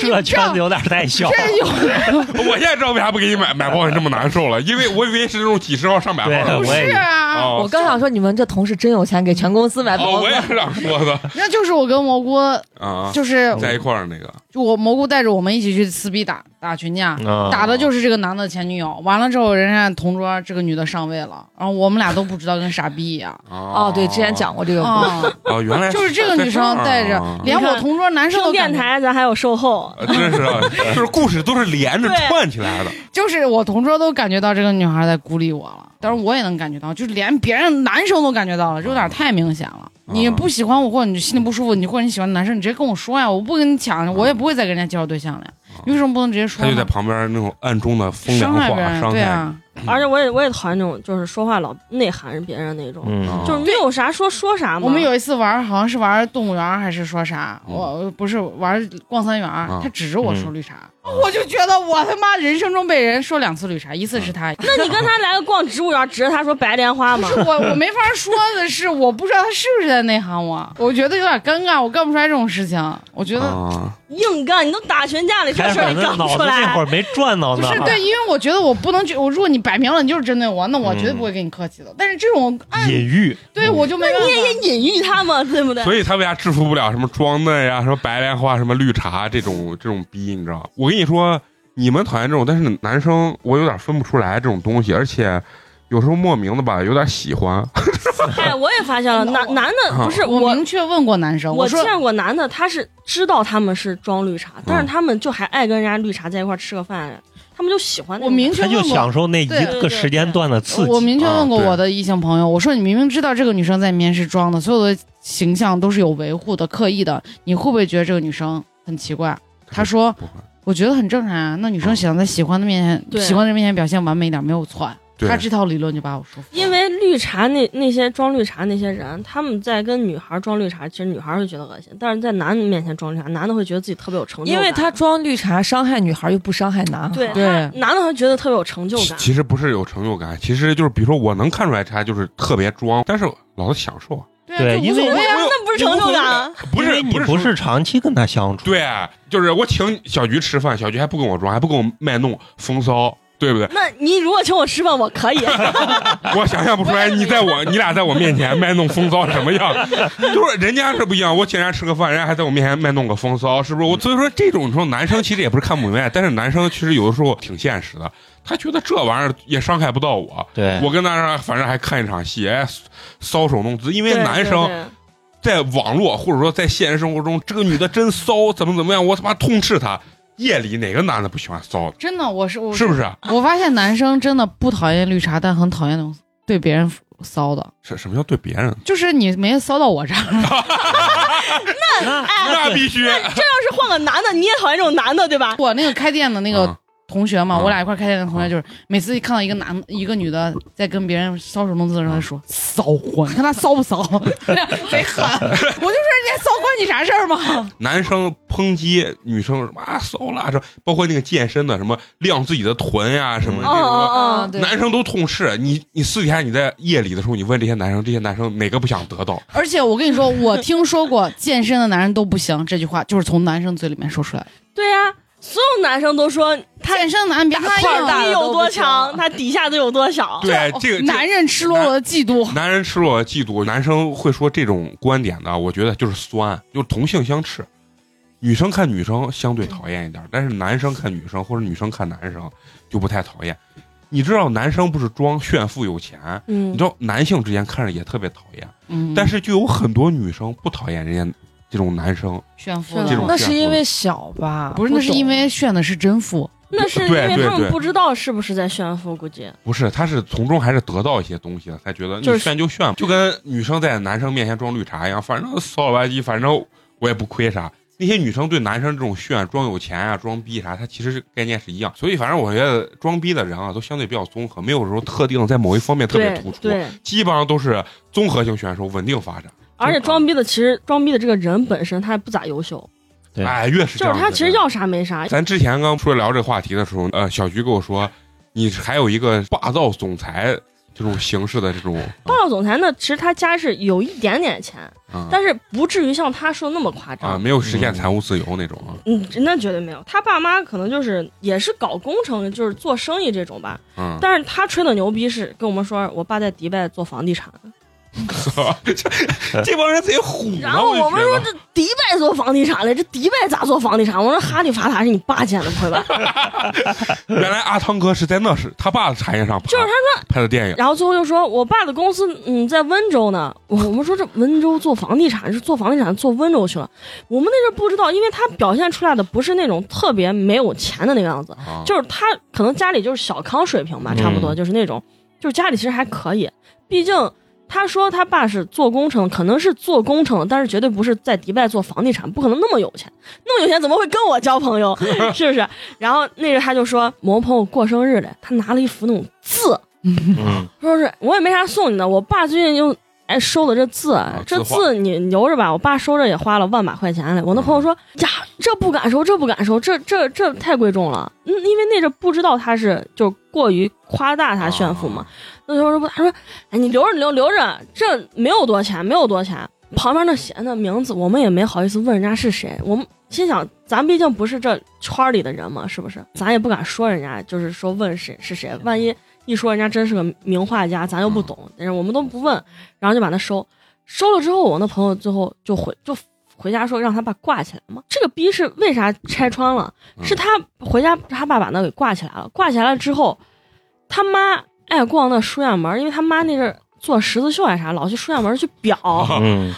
S1: 你
S6: 这
S1: 知
S6: 圈
S1: 道
S6: 子有点太小，
S1: 这有哎
S3: 我现在知道为啥不给你买买包子
S1: *laughs*
S3: 这么难受了，因为我以为是那种几十号、上百
S6: 对
S3: 号
S1: 不
S3: 的。
S6: 我也
S1: 是啊？
S3: 哦
S4: 我刚想说，你们这同事真有钱，给全公司买
S3: 哦，
S4: 包
S3: 我也是
S4: 子。
S3: 这样说的
S1: 那就是我跟蘑菇，
S3: 啊，
S1: 就是
S3: 在一块儿那个
S1: 就我蘑菇带着我们一起去撕逼打打群架，
S6: 啊
S1: 打的就是这个男的前女友。完了之后，人家同桌这个女的上位了，然后我们俩都不知道，跟傻逼一样。
S3: 啊
S4: 哦，对，之前讲过这个故事。
S1: 啊，
S3: 哦，原来
S1: 就是这个女生带
S3: 在这儿
S1: 着
S3: 啊，
S1: 连我同桌男生
S5: 听
S1: 都
S5: 电
S1: 感觉
S5: 台咱还有售后，
S3: 呃真是
S1: *laughs*
S3: 啊，就是故事都是连着
S5: 对
S3: 串起来的。
S1: 就是我同桌都感觉到这个女孩在孤立我了，但是我也能感觉到，就是连别人男生都感觉到了，这有点太明显了。
S3: 嗯
S1: 你不喜欢我，或者你心里不舒服，你或者你喜欢的男生，你直接跟我说呀，我不跟你抢，我也不会再跟人家介绍对象了呀。你为什么不能直接
S3: 嗯
S1: 说
S3: 他就在
S1: 呢？
S3: 旁边那种暗中的风
S1: 伤
S3: 凉
S1: 害
S3: 话
S1: 别人，
S3: 伤
S1: 对
S3: 害
S1: 啊，
S5: 而且我也我也讨厌那种就是说话老内涵别人那种，
S6: 嗯，
S3: 啊
S5: 就是没有啥说说啥嘛。
S1: 我们有一次玩儿，好像是玩儿动物园儿还是说啥？
S3: 嗯
S1: 我不是玩儿逛三园儿，
S3: 啊
S1: 他指着我说绿茶，我就觉得我他妈人生中被人说两次绿茶，一次
S3: 嗯
S1: 是他，
S5: 那你跟他来个逛植物园，指着他说白莲花嘛
S1: 不？是我我没法说的是，我不知道他是不是在内涵我，我觉得有点尴尬，我干不出来这种事情，我觉
S6: 哦
S1: 得。
S3: 啊，
S5: 硬干，你都打群架了，
S6: *laughs*
S5: 这
S6: 开
S5: 事儿
S6: 始
S5: 你干
S6: 脑
S5: 不
S6: 子
S5: 出
S6: 那会
S5: 来。
S6: 儿没转到
S1: 不
S6: 那
S1: 是
S6: 儿，啊
S1: 对，因为我觉得我不能去，我如果你摆明了你就是针对我，那我绝对不
S6: 嗯
S1: 会跟你客气的。但是这种暗
S6: 隐喻，
S1: 对我就没办法。
S5: 隐喻他嘛，对不对？
S3: 所以他为啥制服不了什么装嫩呀、什么白莲花、什么绿茶这种这种逼？你知道？我跟你说，你们讨厌这种，但是男生我有点分不出来这种东西，而且有时候莫名的吧，有点喜欢。
S5: 哎，我也发现了，男男的不是
S1: 嗯我
S5: 我，
S1: 明确问过男生，
S5: 我
S1: 说
S5: 见过男的，他是知道他们是装绿茶，但是
S3: 嗯
S5: 他们就还爱跟人家绿茶在一块儿吃个饭，他们就喜欢那
S1: 我
S5: 种。
S1: 明确
S6: 他就
S1: 问过
S6: 享受那一
S1: 对
S5: 对
S6: 个
S5: 对
S6: 时间段的刺
S1: 我
S6: 激。
S1: 明确
S3: 啊
S1: 问过
S3: 对
S1: 我的异性朋友，我说你明明知道这个女生在里面是装的，所有的形象都是有维护的、刻意的，你会不会觉得这个女生很奇怪？他说
S3: 不会，
S1: 我觉得很正常啊，那女生想在喜欢的面前、
S5: 对
S1: 喜欢的人面前表现完美一点没有错啊。
S3: 对
S1: 他这套理论就把我说服了，
S5: 因为绿茶那那些装绿茶那些人，他们在跟女孩装绿茶，其实女孩会觉得恶心，但是在男人面前装绿茶，男的会觉得自己特别有成就感。
S4: 因为他装绿茶伤害女孩又不伤害男孩，
S5: 对
S1: 对
S5: 他男的会觉得特别有成就
S3: 其
S5: 感。
S3: 其实不是有成就感，其实就是比如说我能看出来他就是特别装，但是老子享受啊，
S6: 对
S1: 啊，就
S6: 因
S1: 无所
S6: 为
S1: 谓啊。
S5: 那不是成就感啊，
S3: 不
S6: 因
S3: 是
S6: 为你
S3: 不
S6: 不是长期跟他相处，
S3: 对，就是我请小菊吃饭，小菊还不跟我装，还不跟我卖弄风骚，对不对？
S5: 那你如果请我吃饭，我可
S3: *laughs*
S5: 以。
S3: 我想象不出来，你在我你俩在我面前卖弄风骚什么样？
S6: *laughs*
S3: 就是人家是不一样，我请人家吃个饭，人家还在我面前卖弄个风骚，是不是？我所以说这种时候，男生其实也不是看不明白，但是男生其实有的时候挺现实的，他觉得这玩意儿也伤害不到我，
S6: 对
S3: 我跟他那反正还看一场戏，哎，搔首弄姿，因为
S5: 对
S3: 男
S5: 对
S3: 生
S5: 对
S3: 在网络或者说在现实生活中，这个女的真骚，怎么怎么样，我他妈痛斥她。夜里哪个男的不喜欢骚的？
S1: 真的，我是我
S3: 是不啊是？
S1: 我发现男生真的不讨厌绿茶，但很讨厌那种对别人骚的，
S3: 什什么叫对别
S6: *laughs*
S3: 人？
S1: 就是你没骚到我这儿，
S6: 那
S3: 那必须
S5: 要是换个男的，你也讨厌这种男的，对吧？
S1: 我那个开店的那个
S3: 嗯
S1: 同学嘛，
S3: 嗯
S1: 我俩一块儿开店的同
S3: 嗯
S1: 学，就是每次一看到一个男一个女的在跟别人搔首弄姿的时候，他说骚货，你看他骚不骚？ *laughs* 贼狠！我就说人家骚关你啥事儿吗？
S3: 男生抨击女生什么啊骚啦，这包括那个健身的什么亮自己的臀呀、什么
S6: 嗯
S3: 这
S5: 哦
S3: 种。
S5: 哦
S4: 啊，
S5: 哦，
S4: 对，
S3: 男生都痛斥你，你私底下你在夜里的时候，你问这些男生，这些男生哪个不想得到？
S1: 而且我跟你说，我听说过健身的男人都不行这句话，就是从男生嘴里面说出来
S4: 嗯
S1: 的。
S5: 对呀、所有男生都说他
S1: 健身的男人别哎看
S4: 块儿大
S5: 底
S4: 的
S5: 有
S4: 都
S5: 多
S4: 不行
S5: 强，他底下得有多小。
S3: 对，哎这个这
S1: 哦男人赤裸裸的嫉妒
S3: 个，男人赤裸嫉妒，男生会说这种观点的，我觉得就是酸，就是同性相斥。女生看女生相对讨厌一点，但是男生看女生或者女生看男生就不太讨厌。你知道男生不是装炫富有钱，你
S5: 嗯
S3: 知，道男性之间看着也特别讨厌。
S1: 嗯，
S3: 但是就有很多女生不讨厌人家这种男生，
S1: 炫富啊
S4: 是
S3: 这
S4: 的
S3: 种
S4: 那是因为小吧？
S1: 不是，那是
S4: 懂
S1: 因为炫的是真富。
S5: 那是因
S3: 对
S5: 为
S3: 对
S5: 他们
S3: 对
S5: 不知道是不是在炫富，估计
S3: 不是，他是从中还是得到一些东西的，才觉得
S5: 就是
S3: 你炫就炫，就跟女生在男生面前装绿茶一样，反正骚了吧唧，反正我也不亏啥。那些女生对男生这种炫、装有钱啊、装逼啥，它其实是概念是一样。所以，反正我觉得装逼的人啊，都相对比较综合，没有说特定在某一方面特别
S5: 对
S3: 突出，
S5: 对，
S3: 基本上都是综合性选手稳定发展。
S5: 而且装逼的其实装逼的这个人本身他也不咋优秀，
S6: 对
S3: 哎，越是这样子
S5: 就是
S3: 的
S5: 他
S3: 人，
S5: 其实要啥没啥。
S3: 咱之前刚说聊这个话题的时候，呃，小菊跟我说，你还有一个霸道总裁这种形式的这种，
S5: 霸道总裁呢，其实他家是有一点点钱，
S3: 啊
S5: 但是不至于像他说那么夸
S3: 啊，
S5: 张。
S3: 没有实现财务自由那种啊，
S5: 嗯，那绝对没有。他爸妈可能就是也是搞工程，就是做生意这种吧。
S3: 嗯，
S5: 但是他吹的牛逼是跟我们说，我爸在迪拜做房地产。
S3: 这 *laughs* 帮人贼虎呢。
S5: 然后
S3: 就
S5: 我们
S3: 觉
S5: 说
S3: 得
S5: 这迪拜做房地产嘞，这迪拜咋做房地产？我说哈利法塔是你爸建的，对吧？
S3: 原来阿汤哥是在那是他爸的产业上爬，
S5: 就是他
S3: 拍的电影，
S5: 然后最后就说我爸的公司嗯在温州呢，我 *laughs* 我们说这温州做房地产是做房地产做温州去了，我们那阵儿不知道，因为他表现出来的不是那种特别没有钱的那个样子，
S3: 啊
S5: 就是他可能家里就是小康水平吧，差不多
S6: 嗯
S5: 就是那种，就是家里其实还可以，毕竟他说他爸是做工程，可能是做工程，但是绝对不是在迪拜做房地产，不可能那么有钱，那么有钱怎么会跟我交朋友？ *laughs* 是不是？然后那个他就说，某朋友过生日嘞，他拿了一幅那种字，
S6: 嗯，
S5: 说是我也没啥送你的，我爸最近又哎收的这字，这
S3: 啊字画
S5: 字你留着吧，我爸收着也花了万把块钱嘞。我那朋友说呀，这不敢收，这不敢收，这这这太贵重了，嗯，因为那阵不知道他是就过于夸大他炫富嘛，那时候说不，他说哎你留着你留留着，这没有多钱，没有多钱。旁边那写那名字，我们也没好意思问人家是谁，我们心想，咱毕竟不是这圈儿里的人嘛，是不是？咱也不敢说人家，就是说问谁是谁，万一一说人家真是个名画家，咱又不懂，但是我们都不问，然后就把它收。收了之后，我那朋友最后就回就回家说让他爸挂起来嘛。这个逼是为啥拆穿了？
S3: 嗯
S5: 是他回家他爸把那给挂起来了。挂起来了之后，他妈爱逛那书院门，因为他妈那阵儿做十字绣还是啥，老去书院门去裱。
S3: 啊
S6: 嗯，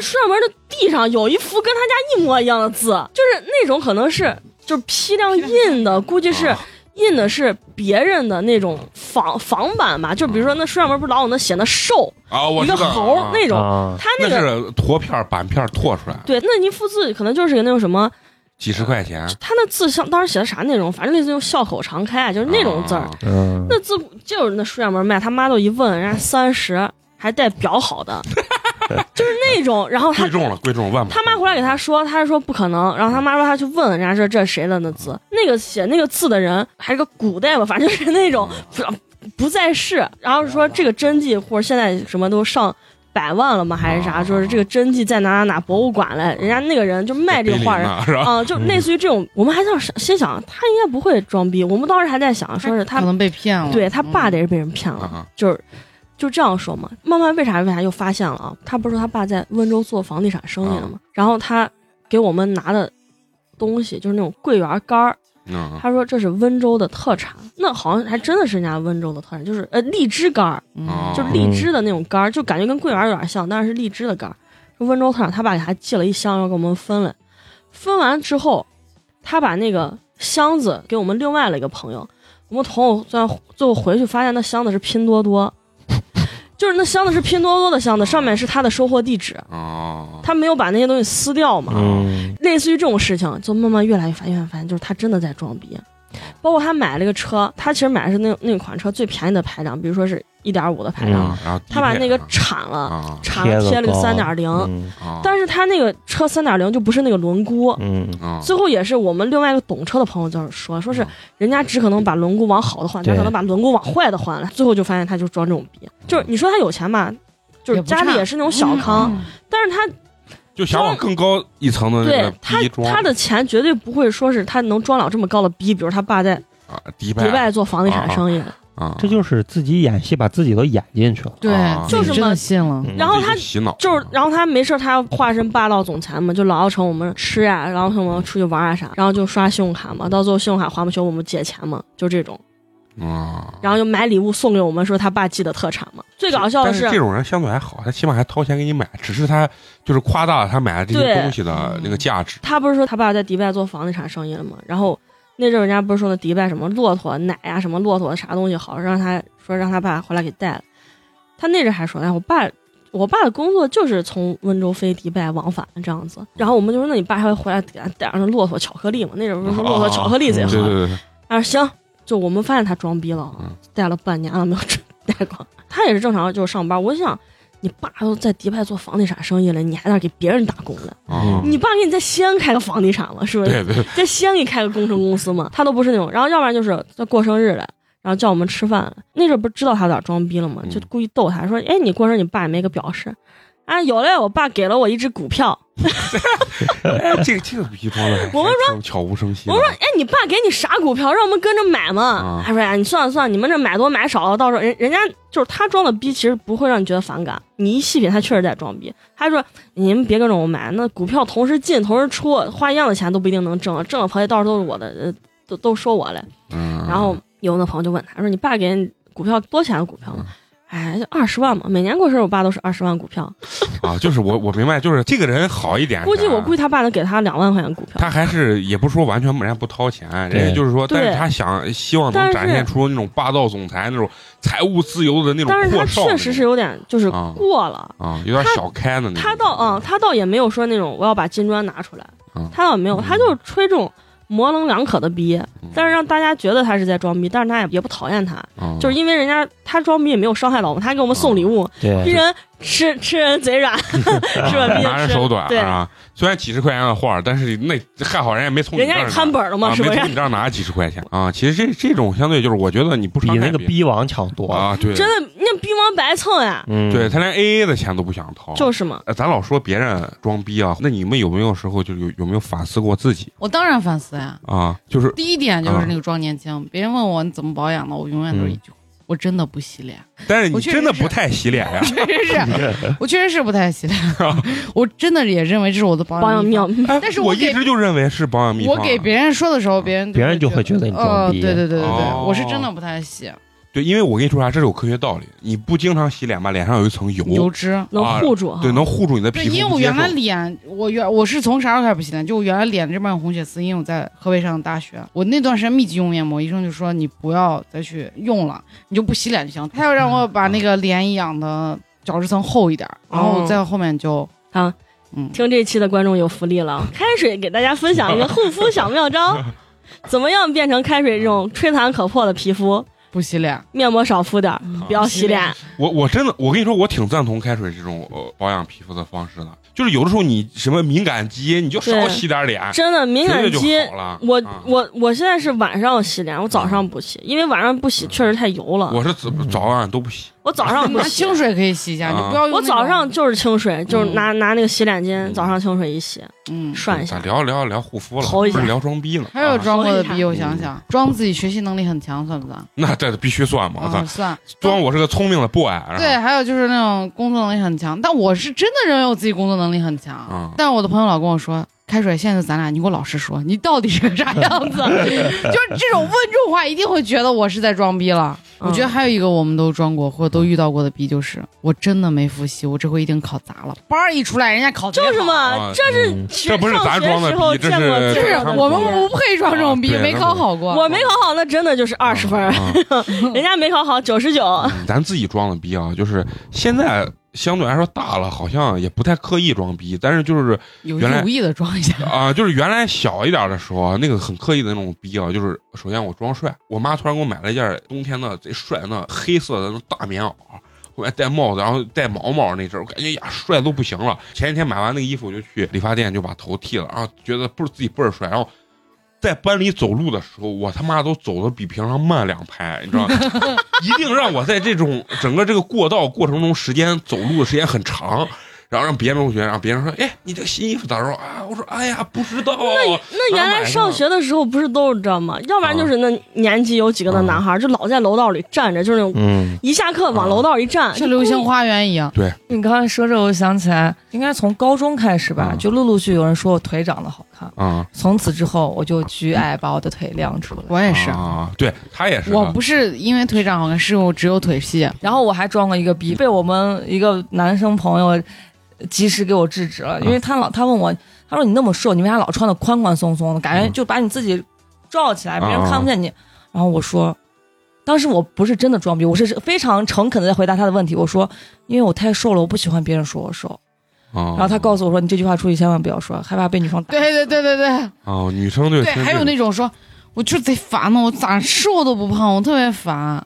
S5: 那书院门的地上有一幅跟他家一模一样的字，就是那种可能是就是批量印的，估计是
S3: 啊
S5: 印的是别人的那种仿仿版吧。就比如说那书院门不是老有那写那兽
S3: 啊，我
S5: 一
S3: 知
S5: 个
S3: 道
S5: 猴
S3: 啊
S5: 儿那种，
S6: 啊，
S5: 他
S3: 那
S5: 那个
S3: 是坨片儿板片儿拓出来，
S5: 对，那一幅字可能就是那种什么，
S3: 几十块钱，
S5: 他那字像当时写的啥内容，反正类似于笑口常开，就是那种字儿
S3: 啊。。
S6: 嗯，
S5: 那字就是那书院门卖，他妈都一问，人家三十还带裱
S3: *laughs*
S5: 好的，就是那种。然后他
S3: 贵重了，贵重了万把。
S5: 他妈回来给他说，他说不可能，然后他妈说他去问人家说这是谁的那字，那个写那个字的人还是个古代吧，反正是那
S3: 嗯
S5: 种不不在世，然后说这个真迹或者现在什么都上百万了吗？还是
S3: 啊
S5: 啥？就是这个真迹在哪哪哪博物馆嘞，人家那个人就卖这个画
S3: 碑林
S5: 人。
S3: 呢是吧？
S5: 啊、就类似于这种，我们还想心想，他应该不会装逼。我们当时还在想，说是他
S1: 可能被骗了，
S5: 对他爸
S1: 嗯
S5: 得是被人骗了，
S3: 啊
S5: 就是就这样说嘛。慢慢为啥为啥又发现了啊？他不是说他爸在温州做房地产生意的嘛？然后他给我们拿的东西就是那种桂圆干儿，
S3: 嗯，
S5: 他说这是温州的特产，那好像还真的是人家温州的特产，就是呃荔枝干儿，
S3: 啊
S1: 嗯，
S5: 就是荔枝的那种干儿，就感觉跟桂圆有点像，但是是荔枝的干儿。说温州特产，他爸给他寄了一箱，要给我们分了。分完之后，他把那个箱子给我们另外的一个朋友，我们朋友最后最后回去发现那箱子是拼多多， *laughs* 就是那箱子是拼多多的箱子，上面是他的收货地址，
S3: 哦，
S5: 他没有把那些东西撕掉嘛。
S6: 嗯，
S5: 类似于这种事情，就慢慢越来越发现，越来越发现就是他真的在装逼。包括他买了个车，他其实买的是那那款车最便宜的排量，比如说是一点五的排量，
S6: 嗯
S3: 然后
S5: 他把那个
S3: 啊
S5: 铲了，
S3: 啊
S5: 铲了贴了个三点零，
S6: 嗯
S3: 啊，
S5: 但是他那个车三点零就不是那个轮毂。
S6: 嗯，
S3: 啊
S5: 最后也是我们另外一个懂车的朋友就是说，说是
S3: 嗯
S5: 人家只可能把轮毂往好的换，他
S6: 对
S5: 可能把轮毂往坏的换了。最后就发现他就装这种逼，就是你说他有钱吧，就是
S1: 也不
S5: 家里
S1: 差
S5: 也是那种小康，
S1: 嗯
S5: 但是他
S3: 就想往更高一层的那个
S5: 对他
S3: 逼装
S5: 他的钱绝对不会说是他能装了这么高的逼，比如他爸在
S3: 啊，迪
S5: 迪拜做房地产生意，
S3: 啊，
S6: 这就是自己演戏，把自己都演进去了。
S1: 对
S3: 啊，
S1: 自己
S5: 就是
S1: 真
S5: 嘛
S1: 的信了，
S6: 嗯
S5: 然后他
S3: 这就洗脑啊
S5: 就是，然后他没事儿，他要化身霸道总裁嘛，就老要请我们吃呀、然后什么出去玩啊啥，然后就刷信用卡嘛，到最后信用卡还不起，我们借钱嘛，就这种，
S3: 啊，
S5: 然后就买礼物送给我们，说他爸寄的特产嘛。最搞笑的
S3: 但是这种人相对还好，他起码还掏钱给你买，只是他就是夸大了他买的这些
S5: 对
S3: 东西的那个价值。
S5: 他不是说他爸在迪拜做房地产生意了吗？然后那阵儿人家不是说那迪拜什么骆驼奶呀、什么骆驼啥东西好，让他说让他爸回来给带了。他那阵儿还说，哎，我爸我爸的工作就是从温州飞迪拜往返这样子。然后我们就说，那你爸还会回来给他带上骆驼巧克力吗？那阵儿不是说骆驼巧克力最
S3: 对
S5: 好？
S3: 对对对，
S5: 啊，行，就我们发现他装逼了
S3: 嗯，
S5: 带了半年了没有真带过。他也是正常就是上班，我就想。你爸都在迪拜做房地产生意了，你还在那儿给别人打工呢？
S3: 啊，
S5: 你爸给你在西安开个房地产吗？是不是？
S3: 对
S5: *laughs*
S3: 对，
S5: 在西安给开个工程公司嘛，他都不是那种。然后要不然就是在过生日了，然后叫我们吃饭。那阵儿不是知道他有点装逼了吗？
S3: 嗯
S5: 就故意逗他说：“哎，你过生日你爸也没个表示。”啊，有嘞，我爸给了我一只股票。
S3: 哎，这个这个逼装的，
S5: 我们
S3: 说悄无声息
S5: 我
S3: 的。
S5: 说：“哎，你爸给你啥股票，让我们跟着买嘛
S3: 啊？”
S5: 他说：“哎，你算了算了，你们这买多买少，到时候人人家就是他装的逼，其实不会让你觉得反感。你一细品，他确实在装逼。他说：你们别跟着我买，那股票同时进同时出，花一样的钱都不一定能挣，挣了回来到时候都是我的，呃，都都说我嘞。”
S3: 嗯，啊
S5: 然后有那朋友就问他说：“你爸给你股票多少钱的股票吗？”哎，就二十万嘛，每年过生日我爸都是二十万股票，
S3: 啊，就是我我明白，就是这个人好一点，
S5: 估计我估
S3: 计
S5: 计他爸能给他两万块钱股票。
S3: 他还是也不是说完全人家不掏钱，人家
S6: 对
S3: 就是说，
S5: 对
S3: 但是他想希望能展现出那种霸道总裁那种财务自由的那种
S5: 但是他
S3: 阔少那种，
S5: 确实是有点就是
S3: 啊
S5: 过了，
S3: 啊，有点小开的那种。
S5: 他倒啊、他倒也没有说那种我要把金砖拿出来，
S3: 嗯
S5: 他倒没有，他就是吹这种模棱两可的逼，
S3: 嗯
S5: 但是让大家觉得他是在装逼，但是他也也不讨厌他，
S3: 啊
S5: 就是因为人家他装逼也没有伤害到我们，他给我们送礼物，逼
S6: 对，
S5: *laughs* 人吃吃人贼软， *laughs* 是
S3: *laughs*
S5: 吧？逼
S3: 嗯拿着
S5: 人吃
S3: 手短
S5: 对，
S3: 啊，虽然几十块钱的画儿，但是那还好人家没从你
S5: 人
S3: 这
S5: 家
S3: 儿
S5: 也看
S3: 拿
S5: 本儿了嘛，
S3: 啊，
S5: 是
S3: 没
S5: 不是？
S3: 从你这儿拿几十块钱啊。其实这这种相对就是，我觉得你不伤
S6: 比
S3: 害
S6: 那个
S3: 别人
S6: 逼王强多了。
S3: 啊，对，
S5: 真的，那逼王白蹭呀，
S6: 嗯，
S3: 对他连 A A 的钱都不想掏，
S5: 就是嘛。
S3: 呃，咱老说别人装逼啊，那你们有没有时候就有有没有反思过自己
S1: 我当然反思呀。
S3: 啊？就是
S1: 第一点就
S3: 啊
S1: 是那个装年轻，别人问我你怎么保养的，我永远都是一句
S3: 嗯
S1: 话。我真的不洗
S5: *laughs*
S1: 脸，
S3: 但是你
S1: 我确实
S3: 真的
S1: 是
S3: 不太洗脸呀、
S1: 确实是，我确实是不太洗脸，我真的也认为这是我的保
S5: 保养
S1: 秘方
S5: 妙，
S3: 哎 *laughs*
S1: 但是
S3: 我
S1: 我给
S3: 一直就认为是保养秘方
S1: 我
S3: 啊。
S1: 给别人说的时候，别人
S6: 别人就会觉
S1: 得
S6: 得你
S1: 呃，
S6: 装
S1: 对
S6: 逼。
S1: 对对对对，
S3: 哦
S1: 我是真的不太洗
S3: 对，因为我跟你说啥，这是有科学道理。你不经常洗脸吧，脸上有一层油，
S1: 油脂。
S5: 能
S3: 啊
S5: 护住哈。
S3: 对，能护住你的皮
S1: 对，
S3: 肤不接
S1: 因
S3: 受。
S1: 为我原来脸，我原我是从啥时候开始不洗脸？就我原来脸这边有红血丝，因为我在河北上的大学，我那段时间密集用面膜，医生就说你不要再去用了，你就不洗脸就行。他要让我把那个脸养的角质层厚一点，然后我
S3: 哦
S1: 在后面就
S5: 啊，
S1: 嗯，
S5: 听这期的观众有福
S3: *laughs*
S5: 利了，开水给大家分享一个护肤小妙招，怎么样变成开水这种吹弹可破的皮肤？
S1: 不洗脸。
S5: 面膜少敷点儿，
S3: 嗯
S5: 不要洗脸。
S3: 我我真的，我跟你说，我挺赞同开水这种呃保养皮肤的方式的。就是有的时候你什么敏感肌，你就少
S5: 对
S3: 洗点脸，
S5: 真的敏感
S3: 绝对
S5: 肌
S3: 就好了。
S5: 我
S3: 啊
S5: 我我现在是晚上洗脸，我早上不洗，因为晚上不洗确实太油了。
S3: 嗯我是早早晚都不洗，
S5: 我早上不
S1: 拿
S5: 洗，
S1: 清水可以洗一下，
S3: 啊
S1: 你不要用
S5: 我
S1: 那种。
S5: 早上就是清
S3: 嗯
S5: 水，就是拿拿那个洗脸巾，早上清水一洗，
S1: 嗯，
S5: 涮一下
S3: 咱。聊聊聊护肤了，
S5: 头一下
S3: 不是聊装逼了。
S1: 还有
S3: 啊
S1: 装过的
S5: 说一
S1: 逼，我想想，装自己学习能力很强算不算？
S3: 那这必须算嘛，咱
S1: 啊，算。
S3: 装我是个聪明的 boy，然后
S1: 对，还有就是那种工作能力很强，但我是真的认为我自己工作能力很强。
S3: 嗯
S1: 但我的朋友老跟我说：“开水，现在就咱俩，你给我老实说，你到底是个啥样子？” *laughs* 就是这种问住话，一定会觉得我是在装逼了。我觉得
S5: 嗯
S1: 还有一个我们都装过或者都遇到过的逼，就是我真的没复习，我这回一定考砸了。班儿一出来，人家考
S5: 就是
S3: 啊
S5: 嘛，这是
S6: 嗯
S5: 学
S3: 这不是
S5: 上
S3: 咱
S5: 学
S3: 装的
S5: 时候
S3: 逼这
S5: 见
S3: 是
S5: 过
S1: 就
S5: 最
S1: 是
S5: 好的
S1: 我们
S5: 逼
S1: 不配装这种逼，
S3: 啊对
S1: 没考好过。
S5: 我没考好，那真的就是二十分儿，
S3: 啊
S5: *laughs* 人家没考好九十
S1: 啊
S5: 九。
S3: 嗯咱自己装的逼啊，就是现在相对来说大了，好像也不太刻意装逼，但是就是
S1: 有意
S3: 原来
S1: 无意的装一下，
S3: *laughs* 啊、就是原来小一点的时候啊，那个很刻意的那种逼啊，就是首先我装帅，我妈突然给我买了一件冬天的贼帅的那黑色的那大棉袄。后面戴帽子，然后戴毛毛那阵儿，我感觉呀帅得都不行了。前几天买完那个衣服，我就去理发店就把头剃了，然后觉得不是自己倍儿帅。然后在班里走路的时候，我他妈都走的比平常慢两拍，你知道吗？ *laughs* 一定让我在这种整个这个过道过程中时间走路的时间很长，然后让别的同学，让别人说，哎，你这个新衣服咋着啊？我说，哎呀，不知道。
S5: 那原来上学的时候不是都是这样
S1: 啊
S5: 吗？要不然就是那年级有几个那男孩儿，就老在楼道里站着，就是那种
S6: 嗯，
S5: 一下课往楼道一站，
S1: 像啊流星
S5: 花。
S1: 花园一样。
S4: 你刚才说这，我想起来，应该从高中开始吧，
S3: 嗯
S4: 就陆陆续有人说我腿长得好看，
S3: 啊，
S4: 从此之后我就巨爱把我的腿亮出来。
S1: 我也是，
S3: 啊，对他也是，
S1: 我不是因为腿长好看，是因为我只有腿细。
S4: 然后我还装过一个逼，被我们一个男生朋友及时给我制止
S3: 啊
S4: 了，因为他老他问我，他说你那么瘦，你为啥老穿的宽宽松松的，感觉
S3: 嗯
S4: 就把你自己罩起来，
S3: 啊
S4: 别人看不见你。然后我说，当时我不是真的装逼，我是非常诚恳的在回答他的问题。我说，因为我太瘦了，我不喜欢别人说我瘦。
S3: 啊，
S4: 然后他告诉我说，你这句话出去千万不要说，害怕被女生打。
S1: *laughs* 对对对对对
S3: 啊，女生对
S1: 对，还有那种说，我就贼烦呢，我咋瘦都不胖，我特别烦。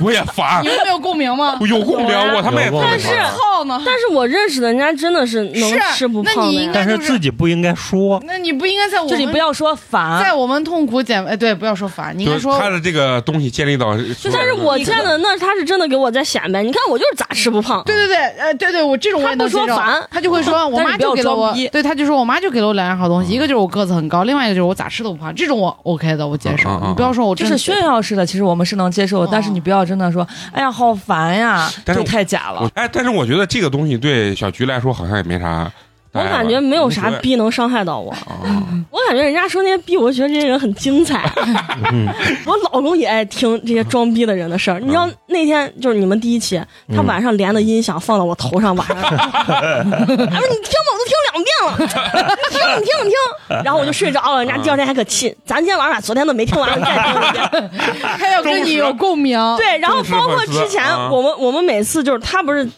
S3: 我也烦
S1: 你，们没有共
S3: *laughs*
S1: 鸣吗？
S3: 有共鸣，我他妈也
S5: 但是
S1: 靠呢？
S5: 但是我认识的人家真的是能
S1: 是
S5: 吃不
S1: 那
S5: 胖的
S1: 你
S5: 呀
S1: 应该。
S6: 但是自己不应该说，
S1: 那你不应该在我
S4: 就是你
S1: 们
S4: 不要说
S1: 在
S4: 烦，
S1: 我们痛苦减哎，对，不要说烦，你应该说
S3: 他的这个东西建立到，
S5: 但是我见的那他是真的给我在显摆，你看我就是咋吃不胖，
S1: 对对对，呃，对对，我这种我也能接
S5: 他不
S1: 受
S5: 说烦。
S1: 他就会说，我
S4: 但是
S1: 妈
S4: 你不
S1: 就
S4: 要
S1: 给了我
S4: 装逼，
S1: 对，他就说我妈就给了我两样好东西，一个就是我个子很高，另外一个就是我咋吃都不胖，这种我 OK 的，我接受
S3: 嗯嗯。嗯
S1: 你不要说我
S4: 就
S1: 真
S4: 是
S1: 的
S4: 炫耀式的，其实我们是能接
S5: 哦
S4: 受，但是你不要真的说，哎呀，好烦呀，
S3: 但是我
S4: 就太假了
S3: 我。哎，但是我觉得这个东西对小菊来说好像也没啥
S5: 我
S3: 戴吧
S5: 感觉没有啥
S3: 无所谓
S5: 逼能伤害到我。
S3: 啊，
S5: *laughs* 我感觉人家说那些逼，我觉得这些人很精彩。
S6: 嗯，
S5: 我老公也爱听这些装逼的人的事儿。你知道那天就是你们第一期，他
S6: 嗯
S5: 晚上连的音响放到我头上，晚上， *laughs* 他说你听吧，我都听两遍了， *laughs* 你听你听你听，然后我就睡着了。人家第二天还可气，咱今天晚上把昨天的没听完，再听一遍。
S1: 他要哎跟你有共鸣，
S5: 对，然后
S3: 忠实
S5: 包括
S3: 哦粉丝
S5: 之前
S3: 啊
S5: 我们、我们每次就是他不是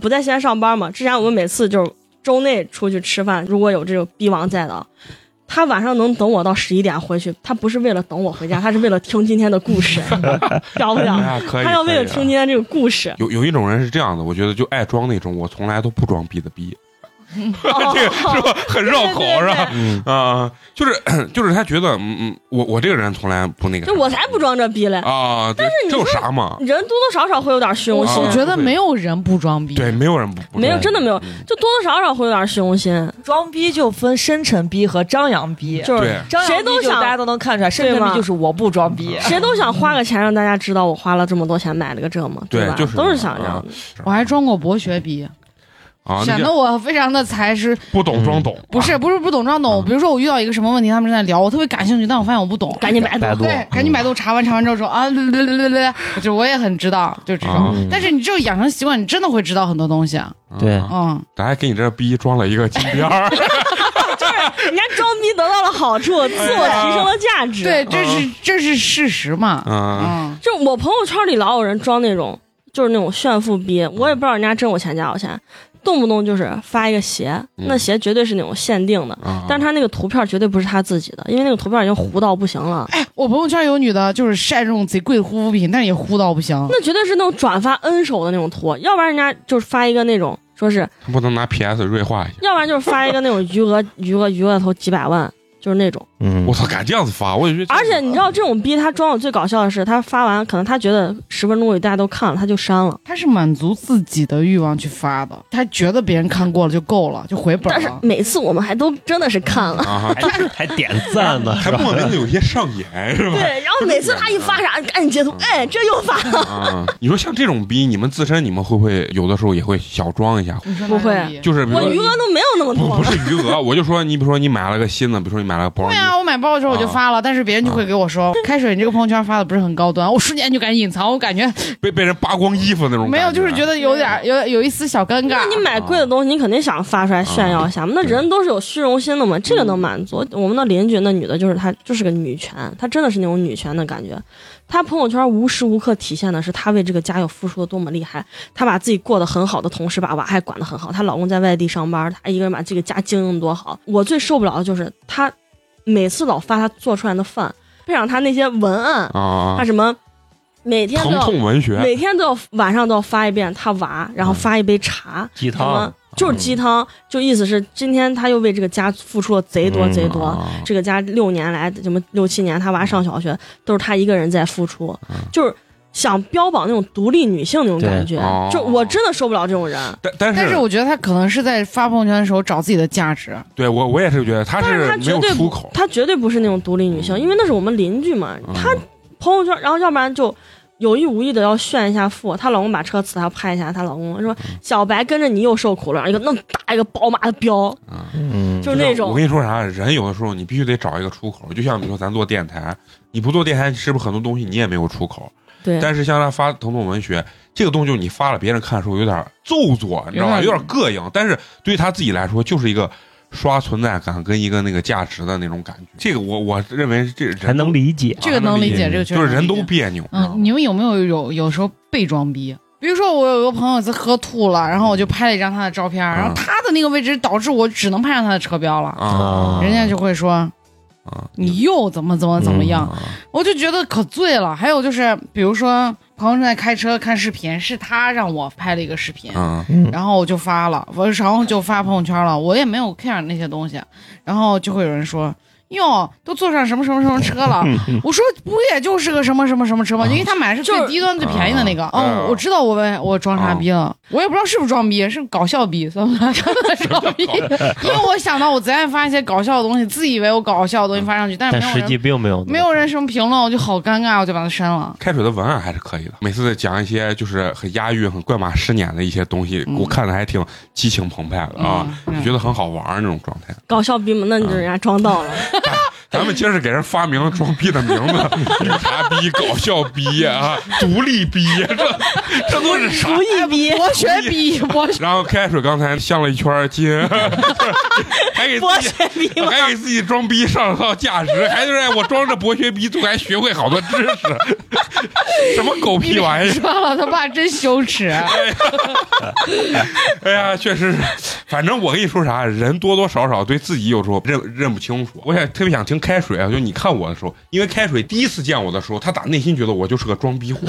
S5: 不在西安上班嘛，之前我们每次就是周内出去吃饭，如果有这种逼王在的。他晚上能等我到十一点回去，他不是为了等我回家，他是为了听今天的
S3: *laughs*
S5: 故事，屌不屌
S3: 哎？呀，可以，
S5: 他要为
S3: 可
S5: 了
S3: 以啊
S5: 听今天这个故
S3: *laughs* 。
S5: 事
S3: 有有一种人是这样的，我觉得就爱装那种我从来都不装逼的逼，
S5: 哦
S3: 这个是吧？很绕口
S5: 对对
S3: 是
S5: 对
S3: 吧？
S6: 嗯
S3: 啊，就是就是 *coughs* 他觉得，嗯嗯，我我这个人从来不那个啥，
S5: 哦就我才不装这逼嘞，
S3: 啊，但是这有啥嘛？
S5: 人多多少少会有点虚荣
S1: 我
S5: 心，
S3: 啊
S1: 是觉得没有人不装逼，
S3: 对，没有人不不
S5: 没有
S3: 装
S5: 真的没有，
S3: 嗯
S5: 就多多少少会有点虚荣心，
S7: 装逼就分深沉逼和张扬逼，
S5: 就是
S3: 对
S7: 张扬
S5: 谁都
S7: 逼就
S5: 想
S7: 大家都能看出来，深
S5: 对
S7: 沉
S5: 吗
S7: 逼就是我不装逼。
S5: 谁都想花个钱让大家知道我花了这么多钱买了个这嘛，
S3: 对
S5: 吧？
S3: 就是啊
S5: 都是
S3: 这样
S5: 想这样的。
S1: 我还装过博学逼，
S3: 啊，
S1: 显
S3: 你
S1: 得
S3: 这
S1: 我非常的才识，
S3: 不懂装懂，
S5: 嗯
S3: 啊
S1: 不是不是不懂装懂。比如说我遇到一个什么问题，他们正在聊，我特别感兴趣，但我发现我不懂，
S5: 赶紧百
S6: 百
S5: 度，
S6: 度
S1: 对，赶紧百度查完，查完之后说啊，略略略略略，就我也很知道，就这
S3: 啊
S1: 种。但是你这个养成习惯，你真的会知道很多东西。
S3: 啊
S6: 对
S1: 嗯，
S3: 咱还给你这逼装了一个金边
S5: *laughs*
S3: 儿，
S5: 人家装逼得到了好处，自我提升了价值。
S1: 对，，这是这是事实嘛。
S3: 啊，
S1: 嗯，
S5: 就我朋友圈里老有人装那种，就是那种炫富逼，我也不知道人家真有钱假有钱，动不动就是发一个鞋，
S3: 嗯
S5: 那鞋绝对是那种限定的，
S3: 啊
S5: 但是他那个图片绝对不是他自己的，因为那个图片已经糊到不行了，
S1: 哎，我朋友圈有女的，就是晒这种贼贵的护肤品，但是也糊到不行。
S5: 那绝对是那种转发 N 手的那种图，要不然人家就是发一个那种，说是，
S3: 他不能拿 PS 锐化一下。
S5: 要不然就是发一个那种余额余额余额头几百万，就是那种。
S6: 嗯
S3: 我，操，敢这样子发，我也觉得这
S5: 而且你知道这啊种逼他装的最搞笑的是，他发完可能他觉得十分钟里大家都看了，他就删了。
S1: 她是满足自己的欲望去发的，她觉得别人看过了就够了，就回本
S5: 但是啊
S1: 了。
S5: 每次我们还都真的是看了，
S3: 啊，
S6: 还还点赞呢，
S3: 还
S6: 是吧？
S3: 莫名的有些上瘾是吧？
S5: *laughs* 对，然后每次他一发啥，赶紧截图，哎，这又发了。
S3: 啊，你说像这种逼，你们自身你们会不会有的时候也会小装一下？
S1: 你说
S5: 不
S1: 哪有
S5: 会
S1: 理
S3: 就是比如
S5: 我
S3: 说
S5: 余额都没有那么
S3: 不
S5: 多
S3: 不是余
S5: *laughs*
S3: 额，我就说你比如说你买了个新的，比如说你买了个包，
S1: 对呀、
S5: 啊
S3: 你
S1: 我买包的时候我就发了，但是别人就会给我说：“开水，你这个朋友圈发的不是很高端。”我瞬间就敢隐藏，我感觉
S3: 被被人扒光衣服那种感，
S1: 没有，就是觉啊得有点有有一丝小尴尬
S5: 那。你买贵的东西，你肯定想发出来炫耀一下嘛。那人都是有虚荣心的嘛，这个能满足。我们的邻居那女的，就是她，就是个女权，她真的是那种女权的感觉。她朋友圈无时无刻体现的是她为这个家有付出的多么厉害，她把自己过得很好的同时，把娃还管得很好。她老公在外地上班，她一个人把这个家经营得多好。我最受不了的就是她每次老发她做出来的饭，配上她那些文案，
S3: 啊
S5: 她，什么每天都
S3: 疼
S5: 要
S3: 痛文学
S5: 每天都要晚上都要发一遍他娃，然后发一杯茶，
S6: 鸡
S5: 什么
S6: 汤，
S5: 就是鸡汤，就意思是今天他又为这个家付出了贼多
S6: 嗯
S5: 贼多。
S3: 啊
S5: 这个家六年来，什么六七年，他娃上小学都是他一个人在付出，就是想标榜那种独立女性那种
S6: 对
S5: 感觉
S3: 哦。
S5: 就我真的受不了这种人，
S3: 但但
S1: 但是我觉得他可能是在发朋友圈的时候找自己的价值，
S3: 对我我也是觉得他
S5: 但是他
S3: 没
S5: 绝
S3: 有
S5: 对
S3: 出
S5: 不
S3: 口，
S5: 他绝对不是那种独立女性，因为那是我们邻居嘛。他
S3: 嗯
S5: 朋友圈，然后要不然就有意无意的要炫一下富。她老公把车辞，她要拍一下她老公，说
S3: 嗯
S5: 小白跟着你又受苦了，然后一个那么大一个宝马的标，
S6: 嗯，
S5: 就是那
S3: 我
S5: 种
S3: 跟你说啥，人有的时候你必须得找一个出口，就像比如说咱做电台，你不做电台，是不是很多东西你也没有出口？
S5: 对。
S3: 但是像他发疼痛文学这个东西，就是你发了别人看的时候有点揍作，你知道吧？有
S1: 有点
S3: 点膈应，但是对于他自己来说，就是一个刷存在感跟一个那个价值的那种感觉。这个我我认为这人
S6: 还能理解
S3: 啊，
S1: 这个能理解，这个确实
S3: 就是人
S1: 能理
S3: 都
S1: 解
S3: 别扭。
S1: 嗯，你们有没有有有时候被装逼？比如说，我有个朋友在喝吐了，然后我就拍了一张他的照片，啊然后他的那个位置导致我只能拍上他的车标了，
S3: 啊
S6: 啊
S1: 人家就会说
S3: 啊！
S1: 你又怎么怎么怎么样，
S3: 啊
S1: 我就觉得可醉了。还有就是，比如说朋友正在开车看视频，是他让我拍了一个视频，
S3: 啊
S6: 嗯
S1: 然后我就发了，我然后就发朋友圈了，我也没有 care 那些东西，然后就会有人说哟，都坐上什么什么什么车了？我说不也就是个什么什么什么车吗？因为他买的是最低端、最便宜的那个。
S3: 嗯
S1: 哦，我知道我问我装啥逼了，我也不知道是不是装逼，是搞笑逼算不算装逼？因为我想到我昨天发一些搞笑的东西，自以为我搞笑的东西发上去，但是
S6: 但
S1: 没有
S6: 实
S1: 人
S6: 际并没有
S1: 没有人什么评论，我就好尴尬，我就把它删了。
S3: 开水的文案还是可以的，每次讲一些就是很押韵、很怪马诗年的一些东西，
S1: 嗯
S3: 我看的还挺激情澎湃的啊，
S1: 嗯
S3: 就觉得很好玩儿那种状态。
S5: 搞笑逼嘛，那你就人家装到了。
S3: 嗯咱们接着给人发明装逼的名字，绿茶逼、搞笑逼啊、独立逼，这这都是啥？
S5: 意逼，
S1: 博学逼， *laughs* 博学
S3: 然后开水刚才相了一圈金， *laughs* 还给
S5: 博
S3: 自己
S5: 学逼嘛，
S3: 还给自己装逼上了套价值，还就是哎我装着博学逼，最后还学会好多知识， *laughs* 什么狗屁玩意儿！
S1: 算了，他爸真羞 *laughs* 耻。
S3: *laughs* 哎呀，确实是，反正我跟你说啥，人多多少少对自己有时候认认不清楚。我也特别想听开水啊，就你看我的时候，因为开水第一次见我的时候，他打内心觉得我就是个装逼货。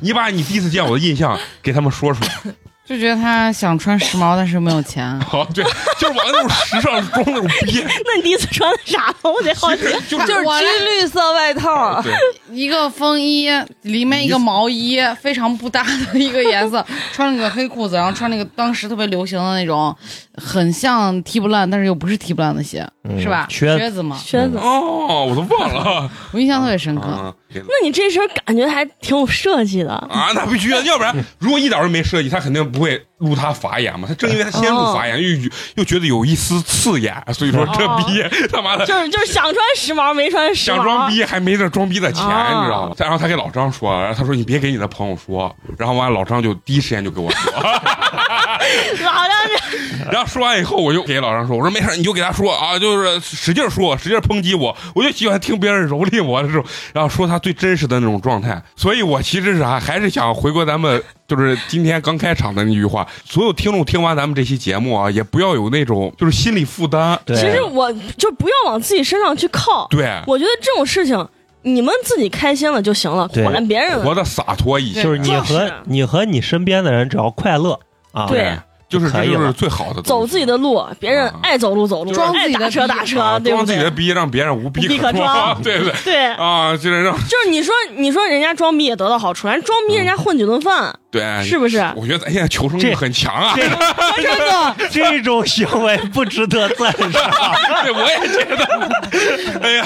S3: 你把你第一次见我的印象给他们说出来，
S1: 就觉得他想穿时髦，但是又没有 *laughs* 钱。
S3: 好，对，就是我那种时尚装那种逼，
S5: *laughs* 那你第一次穿的啥呢？我得好奇。
S3: 就是
S7: 就是
S1: 我来
S7: 军绿色外套，
S3: 对，
S1: 一个风衣，里面一个毛衣，非常不搭的一个颜色， *laughs* 穿了个黑裤子，然后穿那个当时特别流行的那种，很像踢不烂，但是又不是踢不烂的鞋，
S6: 嗯
S1: 是吧？
S6: 靴
S1: 靴子嘛，
S5: 靴子，
S3: 哦，我都忘了
S1: 我印象特别深刻。
S3: 啊。给
S5: 那你这身感觉还挺有设计的。
S3: 啊，那必须的，要不然如果一点都没设计，他肯定不会入他法眼嘛。他正因为他先入法眼，又又觉得有一丝刺眼，所以说这逼、他妈的
S5: 就是就是想穿时髦没穿时髦，
S3: 想装逼还没这装逼的钱，
S5: 哦
S6: 啊
S3: 你知道吗？再然后他给老张说，然后他说你别给你的朋友说，然后完了老张就第一时间就给我
S6: *laughs*
S3: 说，
S5: *laughs* 老让人
S3: 然后说完以后我就给老张说，我说没事，你就给他说啊，就是使劲说，使劲抨击我，我就喜欢听别人蹂躏我的时候，然后说他最真实的那种状态。所以我其实是啥，还是想回归咱们就是今天刚开场的那句话，所有听众听完咱们这期节目啊，也不要有那种就是心理负担。
S6: 对，
S5: 其实我就不要往自己身上去靠。
S3: 对，
S5: 我觉得这种事情，你们自己开心了就行了，
S6: 对
S5: 管别人了。
S3: 活得洒脱一些，
S6: 就是你
S5: 壮实
S6: 和你和你身边的人只要快乐啊，
S5: 对
S3: 就是
S6: 可
S3: 这
S6: 以
S3: 就是
S6: 了
S3: 最好的东西
S5: 走自己的路，别人爱走路走路，
S1: 装
S5: 爱
S1: 自己的
S5: 打车打车
S3: 啊，
S5: 对不
S3: 装自己的
S5: 对？
S3: 逼，让别人无逼
S5: 无逼可
S3: 装 *laughs*
S5: 装，
S3: 对对
S5: 对，
S3: 啊，就是让
S5: 就是你说你说人家装逼也得到好处，人家装逼人家混几顿饭，
S3: 对，
S5: 是不是？
S3: 我觉得咱现在求生欲
S6: 这
S3: 很强啊，
S6: 这真的这种行为不值得赞赏。
S3: 对，我也觉得，哎呀，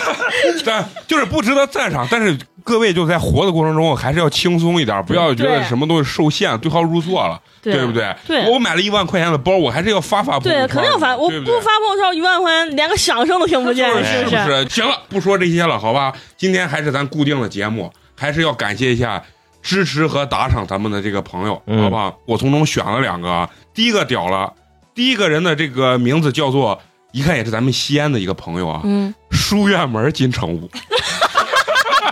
S3: 但就是不值得赞赏。但是各位就在活的过程中，还是要轻松一点，不要觉得
S5: 对
S3: 什么东西受限，对号入座了，对不？对？
S5: 对
S3: 我买了一万块钱的包，我还是要发发朋友
S5: 对，
S3: 圈
S5: 肯定烦，我
S3: 对不
S5: 不
S3: 对
S5: 发朋友圈一万块钱，连个响声都听不见，
S3: 是哎
S5: 不
S3: 不？是？行了，不说这些了，好吧？今天还是咱固定的节目，还是要感谢一下支持和打赏咱们的这个朋友，
S6: 嗯
S3: 好不好？我从中选了两个，啊，第一个屌了，第一个人的这个名字叫做，一看也是咱们西安的一个朋友啊，
S5: 嗯，
S3: 书院门金城武，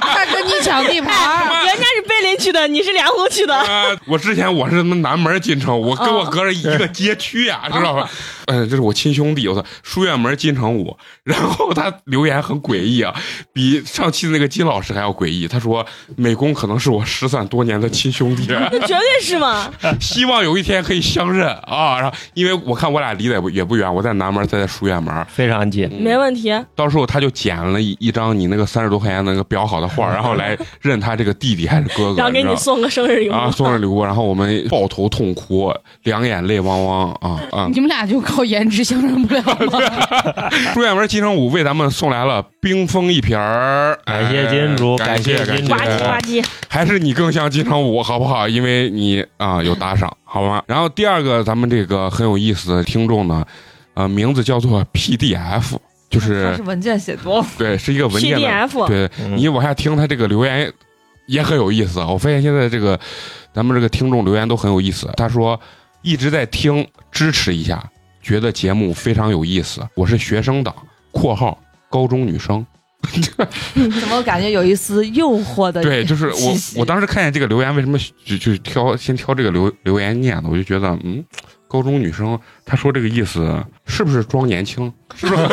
S1: 他跟你抢地盘儿，
S5: 人家是碑林区的，你是莲湖区的，
S3: 啊， *laughs* 我之前我是他妈南门进城，我跟我隔着一个街区呀、
S5: 哦
S3: 知道吧？嗯、这是我亲兄弟，我操，书院门进城五。 *laughs* 然后他留言很诡异啊，比上期的那个金老师还要诡异。他说：“美工可能是我失散多年的亲兄弟，啊
S5: *laughs* 那绝对是嘛。
S3: 希望有一天可以相认啊。”然后因为我看我俩离得也不也不远，我在南门，他在书院门，
S6: *laughs* 非常近，
S3: 嗯
S5: 没问题，
S3: 到时候他就剪了一一张你那个三十多块钱的那个裱好的
S5: *laughs*
S3: 画，然后来认他这个弟弟还是哥哥，
S5: 然后给
S3: 知道吧
S5: 你送个生日礼物。
S3: *laughs* 啊，送上礼物，然后我们抱头痛哭，两眼泪汪汪啊
S6: *laughs*
S3: 啊！
S1: *laughs* 你们俩就靠颜值相认不了吗？
S3: 朱远文金城武为咱们送来了冰封一瓶儿，哎
S6: 感谢金主
S3: 感谢
S6: 感谢金主
S5: 呱
S3: 感
S5: 唧
S3: 谢
S5: 呱唧，
S3: 还是你更像金城武好不好？因为你啊有打赏，好吗？然后第二个咱们这个很有意思的听众呢，呃，名字叫做 PDF，
S7: 他
S3: 就
S4: 啊
S3: 是
S7: 是文件写多了，
S5: *laughs*
S3: 对，是一个文件的
S5: PDF
S3: 对，
S6: 嗯
S3: 你往下听他这个留言也很有意思啊。我发现现在这个咱们这个听众留言都很有意思。他说一直在听，支持一下，觉得节目非常有意思。我是学生党（括号高中女生
S7: 怎么感觉有一丝诱惑）。的？
S3: 对，就是我
S7: 气息
S3: 我当时看见这个留言，为什么就就挑先挑这个留留言念呢？我就觉得嗯。高中女生，她说这个意思
S5: *laughs*
S3: *laughs* 是不是装年轻？是不是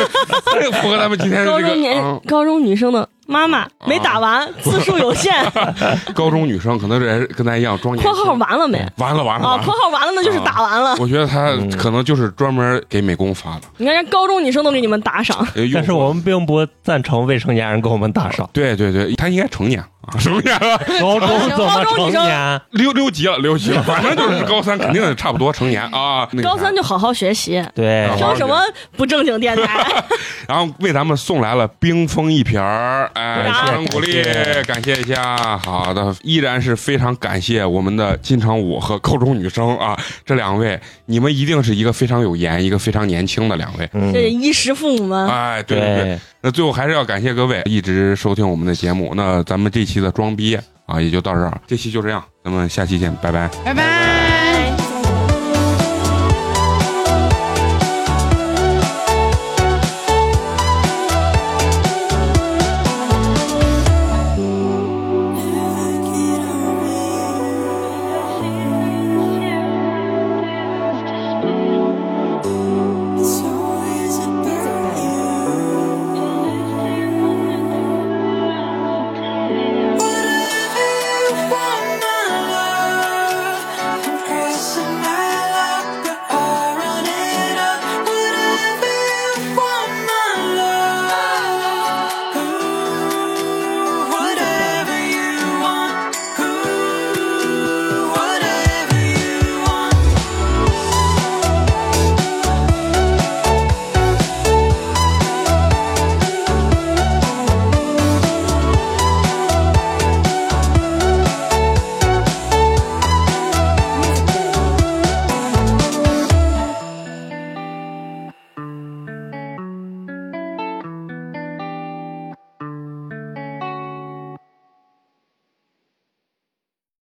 S3: 这个符合咱们今天的
S5: 高
S3: 这个？啊
S5: 中年
S3: 嗯
S5: 高中女生的妈妈没打
S3: *laughs*
S5: 完，字数有限。
S3: 啊高中女生可能也是跟咱一样装年
S5: 括
S3: 轻。嗯
S5: 号完了没？啊，
S3: 完了完了完
S5: 括
S3: 了！
S5: 号完了那就是打完了。
S3: *laughs* 我觉得他可能就是专门给美工发 *laughs* 的。
S5: 你看人家高中女生都给你们打赏，
S3: 哎。
S6: 但是我们并不赞成未成年人给我们打赏
S3: *laughs* 对对对，他应该成年啊，成年了，
S6: 高中怎么成年？
S3: *laughs*
S6: 啊
S3: 六六级了， *laughs* 六级啊了，反正就是高三肯定差不多成年 *laughs* 啊。那个啥
S5: 高三就好好学习，
S6: 对，
S3: 好好
S5: 听什么不正经
S3: *laughs*
S5: 电台？
S3: 然后为咱们送来了冰封一瓶儿，哎，
S5: 感谢
S3: 掌声鼓励，感谢一下。好的，依然是非常感谢我们的金城武和高中女生啊，这两位，你们一定是一个非常有颜，一个非常年轻的两位。
S6: 嗯，
S5: 这衣食父母们，
S3: 哎，对对对，
S6: 对，
S3: 那最后还是要感谢各位一直收听我们的节目。那咱们这期的装逼啊，也就到这儿，这期就这样，咱们下期见，拜拜。
S1: 拜拜。